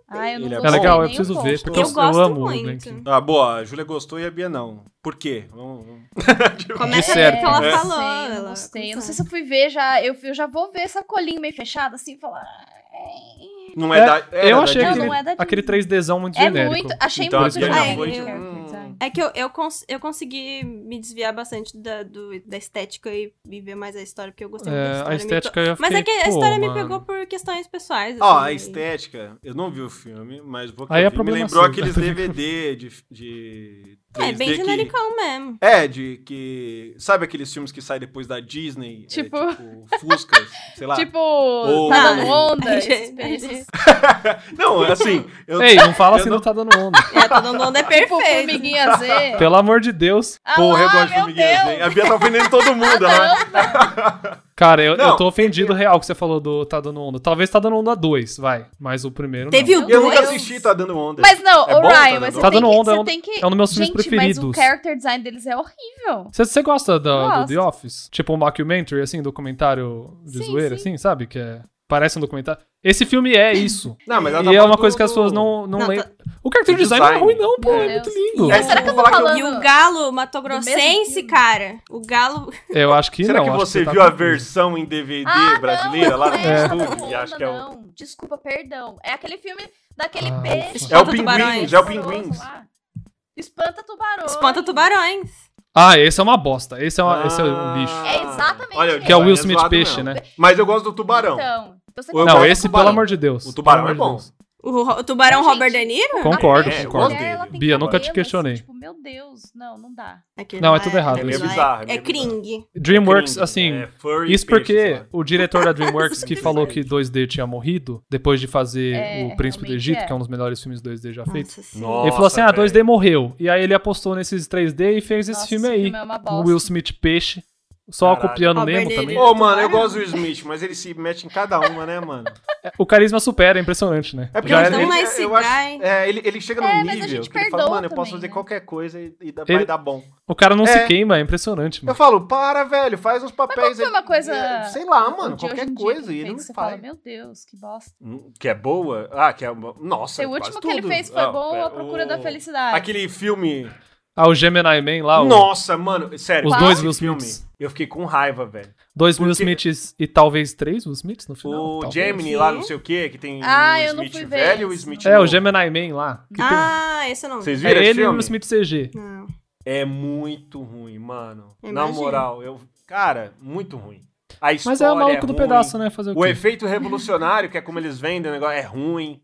Speaker 3: Ah, eu não
Speaker 1: Ele é
Speaker 3: gostei
Speaker 2: É legal, eu
Speaker 3: nem um
Speaker 2: preciso
Speaker 3: pouco.
Speaker 2: ver, porque Então eu,
Speaker 4: Eu gosto
Speaker 2: amo o
Speaker 4: muito.
Speaker 2: Glen Kim.
Speaker 1: Ah, boa, a Júlia gostou e a Bia não. Por quê? Vamos. vamos.
Speaker 4: Começa
Speaker 2: certo,
Speaker 4: aí que ela
Speaker 1: né?
Speaker 4: falou.
Speaker 3: Não sei, eu
Speaker 4: ela-
Speaker 3: não gostei. Eu não sei se eu fui ver já. Eu, eu já vou ver essa colinha meio fechada, assim, e falar. "Ai".
Speaker 1: Não é,
Speaker 2: É,
Speaker 1: da. era
Speaker 2: eu
Speaker 1: da
Speaker 2: achei
Speaker 1: Disney.
Speaker 2: aquele,
Speaker 3: não é da
Speaker 2: aquele 3Dzão muito
Speaker 3: É
Speaker 2: genérico.
Speaker 3: muito. Achei
Speaker 1: Então,
Speaker 3: muito
Speaker 1: a Bia
Speaker 4: já
Speaker 3: genérico
Speaker 4: foi
Speaker 3: o
Speaker 4: de-
Speaker 3: character
Speaker 1: hum.
Speaker 3: design.
Speaker 4: É que eu, eu, cons- eu consegui me desviar bastante da, do- da estética e, e ver mais a história, porque eu gostei muito da
Speaker 2: É,
Speaker 4: história.
Speaker 2: a
Speaker 4: me
Speaker 2: estética eu
Speaker 4: Mas é que
Speaker 2: fiquei,
Speaker 4: a
Speaker 2: pô,
Speaker 4: história me
Speaker 2: mano.
Speaker 4: pegou por questões pessoais.
Speaker 1: Ó,
Speaker 4: assim,
Speaker 1: a
Speaker 4: aí.
Speaker 1: estética, eu não vi o filme, mas vou que
Speaker 2: Aí
Speaker 1: eu
Speaker 2: é
Speaker 1: vi, me
Speaker 2: problema
Speaker 1: lembrou
Speaker 2: seu,
Speaker 1: aqueles
Speaker 2: tá?
Speaker 1: DVD de. de
Speaker 4: É
Speaker 1: 3D
Speaker 4: bem
Speaker 1: que-
Speaker 4: genericão mesmo.
Speaker 1: É, de que. Sabe aqueles filmes que saem depois da Disney? É,
Speaker 3: Tipo-
Speaker 1: tipo Fuscas, sei lá.
Speaker 3: Tipo,
Speaker 1: Ou-
Speaker 3: tá dando
Speaker 4: Ah,
Speaker 3: onda.
Speaker 4: gente,
Speaker 3: esses peixes.
Speaker 1: Não, assim. Eu...
Speaker 2: Ei, não fala
Speaker 1: Eu
Speaker 2: assim,
Speaker 1: não-
Speaker 2: não tá dando onda.
Speaker 4: É, tá dando onda é
Speaker 3: Tipo,
Speaker 4: perfeito.
Speaker 3: formiguinha Z.
Speaker 2: Pelo amor de Deus.
Speaker 3: Ah
Speaker 1: Porra, eu
Speaker 3: lá,
Speaker 1: gosto de
Speaker 3: meu
Speaker 1: formiguinhas,
Speaker 3: Deus.
Speaker 1: hein? A Bia tá ofendendo todo mundo, né?
Speaker 2: Cara, eu,
Speaker 1: Não,
Speaker 2: eu tô ofendido real que você falou do Tá Dando Onda. Talvez Tá Dando Onda 2, vai. Mas o primeiro
Speaker 4: Teve
Speaker 2: não.
Speaker 4: o
Speaker 1: E eu nunca
Speaker 4: dois.
Speaker 1: assisti Tá Dando Onda.
Speaker 3: Mas não,
Speaker 1: É
Speaker 3: o
Speaker 1: bom, tá
Speaker 3: Ryan,
Speaker 1: dando
Speaker 3: mas
Speaker 1: onda?
Speaker 3: você
Speaker 2: Tá
Speaker 3: tem
Speaker 2: dando
Speaker 3: que-
Speaker 2: onda, é
Speaker 3: você
Speaker 2: um-
Speaker 3: tem que...
Speaker 2: é um dos meus filmes
Speaker 3: Gente, mas
Speaker 2: preferidos.
Speaker 3: o character design deles é horrível.
Speaker 2: Você, você gosta da, do
Speaker 3: Gosto.
Speaker 2: The Office? Tipo um mockumentary, assim, documentário de
Speaker 3: Sim,
Speaker 2: zoeira,
Speaker 3: sim.
Speaker 2: assim, sabe? Que é... Parece um documentário. Esse filme é isso.
Speaker 1: Não, mas ela tá
Speaker 2: e é uma
Speaker 1: falando
Speaker 2: coisa que
Speaker 1: do-
Speaker 2: as pessoas não, não,
Speaker 4: Não,
Speaker 2: lembram. O character
Speaker 1: do
Speaker 2: design, não é
Speaker 1: design.
Speaker 2: ruim, não, pô.
Speaker 3: Meu
Speaker 2: É
Speaker 3: Deus.
Speaker 2: muito lindo.
Speaker 1: É,
Speaker 3: Mas será
Speaker 1: eu
Speaker 3: que eu
Speaker 1: vou
Speaker 3: tô
Speaker 1: falar que eu-
Speaker 3: falando...
Speaker 4: E o galo
Speaker 3: mesmo
Speaker 4: matogrossense,
Speaker 3: filme?
Speaker 4: cara. O galo.
Speaker 2: Eu acho que
Speaker 1: Será
Speaker 2: não.
Speaker 1: que
Speaker 2: acho
Speaker 1: você
Speaker 2: tá
Speaker 1: viu a
Speaker 2: confuso.
Speaker 1: versão em DVD
Speaker 3: Ah,
Speaker 1: brasileira lá no
Speaker 3: não, é,
Speaker 1: estúdio?
Speaker 3: não,
Speaker 1: E acho que é o.
Speaker 3: não. Desculpa, perdão. É aquele filme daquele
Speaker 2: Ah,
Speaker 3: peixe.
Speaker 1: É o
Speaker 4: Espanta
Speaker 1: Pinguim,
Speaker 4: tubarões.
Speaker 1: já é o
Speaker 3: horroroso
Speaker 1: Pinguins.
Speaker 3: lá. Ah, Espanta tubarões.
Speaker 4: Espanta tubarões.
Speaker 2: Ah, esse é uma bosta. Esse é, uma- esse é um
Speaker 1: Ah.
Speaker 2: lixo.
Speaker 3: É exatamente
Speaker 1: Olha,
Speaker 3: esse.
Speaker 2: Que é o
Speaker 1: não
Speaker 2: Will Smith
Speaker 1: zoado,
Speaker 2: peixe,
Speaker 1: não.
Speaker 2: né?
Speaker 1: Mas eu gosto do tubarão.
Speaker 3: Então, você
Speaker 1: Eu
Speaker 2: não,
Speaker 1: gosto
Speaker 2: esse,
Speaker 1: do tubarão.
Speaker 2: pelo amor de Deus.
Speaker 1: O tubarão
Speaker 2: pelo amor
Speaker 1: é
Speaker 2: de Deus.
Speaker 4: O, ro- o tubarão
Speaker 3: Gente.
Speaker 4: Robert De Niro?
Speaker 2: Concordo,
Speaker 3: a mulher,
Speaker 1: concordo.
Speaker 3: ela tem
Speaker 2: Bia, nunca te
Speaker 3: cabelo, assim,
Speaker 2: questionei.
Speaker 3: tipo, meu Deus, não, não dá.
Speaker 4: Aquele
Speaker 2: Não, é
Speaker 4: lá
Speaker 2: tudo errado
Speaker 1: É meio
Speaker 4: aquele lá
Speaker 1: bizarro. é
Speaker 4: É
Speaker 1: meio bizarro.
Speaker 4: cringe.
Speaker 2: DreamWorks,
Speaker 1: Cringe,
Speaker 2: assim.
Speaker 1: é furry
Speaker 2: Isso
Speaker 1: peixe, sei
Speaker 2: porque
Speaker 1: lá.
Speaker 2: o diretor da DreamWorks que
Speaker 1: Sim,
Speaker 2: falou
Speaker 1: sim.
Speaker 2: que 2D tinha morrido depois de fazer
Speaker 3: É,
Speaker 2: O Príncipe do
Speaker 3: realmente
Speaker 2: Egito,
Speaker 3: é.
Speaker 2: que é um dos melhores filmes 2D já feitos.
Speaker 4: Nossa senhora.
Speaker 1: Nossa,
Speaker 2: ele falou assim: ah,
Speaker 1: velho.
Speaker 2: 2D morreu. E aí ele apostou nesses 3D e fez esse
Speaker 3: Nossa,
Speaker 2: filme
Speaker 3: esse
Speaker 2: aí.
Speaker 3: filme é uma
Speaker 2: o
Speaker 3: bosta.
Speaker 2: Will Smith Peixe, só
Speaker 1: Caralho.
Speaker 2: copiando o
Speaker 4: Robert
Speaker 2: Nemo
Speaker 4: De
Speaker 2: também.
Speaker 4: Niro.
Speaker 1: Ô, mano, eu
Speaker 4: Tubarão.
Speaker 1: gosto do Smith, mas ele se mete em cada uma, né, mano?
Speaker 2: O carisma supera, é impressionante, né?
Speaker 1: É porque
Speaker 2: Já
Speaker 1: eu-
Speaker 2: é-
Speaker 4: Então,
Speaker 1: ele,
Speaker 4: mas esse
Speaker 1: eu acho-
Speaker 4: guy-
Speaker 1: é, ele, ele chega num
Speaker 3: É, mas a
Speaker 1: nível
Speaker 3: gente
Speaker 1: que ele fala,
Speaker 3: perdoa
Speaker 1: mano, eu posso
Speaker 3: também,
Speaker 1: fazer
Speaker 3: né?
Speaker 1: qualquer coisa e, e dá-
Speaker 2: Ele-
Speaker 1: vai dar bom.
Speaker 2: O cara não
Speaker 1: É.
Speaker 2: se queima, é impressionante,
Speaker 1: Eu
Speaker 2: mano.
Speaker 1: falo, para, velho, faz uns papéis.
Speaker 3: qual foi uma
Speaker 1: aí-
Speaker 3: coisa
Speaker 1: é, Sei lá, mano,
Speaker 3: de hoje
Speaker 1: qualquer
Speaker 3: em Um dia
Speaker 1: coisa. E
Speaker 3: que
Speaker 1: ele
Speaker 3: fez,
Speaker 1: não
Speaker 3: você
Speaker 1: faz.
Speaker 3: fala, meu Deus, que bosta.
Speaker 1: Hum, Que é boa? Ah, que é. uma- Nossa,
Speaker 3: o
Speaker 1: quase
Speaker 3: último que ele
Speaker 1: tudo.
Speaker 3: fez foi
Speaker 1: Ah,
Speaker 3: bom,
Speaker 1: pera,
Speaker 3: A Procura
Speaker 1: o-
Speaker 3: da Felicidade.
Speaker 1: Aquele filme.
Speaker 2: Ah, o Gemini Man lá, o-
Speaker 1: Nossa, mano, sério.
Speaker 2: os
Speaker 1: esse
Speaker 2: dois Will
Speaker 1: filme,
Speaker 2: Smiths.
Speaker 1: Eu fiquei com raiva, velho.
Speaker 2: Dois Will
Speaker 1: Porque-
Speaker 2: Smiths e talvez três Will Smiths no final.
Speaker 1: O
Speaker 2: talvez.
Speaker 1: Gemini lá, não sei o quê, que tem
Speaker 3: Ah,
Speaker 1: o
Speaker 3: eu não
Speaker 1: Smith
Speaker 3: fui ver
Speaker 1: velho e o
Speaker 3: esse,
Speaker 1: Smith
Speaker 2: É,
Speaker 1: novo.
Speaker 2: o Gemini Man lá. que tem-
Speaker 4: Ah, esse eu não.
Speaker 1: Vocês
Speaker 2: É
Speaker 1: viram esse
Speaker 2: ele e o
Speaker 1: filme?
Speaker 2: Will Smith CG.
Speaker 4: Não.
Speaker 1: É muito ruim, mano. Na
Speaker 4: Imagino.
Speaker 1: moral, eu... Cara, muito ruim. A história
Speaker 2: Mas é o maluco do
Speaker 1: ruim.
Speaker 2: pedaço, né? Fazer o
Speaker 1: O
Speaker 2: quê?
Speaker 1: efeito revolucionário, que é como eles vendem o negócio, é ruim.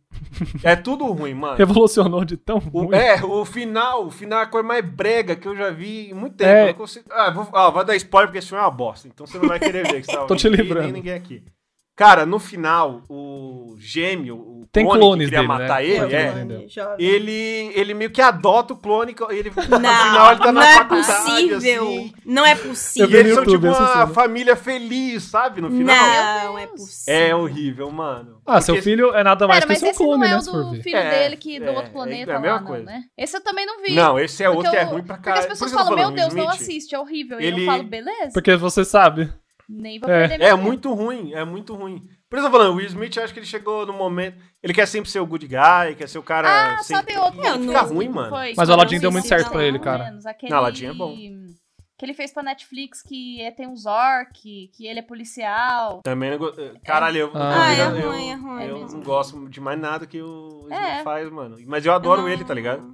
Speaker 1: É tudo ruim, mano.
Speaker 2: Revolucionou de tão
Speaker 1: O,
Speaker 2: ruim.
Speaker 1: é, o final, o final é a coisa mais brega que eu já vi em muito tempo.
Speaker 2: É.
Speaker 1: Eu não consigo- ah, vou, ah, vou dar spoiler porque esse filme é uma bosta, então você não vai querer ver. Que você tá
Speaker 2: Tô te
Speaker 1: ouvindo, e
Speaker 2: livrando.
Speaker 1: Nem ninguém aqui. Cara, no final, o gêmeo, o
Speaker 2: Tem
Speaker 1: clone
Speaker 2: clones
Speaker 1: que queria
Speaker 2: dele, né?
Speaker 1: matar ele,
Speaker 2: Clone.
Speaker 1: é,
Speaker 2: entendeu?
Speaker 4: Jovem.
Speaker 1: ele, ele meio que adota o clone, que ele,
Speaker 4: Não,
Speaker 1: no final ele tá
Speaker 4: não
Speaker 1: na
Speaker 4: é
Speaker 1: faculdade,
Speaker 4: possível.
Speaker 1: assim.
Speaker 4: Não
Speaker 1: E
Speaker 4: é
Speaker 2: Eu vi
Speaker 4: possível.
Speaker 1: eles
Speaker 2: no
Speaker 1: são
Speaker 2: YouTube é assim, né?
Speaker 1: tipo uma
Speaker 2: essa cena.
Speaker 1: família feliz, sabe? No final.
Speaker 4: Não, é possível.
Speaker 1: É horrível, mano.
Speaker 2: Ah, seu filho é nada mais
Speaker 3: Pera,
Speaker 2: que
Speaker 3: mas
Speaker 2: seu
Speaker 3: esse
Speaker 2: clone,
Speaker 3: não é
Speaker 2: né?
Speaker 3: o
Speaker 2: Se for
Speaker 3: do
Speaker 2: ver.
Speaker 3: filho
Speaker 1: É,
Speaker 3: dele que do
Speaker 1: é,
Speaker 3: outro
Speaker 1: é
Speaker 3: planeta
Speaker 1: a
Speaker 3: lá,
Speaker 1: mesma
Speaker 3: não,
Speaker 1: coisa.
Speaker 3: né? Esse eu também não vi.
Speaker 1: Não, esse é
Speaker 3: Porque
Speaker 1: outro que é
Speaker 3: eu-
Speaker 1: ruim pra
Speaker 3: Porque
Speaker 1: caralho.
Speaker 3: as
Speaker 1: Por
Speaker 3: pessoas
Speaker 1: isso que eu tô
Speaker 3: falam, meu
Speaker 1: falando,
Speaker 3: Deus,
Speaker 1: Will
Speaker 3: não
Speaker 1: Smith.
Speaker 3: assiste, é horrível. E
Speaker 1: Ele-
Speaker 3: eu falo, beleza,
Speaker 2: Porque você sabe.
Speaker 3: nem vou
Speaker 2: É.
Speaker 3: perder meu
Speaker 1: É
Speaker 3: tempo.
Speaker 1: muito ruim, é muito ruim. Por isso eu tô falando, o Will Smith, eu acho que ele chegou no momento. Ele quer sempre ser o good guy, quer ser o cara.
Speaker 3: Ah,
Speaker 1: sempre...
Speaker 3: sabe outro
Speaker 4: Não,
Speaker 3: que
Speaker 4: não-
Speaker 1: Fica
Speaker 3: fez
Speaker 1: ruim,
Speaker 3: que
Speaker 1: mano.
Speaker 3: foi
Speaker 2: Mas o Aladdin deu muito
Speaker 3: Esquadrão
Speaker 4: certo pra
Speaker 2: ele,
Speaker 3: Suicida,
Speaker 2: cara.
Speaker 3: mais ou menos, Aquele...
Speaker 1: Não, Aladdin é bom.
Speaker 3: Que ele fez pra Netflix, que é- tem uns orc, que ele é policial.
Speaker 1: Também não go...
Speaker 3: É?
Speaker 1: eh, Caralho, eu,
Speaker 2: Ah,
Speaker 1: eu-
Speaker 2: é
Speaker 1: eu-
Speaker 4: ruim, é ruim
Speaker 1: eu
Speaker 4: mesmo.
Speaker 1: não gosto de mais nada que o Will
Speaker 3: É.
Speaker 1: Smith faz, mano. Mas eu adoro
Speaker 4: Não.
Speaker 1: ele, tá ligado?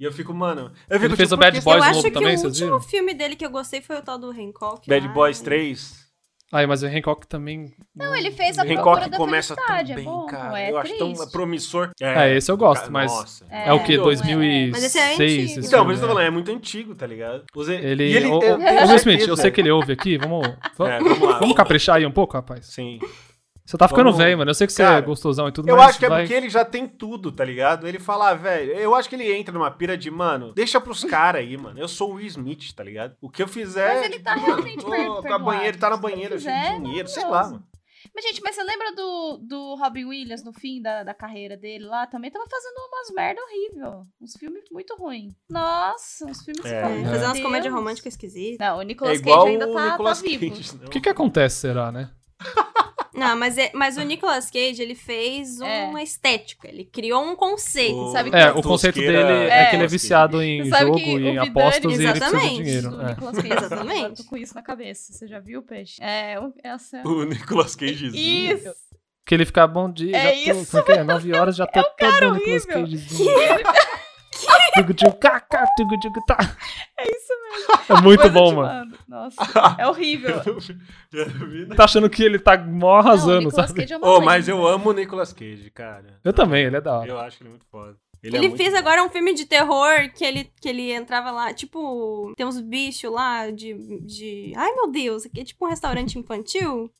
Speaker 1: E eu fico, mano. Eu fico,
Speaker 2: Ele fez
Speaker 1: tipo,
Speaker 2: o Bad
Speaker 1: por que
Speaker 4: Eu
Speaker 2: Boys
Speaker 1: você-
Speaker 4: acho
Speaker 2: novo
Speaker 4: que
Speaker 2: também,
Speaker 4: o
Speaker 2: vocês
Speaker 4: último
Speaker 2: viram?
Speaker 4: filme dele que eu gostei foi o tal do Hancock.
Speaker 1: Bad
Speaker 4: lá.
Speaker 1: Boys 3.
Speaker 2: Ai, mas o Hancock também.
Speaker 3: Não, ele fez a procura
Speaker 1: Hum, Hancock
Speaker 3: da
Speaker 1: começa tão
Speaker 3: felicidade. é
Speaker 1: bem,
Speaker 3: bom,
Speaker 1: cara.
Speaker 3: é
Speaker 1: eu acho
Speaker 3: triste.
Speaker 1: tão promissor.
Speaker 2: É, esse eu gosto,
Speaker 1: cara,
Speaker 2: mas
Speaker 1: Nossa.
Speaker 2: É, o quê?
Speaker 3: não é.
Speaker 2: 2006?
Speaker 4: Mas esse é antigo.
Speaker 2: esse
Speaker 1: Então, por
Speaker 2: filme,
Speaker 1: isso
Speaker 2: né?
Speaker 1: que eu tô falando, é muito antigo, tá ligado? Os-
Speaker 2: Ele.
Speaker 1: e ele
Speaker 2: ô, ô,
Speaker 1: eu tenho
Speaker 2: ô, Will Smith,
Speaker 1: certeza.
Speaker 2: eu sei que ele ouve aqui. Vamos. Vamos,
Speaker 1: É, vamos lá.
Speaker 2: vamos caprichar aí um pouco, rapaz.
Speaker 1: Sim.
Speaker 2: Você tá ficando
Speaker 1: Vamos-
Speaker 2: velho, mano. Eu sei que você é
Speaker 1: Cara,
Speaker 2: gostosão e tudo,
Speaker 1: Eu
Speaker 2: mas.
Speaker 1: acho que é
Speaker 2: vai-
Speaker 1: porque ele já tem tudo, tá ligado? Ele fala, ah, velho, eu acho que ele entra numa pira de, mano, deixa pros caras aí, mano. Eu sou o Will Smith, tá ligado? O que eu fizer.
Speaker 3: Mas ele tá
Speaker 1: mano,
Speaker 3: realmente
Speaker 1: tô
Speaker 3: per-
Speaker 1: com a
Speaker 3: perdoado.
Speaker 1: banheira, tá na
Speaker 3: Se ele
Speaker 1: banheira,
Speaker 3: quiser,
Speaker 1: cheio de dinheiro, sei lá, mano.
Speaker 3: Mas, gente, mas você lembra do, do Robin Williams no fim da, da carreira dele lá? Também tava fazendo umas merda horrível. Uns filmes muito ruim. Nossa, uns filmes... que
Speaker 1: É.
Speaker 3: você fala,
Speaker 1: É.
Speaker 3: "Meu
Speaker 4: Fazer umas
Speaker 3: Deus."
Speaker 4: comédias românticas esquisitas.
Speaker 3: Não, o Nicolas
Speaker 1: É
Speaker 3: Cage
Speaker 1: igual
Speaker 3: ainda
Speaker 1: o
Speaker 3: tá, tá
Speaker 1: Nicolas
Speaker 3: vivo.
Speaker 1: Cage. Não.
Speaker 2: O que que acontece, será, né?
Speaker 4: Não, mas, é- mas o Nicolas Cage, ele fez
Speaker 3: É.
Speaker 4: uma estética. Ele criou um
Speaker 1: Oh.
Speaker 4: conceito.
Speaker 3: Sabe
Speaker 2: É,
Speaker 1: que
Speaker 2: o conceito
Speaker 1: tosqueira-
Speaker 2: dele é,
Speaker 3: É.
Speaker 2: que ele é viciado em
Speaker 3: Você sabe
Speaker 2: jogo,
Speaker 3: que o
Speaker 2: em
Speaker 3: Vidani-
Speaker 2: apostas e ele precisa de
Speaker 4: Exatamente.
Speaker 2: dinheiro.
Speaker 3: Do
Speaker 2: É.
Speaker 3: Nicolas Cage.
Speaker 4: Exatamente.
Speaker 3: Eu tô com isso na cabeça. Você já viu, Peixe? É, o- essa...
Speaker 1: O Nicolas Cagezinho.
Speaker 3: Isso!
Speaker 2: Que ele fica bom dia.
Speaker 3: É
Speaker 2: já tô,
Speaker 3: isso,
Speaker 2: Como é que é? 9 horas já tô todo Nicolas
Speaker 3: horrível.
Speaker 2: Cagezinho. Tugu tchu, cá, cá, tugu tchu, tá.
Speaker 3: É isso
Speaker 2: É muito
Speaker 3: Depois eu
Speaker 2: bom,
Speaker 3: te
Speaker 2: mano.
Speaker 3: mando. Nossa, é horrível.
Speaker 1: Já vi, né?
Speaker 2: Tá achando que ele tá mó
Speaker 3: Não, o
Speaker 2: arrasando,
Speaker 3: Nicolas
Speaker 2: sabe?
Speaker 3: Cage é uma
Speaker 1: Ô, mas
Speaker 3: lenda.
Speaker 1: eu amo o Nicolas Cage, cara.
Speaker 2: Eu também, ele é da hora.
Speaker 1: Eu acho que ele é muito foda. é
Speaker 4: Ele
Speaker 1: muito
Speaker 4: fez
Speaker 1: bom.
Speaker 4: agora um filme de terror que ele, que ele entrava lá, tipo, tem uns bichos lá de, de. Ai meu Deus, aqui é tipo um restaurante infantil.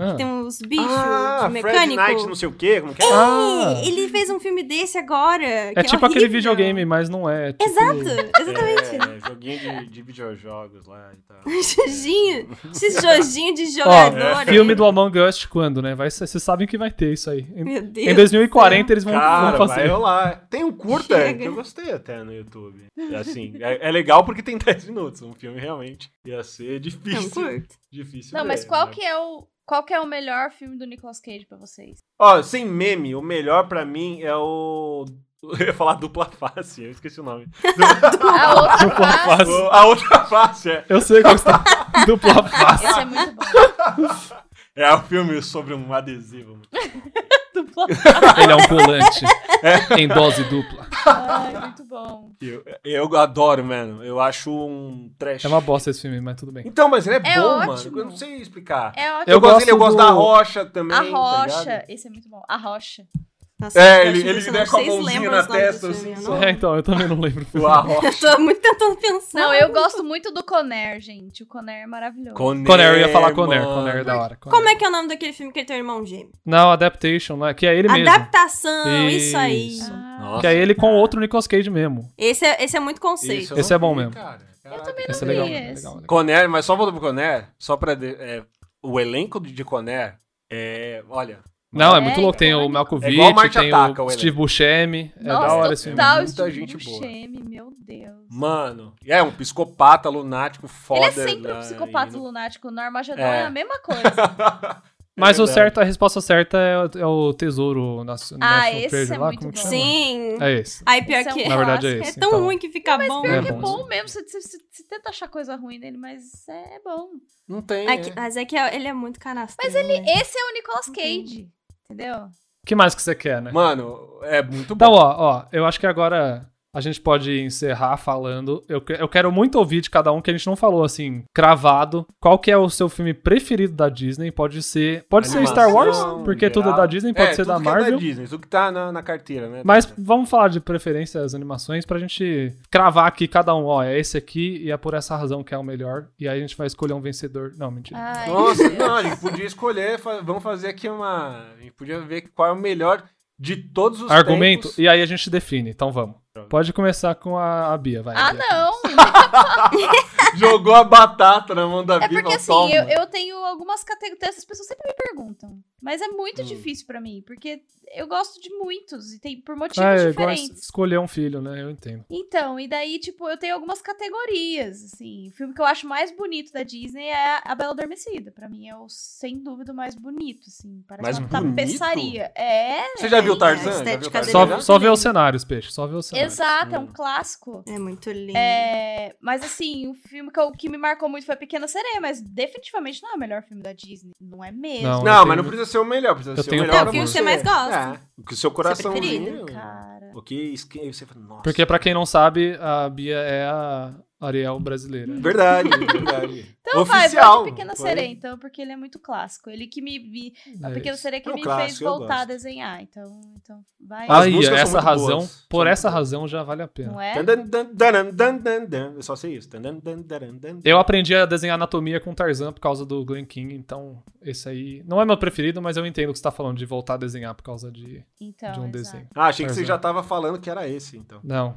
Speaker 2: Ah.
Speaker 4: Tem uns bichos
Speaker 1: ah,
Speaker 4: de
Speaker 1: Fred
Speaker 4: mecânico.
Speaker 1: Knight não sei o quê, como que é?
Speaker 2: Ah.
Speaker 4: Ih, Ele fez um filme desse agora.
Speaker 2: É tipo aquele
Speaker 4: horrível.
Speaker 2: videogame, mas não é. tipo-
Speaker 4: Exato, exatamente.
Speaker 1: É, joguinho de, de videojogos lá e tal.
Speaker 4: Jorginho, esses Jorginho de jogador.
Speaker 2: Ó, é
Speaker 4: aí.
Speaker 2: filme do Among Us quando, né? Vai, ser- vocês sabem que vai ter isso aí. Em,
Speaker 4: Meu Deus.
Speaker 2: em 2040 eles vão, vão
Speaker 1: Cara, vai
Speaker 2: fazer.
Speaker 1: rolar. Tem um curta
Speaker 4: Chega.
Speaker 1: que eu gostei até no YouTube. É Assim, é, é legal porque tem 10 minutos. Um filme realmente ia ser
Speaker 4: É um
Speaker 1: difícil.
Speaker 4: curto.
Speaker 1: difícil
Speaker 3: Não, mas
Speaker 1: mesmo,
Speaker 3: qual
Speaker 1: né?
Speaker 3: que é o. Qual que é o melhor filme do Nicolas Cage pra vocês?
Speaker 1: Ó, sem meme, o melhor pra mim é o... Eu ia falar dupla face, eu esqueci o nome.
Speaker 3: A outra face.
Speaker 2: face.
Speaker 1: O- a outra face é,
Speaker 2: Eu sei qual que está. Dupla face.
Speaker 3: Esse é muito bom.
Speaker 1: é o filme sobre um adesivo.
Speaker 3: Dupla
Speaker 2: Ele é um volante. Em dose dupla.
Speaker 3: Ai, muito bom.
Speaker 1: Eu, eu adoro, mano. Eu acho um trash.
Speaker 2: É uma bosta esse filme, mas tudo bem.
Speaker 1: Então, mas ele é,
Speaker 3: É
Speaker 1: bom,
Speaker 3: ótimo.
Speaker 1: mano. Eu não sei explicar.
Speaker 3: É ótimo.
Speaker 1: Eu, gosto dele, eu
Speaker 2: gosto
Speaker 1: gosto
Speaker 2: do-
Speaker 1: da rocha também.
Speaker 3: A
Speaker 1: tá ligado?
Speaker 3: Rocha. Esse é muito bom. A Rocha.
Speaker 4: Nossa,
Speaker 1: É,
Speaker 4: eu acho
Speaker 1: ele- ele
Speaker 4: impressionante.
Speaker 1: der com a
Speaker 4: Vocês
Speaker 1: mãozinha
Speaker 4: lembram
Speaker 1: na
Speaker 4: os nomes
Speaker 1: testa,
Speaker 4: do filme,
Speaker 1: assim,
Speaker 4: eu não-
Speaker 2: É, então, eu também não lembro.
Speaker 1: O A Rocha.
Speaker 4: Eu tô muito tentando pensar.
Speaker 3: Não, é- eu gosto muito do Conner, gente. O Conner é maravilhoso.
Speaker 1: Conair,
Speaker 2: Conner, eu ia falar Conner.
Speaker 1: mano.
Speaker 2: Conner é da hora. Conner.
Speaker 4: Como é que é o nome daquele filme que ele tem um irmão gêmeo?
Speaker 2: Não, Adaptation, né? Que é ele mesmo.
Speaker 4: Adaptação, isso, aí.
Speaker 2: Isso.
Speaker 3: Ah.
Speaker 1: Nossa,
Speaker 2: Que é ele com outro Nicolas Cage mesmo.
Speaker 4: Esse é, esse é muito conceito.
Speaker 1: isso eu não
Speaker 2: Esse é bom
Speaker 1: vi,
Speaker 2: mesmo.
Speaker 1: cara.
Speaker 3: Eu também não
Speaker 2: Esse é
Speaker 3: vi
Speaker 2: legal.
Speaker 3: esse.
Speaker 2: é legal, legal.
Speaker 1: Conner, mas só voltando pro Conner, só pra. de- é, o elenco de Conner é. Olha.
Speaker 2: Não, é
Speaker 3: É,
Speaker 2: muito louco. Tem o
Speaker 3: icônico.
Speaker 1: É
Speaker 2: Malkovich,
Speaker 1: igual o Marte
Speaker 2: tem
Speaker 1: Ataca,
Speaker 2: o
Speaker 1: o
Speaker 2: Steve Buscemi. É
Speaker 3: Nossa, tá
Speaker 2: da hora esse filme.
Speaker 3: total,
Speaker 1: muita
Speaker 3: Steve
Speaker 1: gente boa.
Speaker 3: Buscemi, meu Deus.
Speaker 1: Mano. e É um psicopata lunático foda. né,
Speaker 3: Ele é sempre um
Speaker 1: lá,
Speaker 3: psicopata
Speaker 1: e não-
Speaker 3: lunático. Norma Gedon é.
Speaker 1: É.
Speaker 3: a mesma coisa.
Speaker 2: Mas
Speaker 1: É
Speaker 2: o
Speaker 1: verdade.
Speaker 2: certo, a resposta certa é, o- é o Tesouro na,
Speaker 3: Ah, esse é
Speaker 2: lá,
Speaker 3: muito
Speaker 2: como que
Speaker 3: bom.
Speaker 2: chama?
Speaker 4: Sim.
Speaker 2: É esse.
Speaker 4: Aí pior
Speaker 3: Esse é um
Speaker 4: que
Speaker 2: Na verdade é
Speaker 4: é
Speaker 2: esse.
Speaker 4: tão
Speaker 2: então.
Speaker 4: ruim que fica bom.
Speaker 3: Pior
Speaker 2: É
Speaker 3: que é
Speaker 2: bom,
Speaker 3: bom mesmo. Você, você- você- você tenta achar coisa ruim nele, mas é bom.
Speaker 1: Não tem.
Speaker 4: É que-
Speaker 1: né?
Speaker 4: mas é que ele é muito canastrão.
Speaker 3: Mas ele, esse é o Nicolas Cage. Entendeu?
Speaker 2: que mais que você quer, né?
Speaker 1: Mano, é muito
Speaker 2: Então,
Speaker 1: bom.
Speaker 2: ó, ó, eu acho que agora a gente pode encerrar falando. Eu, que- eu quero muito ouvir de cada um que a gente não falou assim, cravado. Qual que é o seu filme preferido da Disney? Pode ser, pode ser
Speaker 1: Animação,
Speaker 2: Star Wars, porque tudo é da
Speaker 1: geral.
Speaker 2: Disney, pode
Speaker 1: É,
Speaker 2: ser
Speaker 1: tudo
Speaker 2: da
Speaker 1: que é
Speaker 2: Marvel.
Speaker 1: Disney, tudo que tá na, na carteira, né?
Speaker 2: Mas vamos falar de preferência as animações pra gente cravar aqui cada um, ó, é esse aqui e é por essa razão que é o melhor. E aí a gente vai escolher um vencedor. Não, mentira.
Speaker 3: Ai,
Speaker 1: Nossa,
Speaker 3: meu Deus.
Speaker 1: não, a gente podia escolher, fa- vamos fazer aqui uma. A gente podia ver qual é o melhor de todos os
Speaker 2: Argumento,
Speaker 1: tempos.
Speaker 2: e aí a gente define, então vamos. Pode começar com a, a Bia, vai.
Speaker 3: Ah,
Speaker 2: Bia.
Speaker 3: não.
Speaker 1: Jogou a batata na mão da
Speaker 3: É
Speaker 1: Bíblia.
Speaker 3: porque assim, eu, eu tenho algumas categorias. Essas pessoas sempre me perguntam. Mas é muito
Speaker 1: Hum.
Speaker 3: difícil pra mim, porque eu gosto de muitos e tem por motivos
Speaker 2: Ah, é igual es-
Speaker 3: diferentes.
Speaker 2: escolher um filho, né? Eu entendo.
Speaker 3: Então, e daí, tipo, eu tenho algumas categorias, assim. O filme que eu acho mais bonito da Disney é A Bela Adormecida. Pra mim é o, sem dúvida, o mais bonito, assim. Parece
Speaker 1: Mais
Speaker 3: uma
Speaker 1: bonito?
Speaker 3: tapeçaria. É,
Speaker 1: Você já viu
Speaker 4: É,
Speaker 1: Tarzan?
Speaker 4: a
Speaker 1: Já viu
Speaker 4: estética
Speaker 1: Tarzan?
Speaker 3: Tá
Speaker 4: dele
Speaker 2: Só,
Speaker 4: é muito
Speaker 2: só ver
Speaker 4: lindo.
Speaker 2: os cenários, peixe. Só ver os cenários.
Speaker 3: exato, é um
Speaker 1: Hum.
Speaker 3: clássico.
Speaker 4: É muito lindo.
Speaker 3: É, mas assim, o filme que, eu- que me marcou muito foi Pequena Sereia, mas definitivamente não é o melhor filme da Disney. Não é mesmo.
Speaker 2: Não,
Speaker 1: Não,
Speaker 2: eu
Speaker 1: mas
Speaker 2: tenho-
Speaker 1: não precisa ser o melhor, precisa
Speaker 2: um Eu
Speaker 1: ser o
Speaker 2: tenho
Speaker 1: melhor.
Speaker 2: pavor.
Speaker 1: pra
Speaker 2: É o que
Speaker 4: você mais gosta.
Speaker 1: É, o que o seu coraçãozinho.
Speaker 4: preferido,
Speaker 3: Cara.
Speaker 1: O que esque- você fala, nossa.
Speaker 2: Porque é pra quem não sabe, a Bia é a Ariel brasileira.
Speaker 1: Verdade, verdade.
Speaker 3: Então
Speaker 1: Oficial.
Speaker 3: vai, vai de Pequena
Speaker 1: Foi.
Speaker 3: Sereia, então, porque ele é muito clássico. Ele que me. me a
Speaker 2: É
Speaker 3: Pequena
Speaker 2: isso.
Speaker 3: Sereia que
Speaker 1: É um
Speaker 3: me fez
Speaker 1: clássico, eu
Speaker 3: voltar a
Speaker 1: gosto.
Speaker 3: desenhar. Então, então vai.
Speaker 1: As
Speaker 2: Aí,
Speaker 1: músicas são
Speaker 2: essa
Speaker 1: muito
Speaker 2: razão,
Speaker 1: boas.
Speaker 2: por
Speaker 1: São
Speaker 2: essa
Speaker 1: muito boas.
Speaker 2: razão já vale a pena.
Speaker 3: Não é?
Speaker 1: Dan, dan, dan, dan, dan, dan, dan. Eu só sei isso. Dan, dan, dan, dan, dan.
Speaker 2: Eu aprendi a desenhar anatomia com Tarzan por causa do Glen King, então esse aí não é meu preferido, mas eu entendo o que você tá falando de voltar a desenhar por causa de,
Speaker 3: Então,
Speaker 2: de um
Speaker 3: exato.
Speaker 2: desenho.
Speaker 1: Ah, achei que você
Speaker 2: Tarzan.
Speaker 1: já tava falando que era esse, então.
Speaker 2: Não.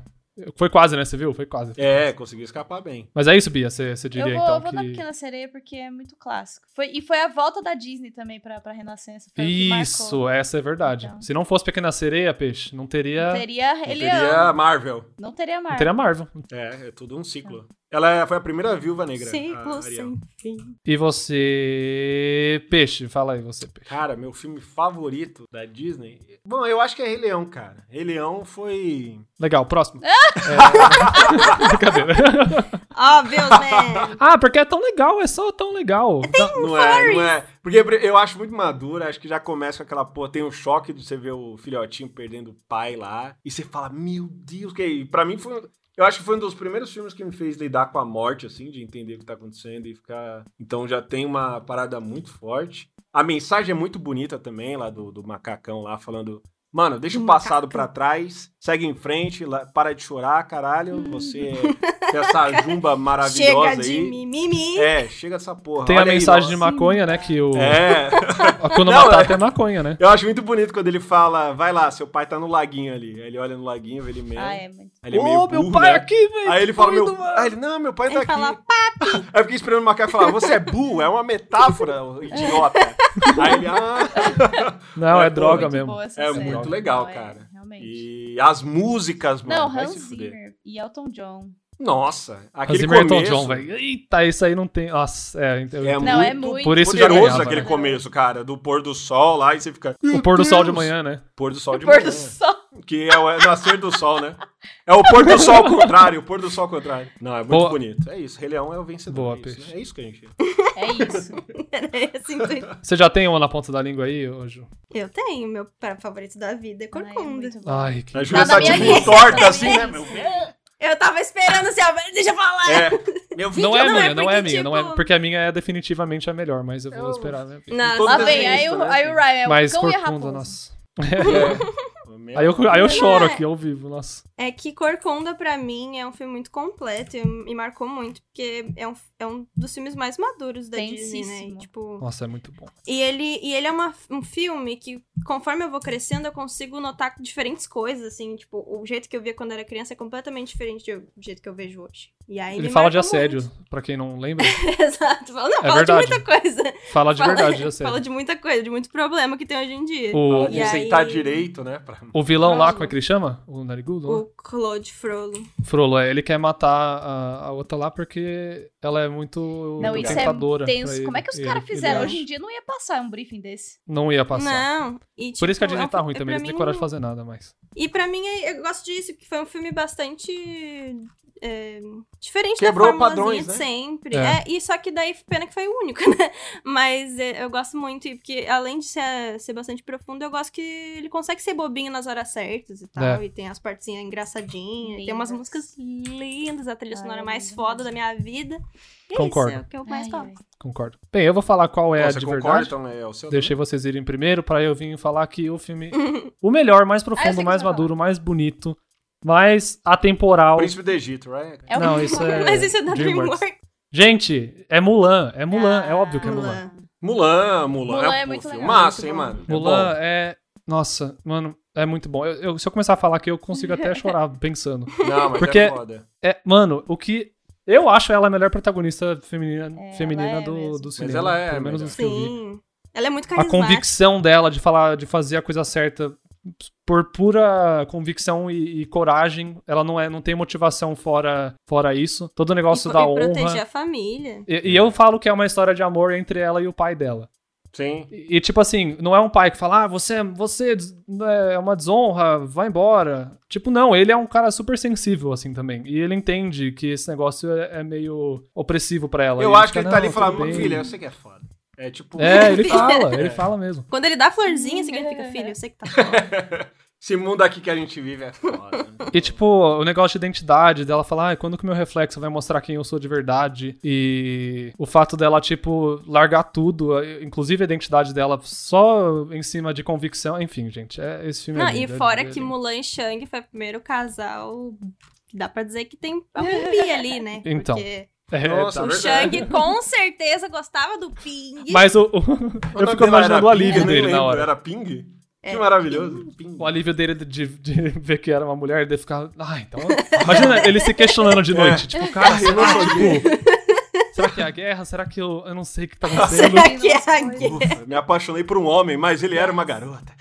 Speaker 2: Foi quase, né? Você viu? Foi quase.
Speaker 1: É, conseguiu escapar bem.
Speaker 2: Mas é isso, Bia. Você, você diria
Speaker 3: eu vou,
Speaker 2: então
Speaker 3: eu vou na
Speaker 2: que.
Speaker 3: Pequena Sereia porque é muito clássico. Foi, e foi a volta da Disney também pra, pra Renascença. Foi o que marcou.
Speaker 2: Isso, essa é verdade.
Speaker 3: Então.
Speaker 2: Se não fosse Pequena Sereia, Peixe, não teria.
Speaker 3: Não teria
Speaker 1: Não
Speaker 3: Relião.
Speaker 1: Teria Marvel.
Speaker 3: Não teria
Speaker 2: Não
Speaker 3: Marvel.
Speaker 2: teria Marvel.
Speaker 1: É, é tudo um ciclo. Ela foi a primeira viúva negra. a
Speaker 4: Ciclo
Speaker 1: Ariel.
Speaker 4: sem fim.
Speaker 2: E você. Peixe, fala aí, você, Peixe.
Speaker 1: Cara, meu filme favorito da Disney. Bom, eu acho que é Rei Leão, cara. Rei Leão foi.
Speaker 2: Legal, próximo. É... Brincadeira.
Speaker 4: Óbvio, né?
Speaker 2: Ah, porque é tão legal, é só tão legal. Tá, Dá-
Speaker 1: Não é, não é. Porque eu acho muito madura, acho que já começa com aquela porra. Tem um choque de você ver o filhotinho perdendo o pai lá. E você fala, meu Deus, que. e Pra mim foi. um- Eu acho que foi um dos primeiros filmes que me fez lidar com a morte, assim, de entender o que tá acontecendo e ficar. Então já tem uma parada muito forte. A mensagem é muito bonita também, lá do, do macacão lá, falando Mano, deixa o
Speaker 4: Um
Speaker 1: passado
Speaker 4: macaco.
Speaker 1: pra trás, segue em frente, lá- para de chorar, caralho. Você é- tem essa jumba maravilhosa
Speaker 4: Hum. Chega de
Speaker 1: aí.
Speaker 4: mimimi.
Speaker 1: É, chega dessa porra.
Speaker 2: Tem a
Speaker 1: Olha aí,
Speaker 2: mensagem de
Speaker 1: nossa.
Speaker 2: maconha, né? Que o.
Speaker 1: É.
Speaker 2: A Quando
Speaker 1: Não,
Speaker 2: matar
Speaker 1: é-
Speaker 2: até maconha, né?
Speaker 1: Eu acho muito bonito quando ele fala, vai lá, seu pai tá no laguinho ali. Aí ele olha no laguinho, vê ele mesmo.
Speaker 3: Ah, é muito.
Speaker 1: Aí ele é
Speaker 2: Ô,
Speaker 1: meio burro,
Speaker 2: meu pai
Speaker 1: né?
Speaker 2: aqui, velho.
Speaker 1: Aí ele fala,
Speaker 2: doido,
Speaker 1: meu.
Speaker 2: mano.
Speaker 1: Aí ele, não, meu pai tá
Speaker 4: Ele
Speaker 1: aqui.
Speaker 4: fala,
Speaker 1: Aí eu fiquei esperando o macaco falar, você é burro, é uma metáfora, ô idiota. Aí ele, ah.
Speaker 2: Não,
Speaker 1: Mas,
Speaker 2: é
Speaker 1: pô,
Speaker 2: droga
Speaker 3: muito
Speaker 2: mesmo.
Speaker 3: boa essa
Speaker 1: É
Speaker 3: série.
Speaker 1: muito legal,
Speaker 3: Não, é,
Speaker 1: cara.
Speaker 3: realmente.
Speaker 1: E as músicas, mano.
Speaker 3: Não,
Speaker 1: vai
Speaker 3: Hans
Speaker 1: se fuder.
Speaker 3: Zimmer e Elton John.
Speaker 1: Nossa,
Speaker 2: Mas
Speaker 1: aquele
Speaker 2: Zimmer e Elton
Speaker 1: começo.
Speaker 2: é John, velho. Eita, isso aí não tem. Nossa, é. então-
Speaker 1: É
Speaker 3: Não, é
Speaker 1: muito
Speaker 3: muito.
Speaker 2: Por isso já
Speaker 1: poderoso
Speaker 2: ganhava,
Speaker 1: aquele
Speaker 2: né?
Speaker 1: começo, cara, do pôr do sol lá e você fica.
Speaker 2: O pôr do sol de
Speaker 1: Deus.
Speaker 2: manhã, né?
Speaker 1: Pôr do sol de
Speaker 3: Pôr
Speaker 1: manhã.
Speaker 3: do sol.
Speaker 1: Que é o é o nascer do sol, né? É o pôr do sol ao contrário, o pôr do sol ao contrário. Não, é muito
Speaker 2: Boa.
Speaker 1: bonito. É isso, Rei Leão é o vencedor.
Speaker 2: Boa,
Speaker 1: é, isso,
Speaker 2: Peixe.
Speaker 1: né? É isso que a gente.
Speaker 3: É isso.
Speaker 4: Era esse o intuito.
Speaker 2: Você já tem uma na ponta da língua aí, ô, Ju?
Speaker 4: né? Assim, Eu tenho meu pra- favorito da vida, é
Speaker 3: Não, é
Speaker 4: corcunda.
Speaker 3: muito bom.
Speaker 2: Ai, que.
Speaker 1: A Júlia
Speaker 3: Tá na
Speaker 1: tá
Speaker 3: minha
Speaker 1: tipo
Speaker 3: lista,
Speaker 1: torta
Speaker 3: tá na
Speaker 1: assim,
Speaker 3: minha
Speaker 1: né? Meu
Speaker 3: lista.
Speaker 4: eu tava esperando, assim, ó, mas deixa eu falar.
Speaker 1: É. Meu vídeo
Speaker 2: Não é
Speaker 4: Não, é
Speaker 2: minha, não é
Speaker 4: porque,
Speaker 2: minha, não
Speaker 4: tipo-
Speaker 2: é. Porque a minha é definitivamente a melhor, mas eu vou esperar, né?
Speaker 4: Não, é
Speaker 1: Todo
Speaker 3: Lá
Speaker 4: só-
Speaker 3: vem, aí o,
Speaker 1: desenhista, né?
Speaker 3: aí o Ryan, é o
Speaker 2: Mas
Speaker 3: cão e a
Speaker 2: corcunda,
Speaker 3: raposa.
Speaker 2: nossa.
Speaker 1: É.
Speaker 2: Aí eu, aí eu
Speaker 4: Não
Speaker 2: choro
Speaker 4: é.
Speaker 2: aqui ao vivo, nossa.
Speaker 4: É que Corcunda, pra mim, é um filme muito completo e, e marcou muito, porque é um, é um dos filmes mais maduros da Disney, né? E,
Speaker 3: Densíssimo.
Speaker 4: tipo,
Speaker 2: Nossa, é muito bom.
Speaker 4: e ele, e ele é uma- um filme que, conforme eu vou crescendo, eu consigo notar diferentes coisas, assim, tipo, o jeito que eu via quando era criança é completamente diferente do jeito que eu vejo hoje. E aí
Speaker 2: Ele
Speaker 4: me
Speaker 2: fala de
Speaker 4: marcou
Speaker 2: assédio,
Speaker 4: muito.
Speaker 2: pra quem não lembra.
Speaker 4: Exato. Fala, não,
Speaker 2: É
Speaker 4: fala
Speaker 2: verdade.
Speaker 4: de muita coisa.
Speaker 2: Fala de
Speaker 4: Fala-
Speaker 2: verdade de
Speaker 4: Fala
Speaker 2: assédio.
Speaker 4: de muita coisa, de muito problema que tem hoje em dia.
Speaker 2: O,
Speaker 1: De
Speaker 4: E aí-
Speaker 1: sentar direito, né? Pra...
Speaker 2: o vilão lá, como é que ele chama? O narigudo? lá?
Speaker 4: O Claude Frollo.
Speaker 2: Frollo, é, ele quer matar a, a outra lá porque ela é muito
Speaker 3: Não, isso é
Speaker 2: tentadora. pra
Speaker 3: tenso.
Speaker 2: ele.
Speaker 3: Como é que os
Speaker 2: Ele-
Speaker 3: caras
Speaker 2: ele
Speaker 3: fizeram?
Speaker 2: acha-
Speaker 3: Hoje em dia não ia passar um briefing desse.
Speaker 2: Não ia passar.
Speaker 4: Não. e,
Speaker 2: Por isso que a
Speaker 4: tipo, é
Speaker 2: Disney
Speaker 4: um
Speaker 2: tá
Speaker 4: fi-
Speaker 2: ruim
Speaker 4: é
Speaker 2: também,
Speaker 4: pra
Speaker 2: eles não
Speaker 4: mim-
Speaker 2: têm coragem de fazer nada mais.
Speaker 4: E pra mim, é- eu gosto disso, que foi um filme bastante. é, diferente
Speaker 1: Quebrou
Speaker 4: da formulazinha
Speaker 1: padrões,
Speaker 4: de
Speaker 1: né?
Speaker 4: sempre.
Speaker 2: É.
Speaker 4: É. e só que daí, pena que foi o único, né? Mas é, eu gosto muito, e porque além de ser, ser bastante profundo, eu gosto que ele consegue ser bobinho nas horas certas e
Speaker 2: É.
Speaker 4: tal. E tem as partezinhas engraçadinhas, e tem umas
Speaker 3: Lindas.
Speaker 4: músicas lindas, a trilha
Speaker 3: Ai,
Speaker 4: sonora
Speaker 3: é
Speaker 4: mais
Speaker 3: lindo
Speaker 4: foda da minha vida. E é
Speaker 2: Concordo.
Speaker 4: Isso é o que eu mais
Speaker 3: Ai,
Speaker 4: gosto.
Speaker 3: ai.
Speaker 2: Concordo. Bem, eu vou falar qual é
Speaker 1: Pô,
Speaker 2: a de
Speaker 1: você concorda,
Speaker 2: verdade.
Speaker 1: então, né? É o seu.
Speaker 3: Uhum.
Speaker 2: Deixei vocês irem primeiro pra eu vir falar que o filme. o melhor, mais
Speaker 3: Ah, eu sei
Speaker 2: profundo,
Speaker 3: que
Speaker 2: mais
Speaker 3: você vai
Speaker 2: maduro, mais bonito, mais atemporal.
Speaker 1: também? Príncipe do Egito, né? right?
Speaker 3: É o
Speaker 2: Não, isso é.
Speaker 4: Mas isso é da
Speaker 2: DreamWorks.
Speaker 4: DreamWorks.
Speaker 2: Gente, é Mulan. É Mulan. é óbvio que é
Speaker 4: Mulan.
Speaker 1: Mulan,
Speaker 2: Mulan.
Speaker 1: Mulan.
Speaker 3: Mulan é
Speaker 1: pô,
Speaker 3: muito legal,
Speaker 1: Filmaço,
Speaker 3: muito
Speaker 1: hein,
Speaker 3: bom.
Speaker 1: mano? É
Speaker 2: Mulan
Speaker 1: bom.
Speaker 2: é. Nossa, mano, é muito bom. Eu- eu- se eu começar a falar aqui, eu consigo até chorar pensando.
Speaker 1: Não, mas
Speaker 2: Porque-
Speaker 1: é foda.
Speaker 2: É, mano, o que. Eu acho ela a melhor protagonista feminina,
Speaker 3: É,
Speaker 2: feminina
Speaker 3: ela é
Speaker 2: do,
Speaker 3: mesmo.
Speaker 2: do
Speaker 1: Mas
Speaker 2: cinema.
Speaker 1: ela é a
Speaker 2: pelo menos
Speaker 1: melhor.
Speaker 2: os que eu vi.
Speaker 4: Sim. Ela é muito
Speaker 2: A
Speaker 4: carismática.
Speaker 2: convicção dela de falar, de fazer a coisa certa por pura convicção e, e coragem. Ela não é, não tem motivação fora, fora isso. Todo o negócio
Speaker 4: e,
Speaker 2: da
Speaker 4: e proteger
Speaker 2: honra.
Speaker 4: a família.
Speaker 2: E, e eu falo que é uma história de amor entre ela e o pai dela.
Speaker 1: Sim.
Speaker 2: E, e, tipo assim, não é um pai que fala, ah, você, você des- é uma desonra, vai embora. Tipo, não, ele é um cara super sensível, assim, também. E ele entende que esse negócio é, é meio opressivo pra ela.
Speaker 1: Eu
Speaker 2: E
Speaker 1: acho que
Speaker 2: fica,
Speaker 1: ele tá
Speaker 2: "Não,
Speaker 1: ali
Speaker 2: tudo
Speaker 1: falando,
Speaker 2: bem."
Speaker 1: filha, eu sei que é foda. É tipo.
Speaker 2: É, ele fala, ele fala mesmo.
Speaker 4: Quando ele dá a florzinha, significa filho, eu sei que tá bom.
Speaker 1: Esse mundo aqui que a gente vive é foda.
Speaker 2: E, tipo, o negócio de identidade dela falar, ah, quando que meu reflexo vai mostrar quem eu sou de verdade? E o fato dela, tipo, largar tudo, eh, inclusive a identidade dela, só em cima de convicção. Enfim, gente, é, esse filme
Speaker 4: Não,
Speaker 2: é
Speaker 4: e
Speaker 2: lindo, é
Speaker 4: fora
Speaker 2: lindo, é
Speaker 4: que
Speaker 2: lindo.
Speaker 4: Mulan e Shang foi o primeiro casal. que Dá pra dizer que tem algum pi ali, né?
Speaker 2: Então.
Speaker 4: Porque
Speaker 2: É,
Speaker 1: Nossa,
Speaker 2: tá.
Speaker 4: o
Speaker 1: verdade.
Speaker 4: Shang com certeza gostava do Ping.
Speaker 2: Mas o, o-
Speaker 1: O
Speaker 2: eu
Speaker 1: nome
Speaker 2: fico
Speaker 1: dela era
Speaker 2: imaginando o
Speaker 1: Ping, eu
Speaker 2: alívio
Speaker 1: nem
Speaker 2: dele na
Speaker 1: lembro.
Speaker 2: hora.
Speaker 1: Era Ping?
Speaker 4: É,
Speaker 1: que maravilhoso. Ping.
Speaker 2: O alívio dele de, de ver que era uma mulher, de ficar. Ah, então. Imagina ele se questionando de noite.
Speaker 1: É.
Speaker 2: Tipo, cara,
Speaker 1: Eu não
Speaker 2: será,
Speaker 1: sou gay.
Speaker 2: será que é a guerra? Será que eu, eu não sei o que tá acontecendo?
Speaker 4: Será que é a guerra?
Speaker 1: Ufa, me apaixonei por um homem, mas ele era uma garota.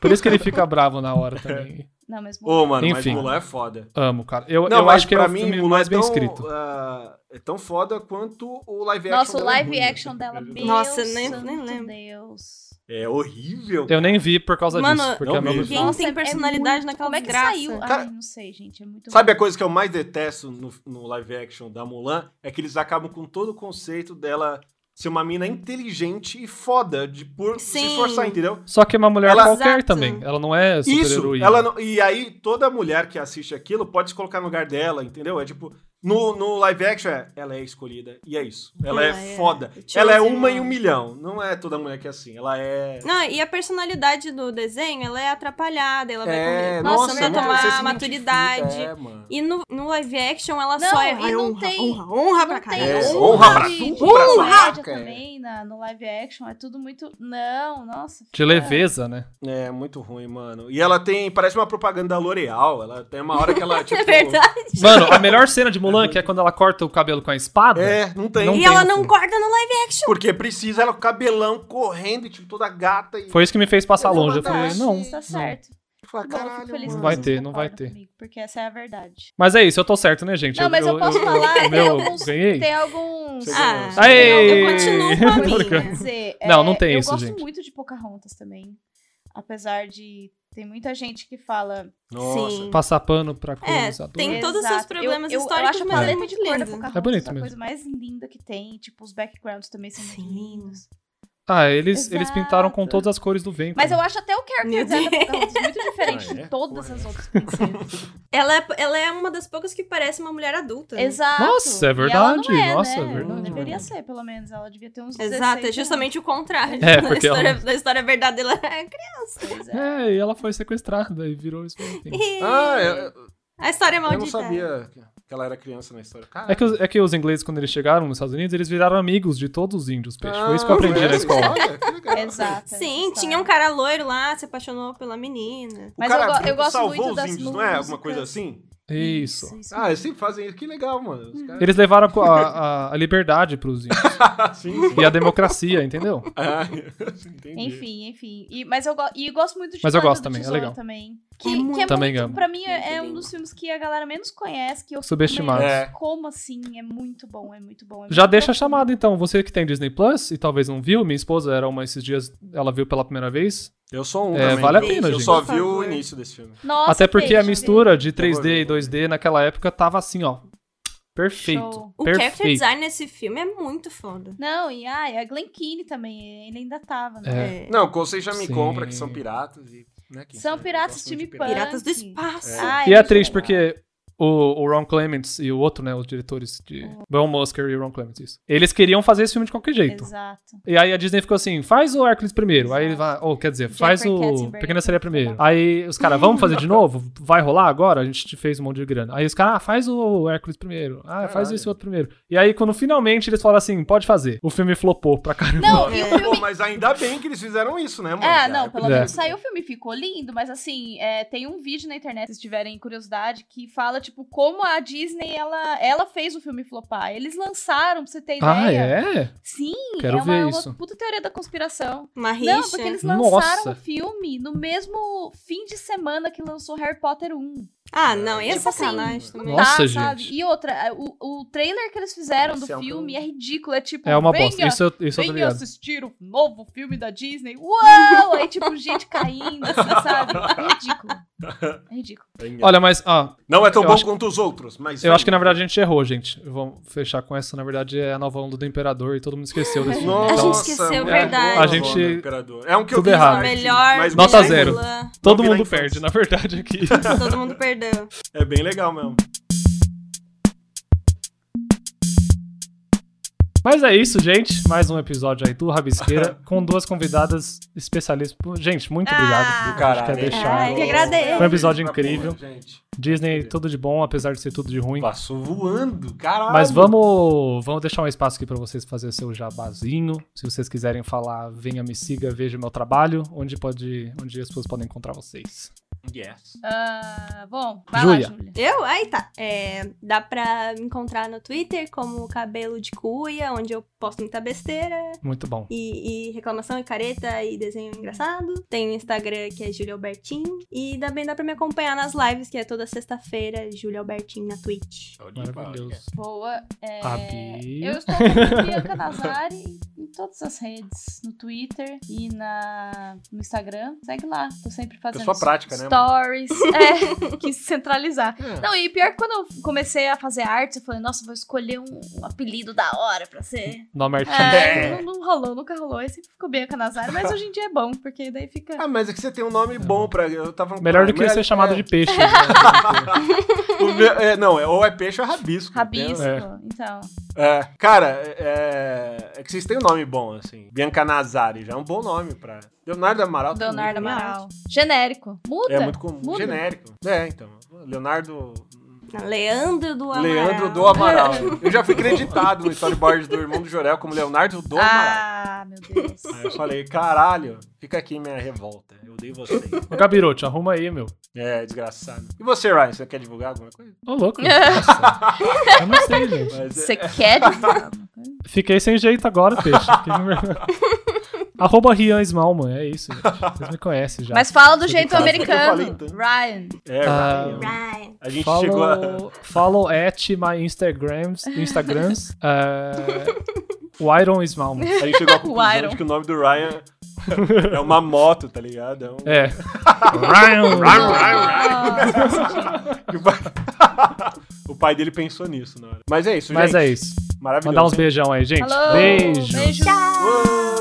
Speaker 2: Por isso que ele fica bravo na hora também.
Speaker 3: Não, mas Mulan
Speaker 1: Ô, mano,
Speaker 2: Enfim.
Speaker 1: mas Mulan é foda.
Speaker 2: Amo, cara. Eu,
Speaker 1: Não,
Speaker 2: eu
Speaker 1: mas
Speaker 2: acho que é
Speaker 1: pra
Speaker 2: o
Speaker 1: mim,
Speaker 2: filme
Speaker 1: Mulan
Speaker 2: mais
Speaker 1: é
Speaker 2: bem
Speaker 1: tão,
Speaker 2: escrito.
Speaker 1: ah, é tão foda quanto o live action
Speaker 3: Nossa, o
Speaker 1: dela é
Speaker 3: live
Speaker 1: ruim.
Speaker 3: action dela, meu
Speaker 4: Nossa, nem-
Speaker 3: nem,
Speaker 4: nem lembro.
Speaker 3: lembro. Deus.
Speaker 1: É horrível.
Speaker 2: Eu nem vi por causa
Speaker 4: Mano,
Speaker 2: disso, porque
Speaker 1: Não
Speaker 2: é meu
Speaker 1: mesmo.
Speaker 2: original.
Speaker 4: Quem tem personalidade
Speaker 3: muito-
Speaker 4: naquela
Speaker 3: Como é que
Speaker 4: desgraça?
Speaker 3: saiu?
Speaker 1: Cara-
Speaker 3: Ai, não sei, gente, é
Speaker 2: um-
Speaker 3: muito
Speaker 1: Sabe a
Speaker 3: ruim.
Speaker 1: coisa que eu mais detesto no, no live action da Mulan? É que eles acabam com todo o conceito dela ser uma mina inteligente e foda de por se
Speaker 4: Sim.
Speaker 1: esforçar, entendeu?
Speaker 2: Só que é uma mulher
Speaker 1: Ela-
Speaker 2: qualquer
Speaker 4: Exato.
Speaker 2: também. Ela não é super
Speaker 1: Isso,
Speaker 2: heroína.
Speaker 1: ela não- e aí toda mulher que assiste aquilo pode se colocar no lugar dela, entendeu? É tipo, No, no live action, é, ela é escolhida. E é isso. Ela
Speaker 4: Ela
Speaker 1: é,
Speaker 4: é
Speaker 1: foda.
Speaker 4: chosen
Speaker 1: Ela é uma em um
Speaker 4: one.
Speaker 1: milhão. Não é toda mulher que é assim. Ela é.
Speaker 4: Não, e a personalidade do desenho, ela é atrapalhada, ela
Speaker 1: é
Speaker 4: vai começando
Speaker 3: nossa,
Speaker 4: a
Speaker 1: mano, você se
Speaker 4: tomar
Speaker 1: identifica.
Speaker 4: maturidade.
Speaker 1: É, mano.
Speaker 4: E no, no live action, ela
Speaker 3: Não,
Speaker 4: só é
Speaker 3: e
Speaker 4: ai,
Speaker 3: não
Speaker 4: honra,
Speaker 3: tem-
Speaker 4: honra, honra pra
Speaker 3: Não
Speaker 4: cá.
Speaker 3: tem
Speaker 1: É,
Speaker 3: honra,
Speaker 1: honra pra
Speaker 3: de, de
Speaker 1: honra,
Speaker 3: comédia
Speaker 1: cara.
Speaker 3: também na, no live action. É tudo muito. Não, nossa.
Speaker 2: De leveza, né?
Speaker 1: É, muito ruim, mano. E ela tem. Parece uma propaganda da L'Oreal. Ela tem uma hora que ela. Tipo,
Speaker 4: É verdade.
Speaker 2: Mano, a melhor cena de Mulan, que é quando ela corta o cabelo com a espada.
Speaker 1: É, não tem.
Speaker 2: Não
Speaker 4: e
Speaker 2: tem
Speaker 4: ela
Speaker 2: no
Speaker 4: não
Speaker 2: filme.
Speaker 4: corta no live
Speaker 1: Porque precisa ela com o cabelão correndo, e, tipo, toda gata e.
Speaker 2: Foi isso que me fez passar
Speaker 1: Mas é
Speaker 2: longe. Eu falei,
Speaker 1: verdade,
Speaker 2: não.
Speaker 3: Tá
Speaker 2: não.
Speaker 3: certo.
Speaker 1: Fala,
Speaker 3: Bom, eu
Speaker 1: Ah, caralho,
Speaker 3: fico feliz
Speaker 1: mano.
Speaker 3: que
Speaker 2: Vai
Speaker 3: você
Speaker 2: ter, não
Speaker 3: concorda
Speaker 2: vai ter.
Speaker 3: Comigo, porque essa é a verdade.
Speaker 2: Mas é isso, eu tô certo, né, gente?
Speaker 3: Não, mas eu posso falar,
Speaker 2: o meu,
Speaker 3: tem alguns-
Speaker 2: ganhei.
Speaker 3: Tem alguns.
Speaker 1: Você
Speaker 4: Ah,
Speaker 1: ganhou.
Speaker 2: Aê!
Speaker 4: Eu continuo com a
Speaker 2: Tô
Speaker 4: minha.
Speaker 2: brincando.
Speaker 3: dizer,
Speaker 2: Não, não tem
Speaker 3: eu
Speaker 2: isso,
Speaker 3: gosto
Speaker 2: gente.
Speaker 3: muito de Pocahontas também. Apesar de tem muita gente que fala.
Speaker 1: Nossa.
Speaker 4: Sim.
Speaker 2: Passar pano
Speaker 3: É,
Speaker 2: pra colonizador.
Speaker 4: tem- todos os
Speaker 3: Exato.
Speaker 4: seus problemas
Speaker 3: eu, eu, eu
Speaker 4: históricos,
Speaker 3: acho a
Speaker 4: mas é
Speaker 3: paleta
Speaker 4: muito
Speaker 3: de cor da
Speaker 4: lindo.
Speaker 3: Pocahontas
Speaker 2: É bonito
Speaker 3: a
Speaker 2: mesmo.
Speaker 3: coisa mais linda que tem. Tipo, os backgrounds também são muito
Speaker 4: Sim.
Speaker 3: lindos.
Speaker 2: Ah, eles, eles
Speaker 3: Exato.
Speaker 2: pintaram com todas as cores do vento.
Speaker 3: Mas eu acho até o character
Speaker 4: Meu
Speaker 3: design da
Speaker 4: Deus.
Speaker 3: Pocahontas muito diferente
Speaker 1: Ah, é?
Speaker 3: de todas
Speaker 1: Porra.
Speaker 3: as outras princesas.
Speaker 4: Ela é, ela é uma das poucas que parece uma mulher adulta. né?
Speaker 3: Exato.
Speaker 2: Nossa, é
Speaker 3: E ela não
Speaker 2: verdade,
Speaker 3: é,
Speaker 2: nossa, é
Speaker 3: né?
Speaker 2: verdade,
Speaker 3: Deveria
Speaker 2: mano.
Speaker 3: ser, pelo menos. Ela devia ter uns 16
Speaker 4: Exato, é
Speaker 3: anos.
Speaker 4: justamente o contrário.
Speaker 2: É,
Speaker 4: da,
Speaker 2: porque ela-
Speaker 4: história, da história verdade, ela é criança.
Speaker 3: Pois é.
Speaker 2: É, e ela foi sequestrada e virou isso. enfim.
Speaker 1: Ah, eu,
Speaker 4: a história é
Speaker 1: eu não
Speaker 4: maldita.
Speaker 1: sabia que que ela era criança na história. Cara,
Speaker 2: É que, os, é que os ingleses, quando eles chegaram nos Estados Unidos, eles viraram amigos de todos os índios, peixe. Foi isso
Speaker 1: Ah,
Speaker 2: que eu aprendi
Speaker 1: é?
Speaker 2: na escola.
Speaker 1: Olha, que legal.
Speaker 3: Exato. é
Speaker 4: Sim,
Speaker 3: essa
Speaker 4: tinha um
Speaker 3: história.
Speaker 4: cara loiro lá, se apaixonou pela menina.
Speaker 1: O
Speaker 3: Mas
Speaker 1: cara
Speaker 3: eu go- eu
Speaker 1: branco
Speaker 3: gosto
Speaker 1: salvou
Speaker 3: muito
Speaker 1: os
Speaker 3: das
Speaker 1: índios, não é? Alguma
Speaker 3: músicas.
Speaker 1: coisa assim?
Speaker 2: Isso.
Speaker 1: Ah, eles sempre fazem isso. Que legal, mano.
Speaker 3: Hum.
Speaker 1: Os caras...
Speaker 2: Eles levaram a, a, a liberdade pros índios
Speaker 1: sim, sim.
Speaker 2: e a democracia, entendeu?
Speaker 1: Ah, entendi.
Speaker 3: Enfim, enfim. E, mas eu, go e gosto muito de
Speaker 2: Mas eu
Speaker 3: Jornada
Speaker 2: gosto
Speaker 3: do
Speaker 2: também, é
Speaker 3: Tesouro
Speaker 2: legal.
Speaker 3: também. Que,
Speaker 4: muito-
Speaker 3: que é
Speaker 2: Também
Speaker 3: muito,
Speaker 2: amo.
Speaker 3: pra mim, é,
Speaker 4: Muito
Speaker 3: um
Speaker 4: lindo.
Speaker 3: dos filmes que a galera menos conhece, que eu fico
Speaker 2: Subestimados.
Speaker 3: meio,
Speaker 1: É.
Speaker 3: Como assim? É muito bom, é muito bom. é
Speaker 2: Já
Speaker 3: muito
Speaker 2: deixa a
Speaker 3: profundo.
Speaker 2: chamada, então. Você que tem Disney Plus e talvez não viu, minha esposa era uma esses dias, ela viu pela primeira vez.
Speaker 1: Eu sou um
Speaker 2: É,
Speaker 1: também.
Speaker 2: vale a
Speaker 4: pena,
Speaker 1: Eu
Speaker 4: gente.
Speaker 1: só
Speaker 4: Por
Speaker 1: vi o
Speaker 4: favor.
Speaker 1: início desse filme.
Speaker 3: Nossa,
Speaker 2: Até porque
Speaker 3: Pedro,
Speaker 2: a mistura de
Speaker 1: vou ver.
Speaker 2: 3D e 2D naquela época tava assim, ó. Perfeito.
Speaker 3: Show.
Speaker 4: O character
Speaker 2: perfeito.
Speaker 4: design nesse filme é muito foda.
Speaker 3: Não, e ai, a Glen Keane também, ele ainda tava, né?
Speaker 4: É.
Speaker 1: Não, Conceição já me
Speaker 2: Sim.
Speaker 1: compra, que são piratas. E, né, que-
Speaker 3: São
Speaker 1: eu
Speaker 3: piratas,
Speaker 1: gosto muito
Speaker 3: time
Speaker 1: de
Speaker 4: Piratas do
Speaker 3: Punk.
Speaker 4: espaço.
Speaker 3: Ai,
Speaker 2: E é
Speaker 3: muito
Speaker 2: triste
Speaker 3: legal.
Speaker 2: porque o, o Ron Clements e o outro, né, os diretores de Brian Musker e o Ron Clements, isso. Eles queriam fazer esse filme de qualquer jeito.
Speaker 3: Exato.
Speaker 2: E aí a Disney ficou assim, faz o Hércules primeiro. Aí ele vai,
Speaker 3: Exato.
Speaker 2: ou quer dizer,
Speaker 3: Jeffrey
Speaker 2: faz o
Speaker 3: Katzenberg
Speaker 2: Pequena
Speaker 3: é
Speaker 2: Sereia
Speaker 3: muito
Speaker 2: primeiro.
Speaker 3: legal.
Speaker 2: Aí os caras, vamos fazer de novo? Vai rolar agora? A gente te fez um monte de grana. Aí os caras, ah, faz o Hércules primeiro. Ah, faz
Speaker 1: Caralho.
Speaker 2: esse outro primeiro. E aí quando finalmente eles falaram assim, pode fazer. O filme flopou pra caramba.
Speaker 3: Não, e o
Speaker 4: É.
Speaker 1: Pô,
Speaker 3: filme.
Speaker 1: mas ainda bem que eles fizeram isso, né, mano?
Speaker 3: Ah,
Speaker 1: Cara,
Speaker 3: não, pelo
Speaker 2: É.
Speaker 3: menos saiu o filme, ficou lindo, mas assim, é, tem um vídeo na internet, se tiverem curiosidade, que fala, tipo, como a Disney, ela, ela fez o filme flopar. Eles lançaram, pra você ter
Speaker 2: Ah,
Speaker 3: ideia.
Speaker 2: é?
Speaker 3: Sim,
Speaker 2: Quero
Speaker 3: é uma,
Speaker 2: ver
Speaker 3: uma
Speaker 2: isso.
Speaker 3: puta teoria da conspiração.
Speaker 4: Uma rixa.
Speaker 3: Não, é porque eles lançaram
Speaker 2: Nossa.
Speaker 3: o filme no mesmo fim de semana que lançou Harry Potter 1.
Speaker 4: Ah, não, e é
Speaker 3: Tipo assim,
Speaker 4: sacanagem também.
Speaker 2: Nossa,
Speaker 3: tá,
Speaker 2: gente.
Speaker 3: sabe? E outra, é, o, o trailer que eles fizeram
Speaker 1: Esse
Speaker 3: do
Speaker 1: é um
Speaker 3: filme
Speaker 1: pro-
Speaker 3: é ridículo, é tipo,
Speaker 2: É uma
Speaker 3: venha,
Speaker 2: bosta. Isso eu, isso eu tô
Speaker 3: venha
Speaker 2: ligado.
Speaker 3: assistir o novo filme da Disney. Uau! Aí, tipo, gente caindo, assim, sabe? É ridículo. É ridículo.
Speaker 1: Venha.
Speaker 2: Olha, mas, ó,
Speaker 1: não é tão
Speaker 2: eu
Speaker 1: bom
Speaker 2: acho-
Speaker 1: quanto os outros, mas. é
Speaker 2: Eu acho que na verdade a gente errou, gente. Vamos fechar com essa. Na verdade é a nova onda do Imperador e todo mundo esqueceu desse filme.
Speaker 1: Nossa,
Speaker 4: A
Speaker 2: Então,
Speaker 4: gente esqueceu,
Speaker 1: mano,
Speaker 4: verdade.
Speaker 1: é
Speaker 2: A gente-
Speaker 1: bom, né, Imperador. É um que eu
Speaker 2: Tudo
Speaker 1: vi
Speaker 2: errado.
Speaker 1: na arte,
Speaker 4: Melhor.
Speaker 1: mas
Speaker 2: Nota
Speaker 1: bem
Speaker 4: melhor
Speaker 2: zero.
Speaker 1: legal.
Speaker 4: vilã.
Speaker 2: todo
Speaker 1: Não vi na
Speaker 2: mundo
Speaker 1: infância.
Speaker 2: perde, na verdade, aqui.
Speaker 4: Todo mundo perdeu.
Speaker 1: É bem legal mesmo.
Speaker 2: Mas é isso, gente. Mais um episódio aí do Rabisqueira com duas convidadas especialistas. Gente, muito obrigado.
Speaker 3: Ah,
Speaker 1: do caralho.
Speaker 2: Acho que é deixar.
Speaker 4: Ai, que agradeço.
Speaker 2: Foi um episódio incrível.
Speaker 1: Gente,
Speaker 2: Disney, tudo de bom, apesar de ser tudo de ruim.
Speaker 1: passou voando, caralho.
Speaker 2: Mas vamos, vamos deixar um espaço aqui pra vocês fazer seu jabazinho. Se vocês quiserem falar, venha me siga, veja meu trabalho, onde pode, onde as pessoas podem encontrar vocês.
Speaker 1: Yes.
Speaker 3: Ah, bom, vai
Speaker 2: Júlia.
Speaker 3: lá, Júlia.
Speaker 4: Eu? Aí tá. É, dá pra me encontrar no Twitter como Cabelo de Cuia, onde eu posto muita besteira.
Speaker 2: Muito bom.
Speaker 4: E, e reclamação e careta e desenho engraçado. Tem o Instagram que é Júlia Albertin. E também dá pra me acompanhar nas lives, que é toda sexta-feira, Júlia Albertin na
Speaker 1: É
Speaker 4: Twitch.
Speaker 2: Maravilhoso.
Speaker 3: Boa. é,
Speaker 2: Abi.
Speaker 3: Eu estou com Bianca Nazari em todas as redes, no Twitter e na, no Instagram. Segue lá, tô sempre fazendo
Speaker 1: Pessoa prática, né,
Speaker 3: stories. É, quis centralizar.
Speaker 1: É.
Speaker 3: Não, e pior que quando eu comecei a fazer arte, eu falei, nossa, vou escolher um, um apelido da hora pra ser
Speaker 2: Nome artístico.
Speaker 3: É, não, não rolou, nunca rolou. Eu sempre fico bem com a Nazara, mas hoje em dia é bom, porque daí fica.
Speaker 1: Ah, mas é que você tem um nome bom pra. Eu tava
Speaker 2: Melhor do que ser chamado de peixe. né?
Speaker 1: O meu- é, não, é, ou é peixe ou é rabisco.
Speaker 3: Rabisco,
Speaker 2: É.
Speaker 3: então.
Speaker 1: É, cara, é, é que vocês têm um nome bom, assim. Bianca Nazari já é um bom nome pra. Leonardo Amaral. também.
Speaker 3: Leonardo Amaral. Genérico. Muda. Ah,
Speaker 1: É muito comum.
Speaker 3: Muda.
Speaker 1: Genérico. É, então. Leonardo.
Speaker 4: Leandro do Amaral.
Speaker 1: Leandro do Amaral. Eu já fui creditado no storyboard do Irmão do Jorel como Leonardo do Amaral. é-
Speaker 3: Ah, meu Deus.
Speaker 1: Aí eu falei, caralho, fica aqui minha revolta. Eu odeio você.
Speaker 2: Ô, Gabirote, arruma aí, meu.
Speaker 1: É, desgraçado. E você, Ryan, você quer divulgar alguma coisa?
Speaker 2: Ô, louco. Nossa. Eu não sei, gente.
Speaker 1: Mas,
Speaker 3: Você quer divulgar?
Speaker 2: Fiquei sem jeito agora, peixe. Fiquei com vergonha. Arroba Rian Smalman, é isso, gente. Vocês me conhecem já.
Speaker 3: Mas fala do
Speaker 2: Sobre
Speaker 3: jeito
Speaker 2: caso.
Speaker 3: americano.
Speaker 1: Eu falei, então.
Speaker 3: Ryan.
Speaker 1: é,
Speaker 2: Ah,
Speaker 1: Ryan,
Speaker 4: Ryan.
Speaker 1: a gente chegou a.
Speaker 2: follow, follow at my Instagrams, Instagrams uh, o Iron Smalman.
Speaker 1: A gente chegou à conclusão
Speaker 3: Iron.
Speaker 1: de que o nome do Ryan é uma moto, tá ligado? É um...
Speaker 2: É. Ryan,
Speaker 1: Que o pai- o pai dele pensou nisso na hora. Mas é isso,
Speaker 2: Mas
Speaker 1: gente.
Speaker 2: é isso.
Speaker 1: Maravilhoso.
Speaker 2: Mandar uns
Speaker 1: hein?
Speaker 2: beijão aí, gente.
Speaker 3: Alô.
Speaker 2: Beijos.
Speaker 3: Beijo.
Speaker 1: Uou!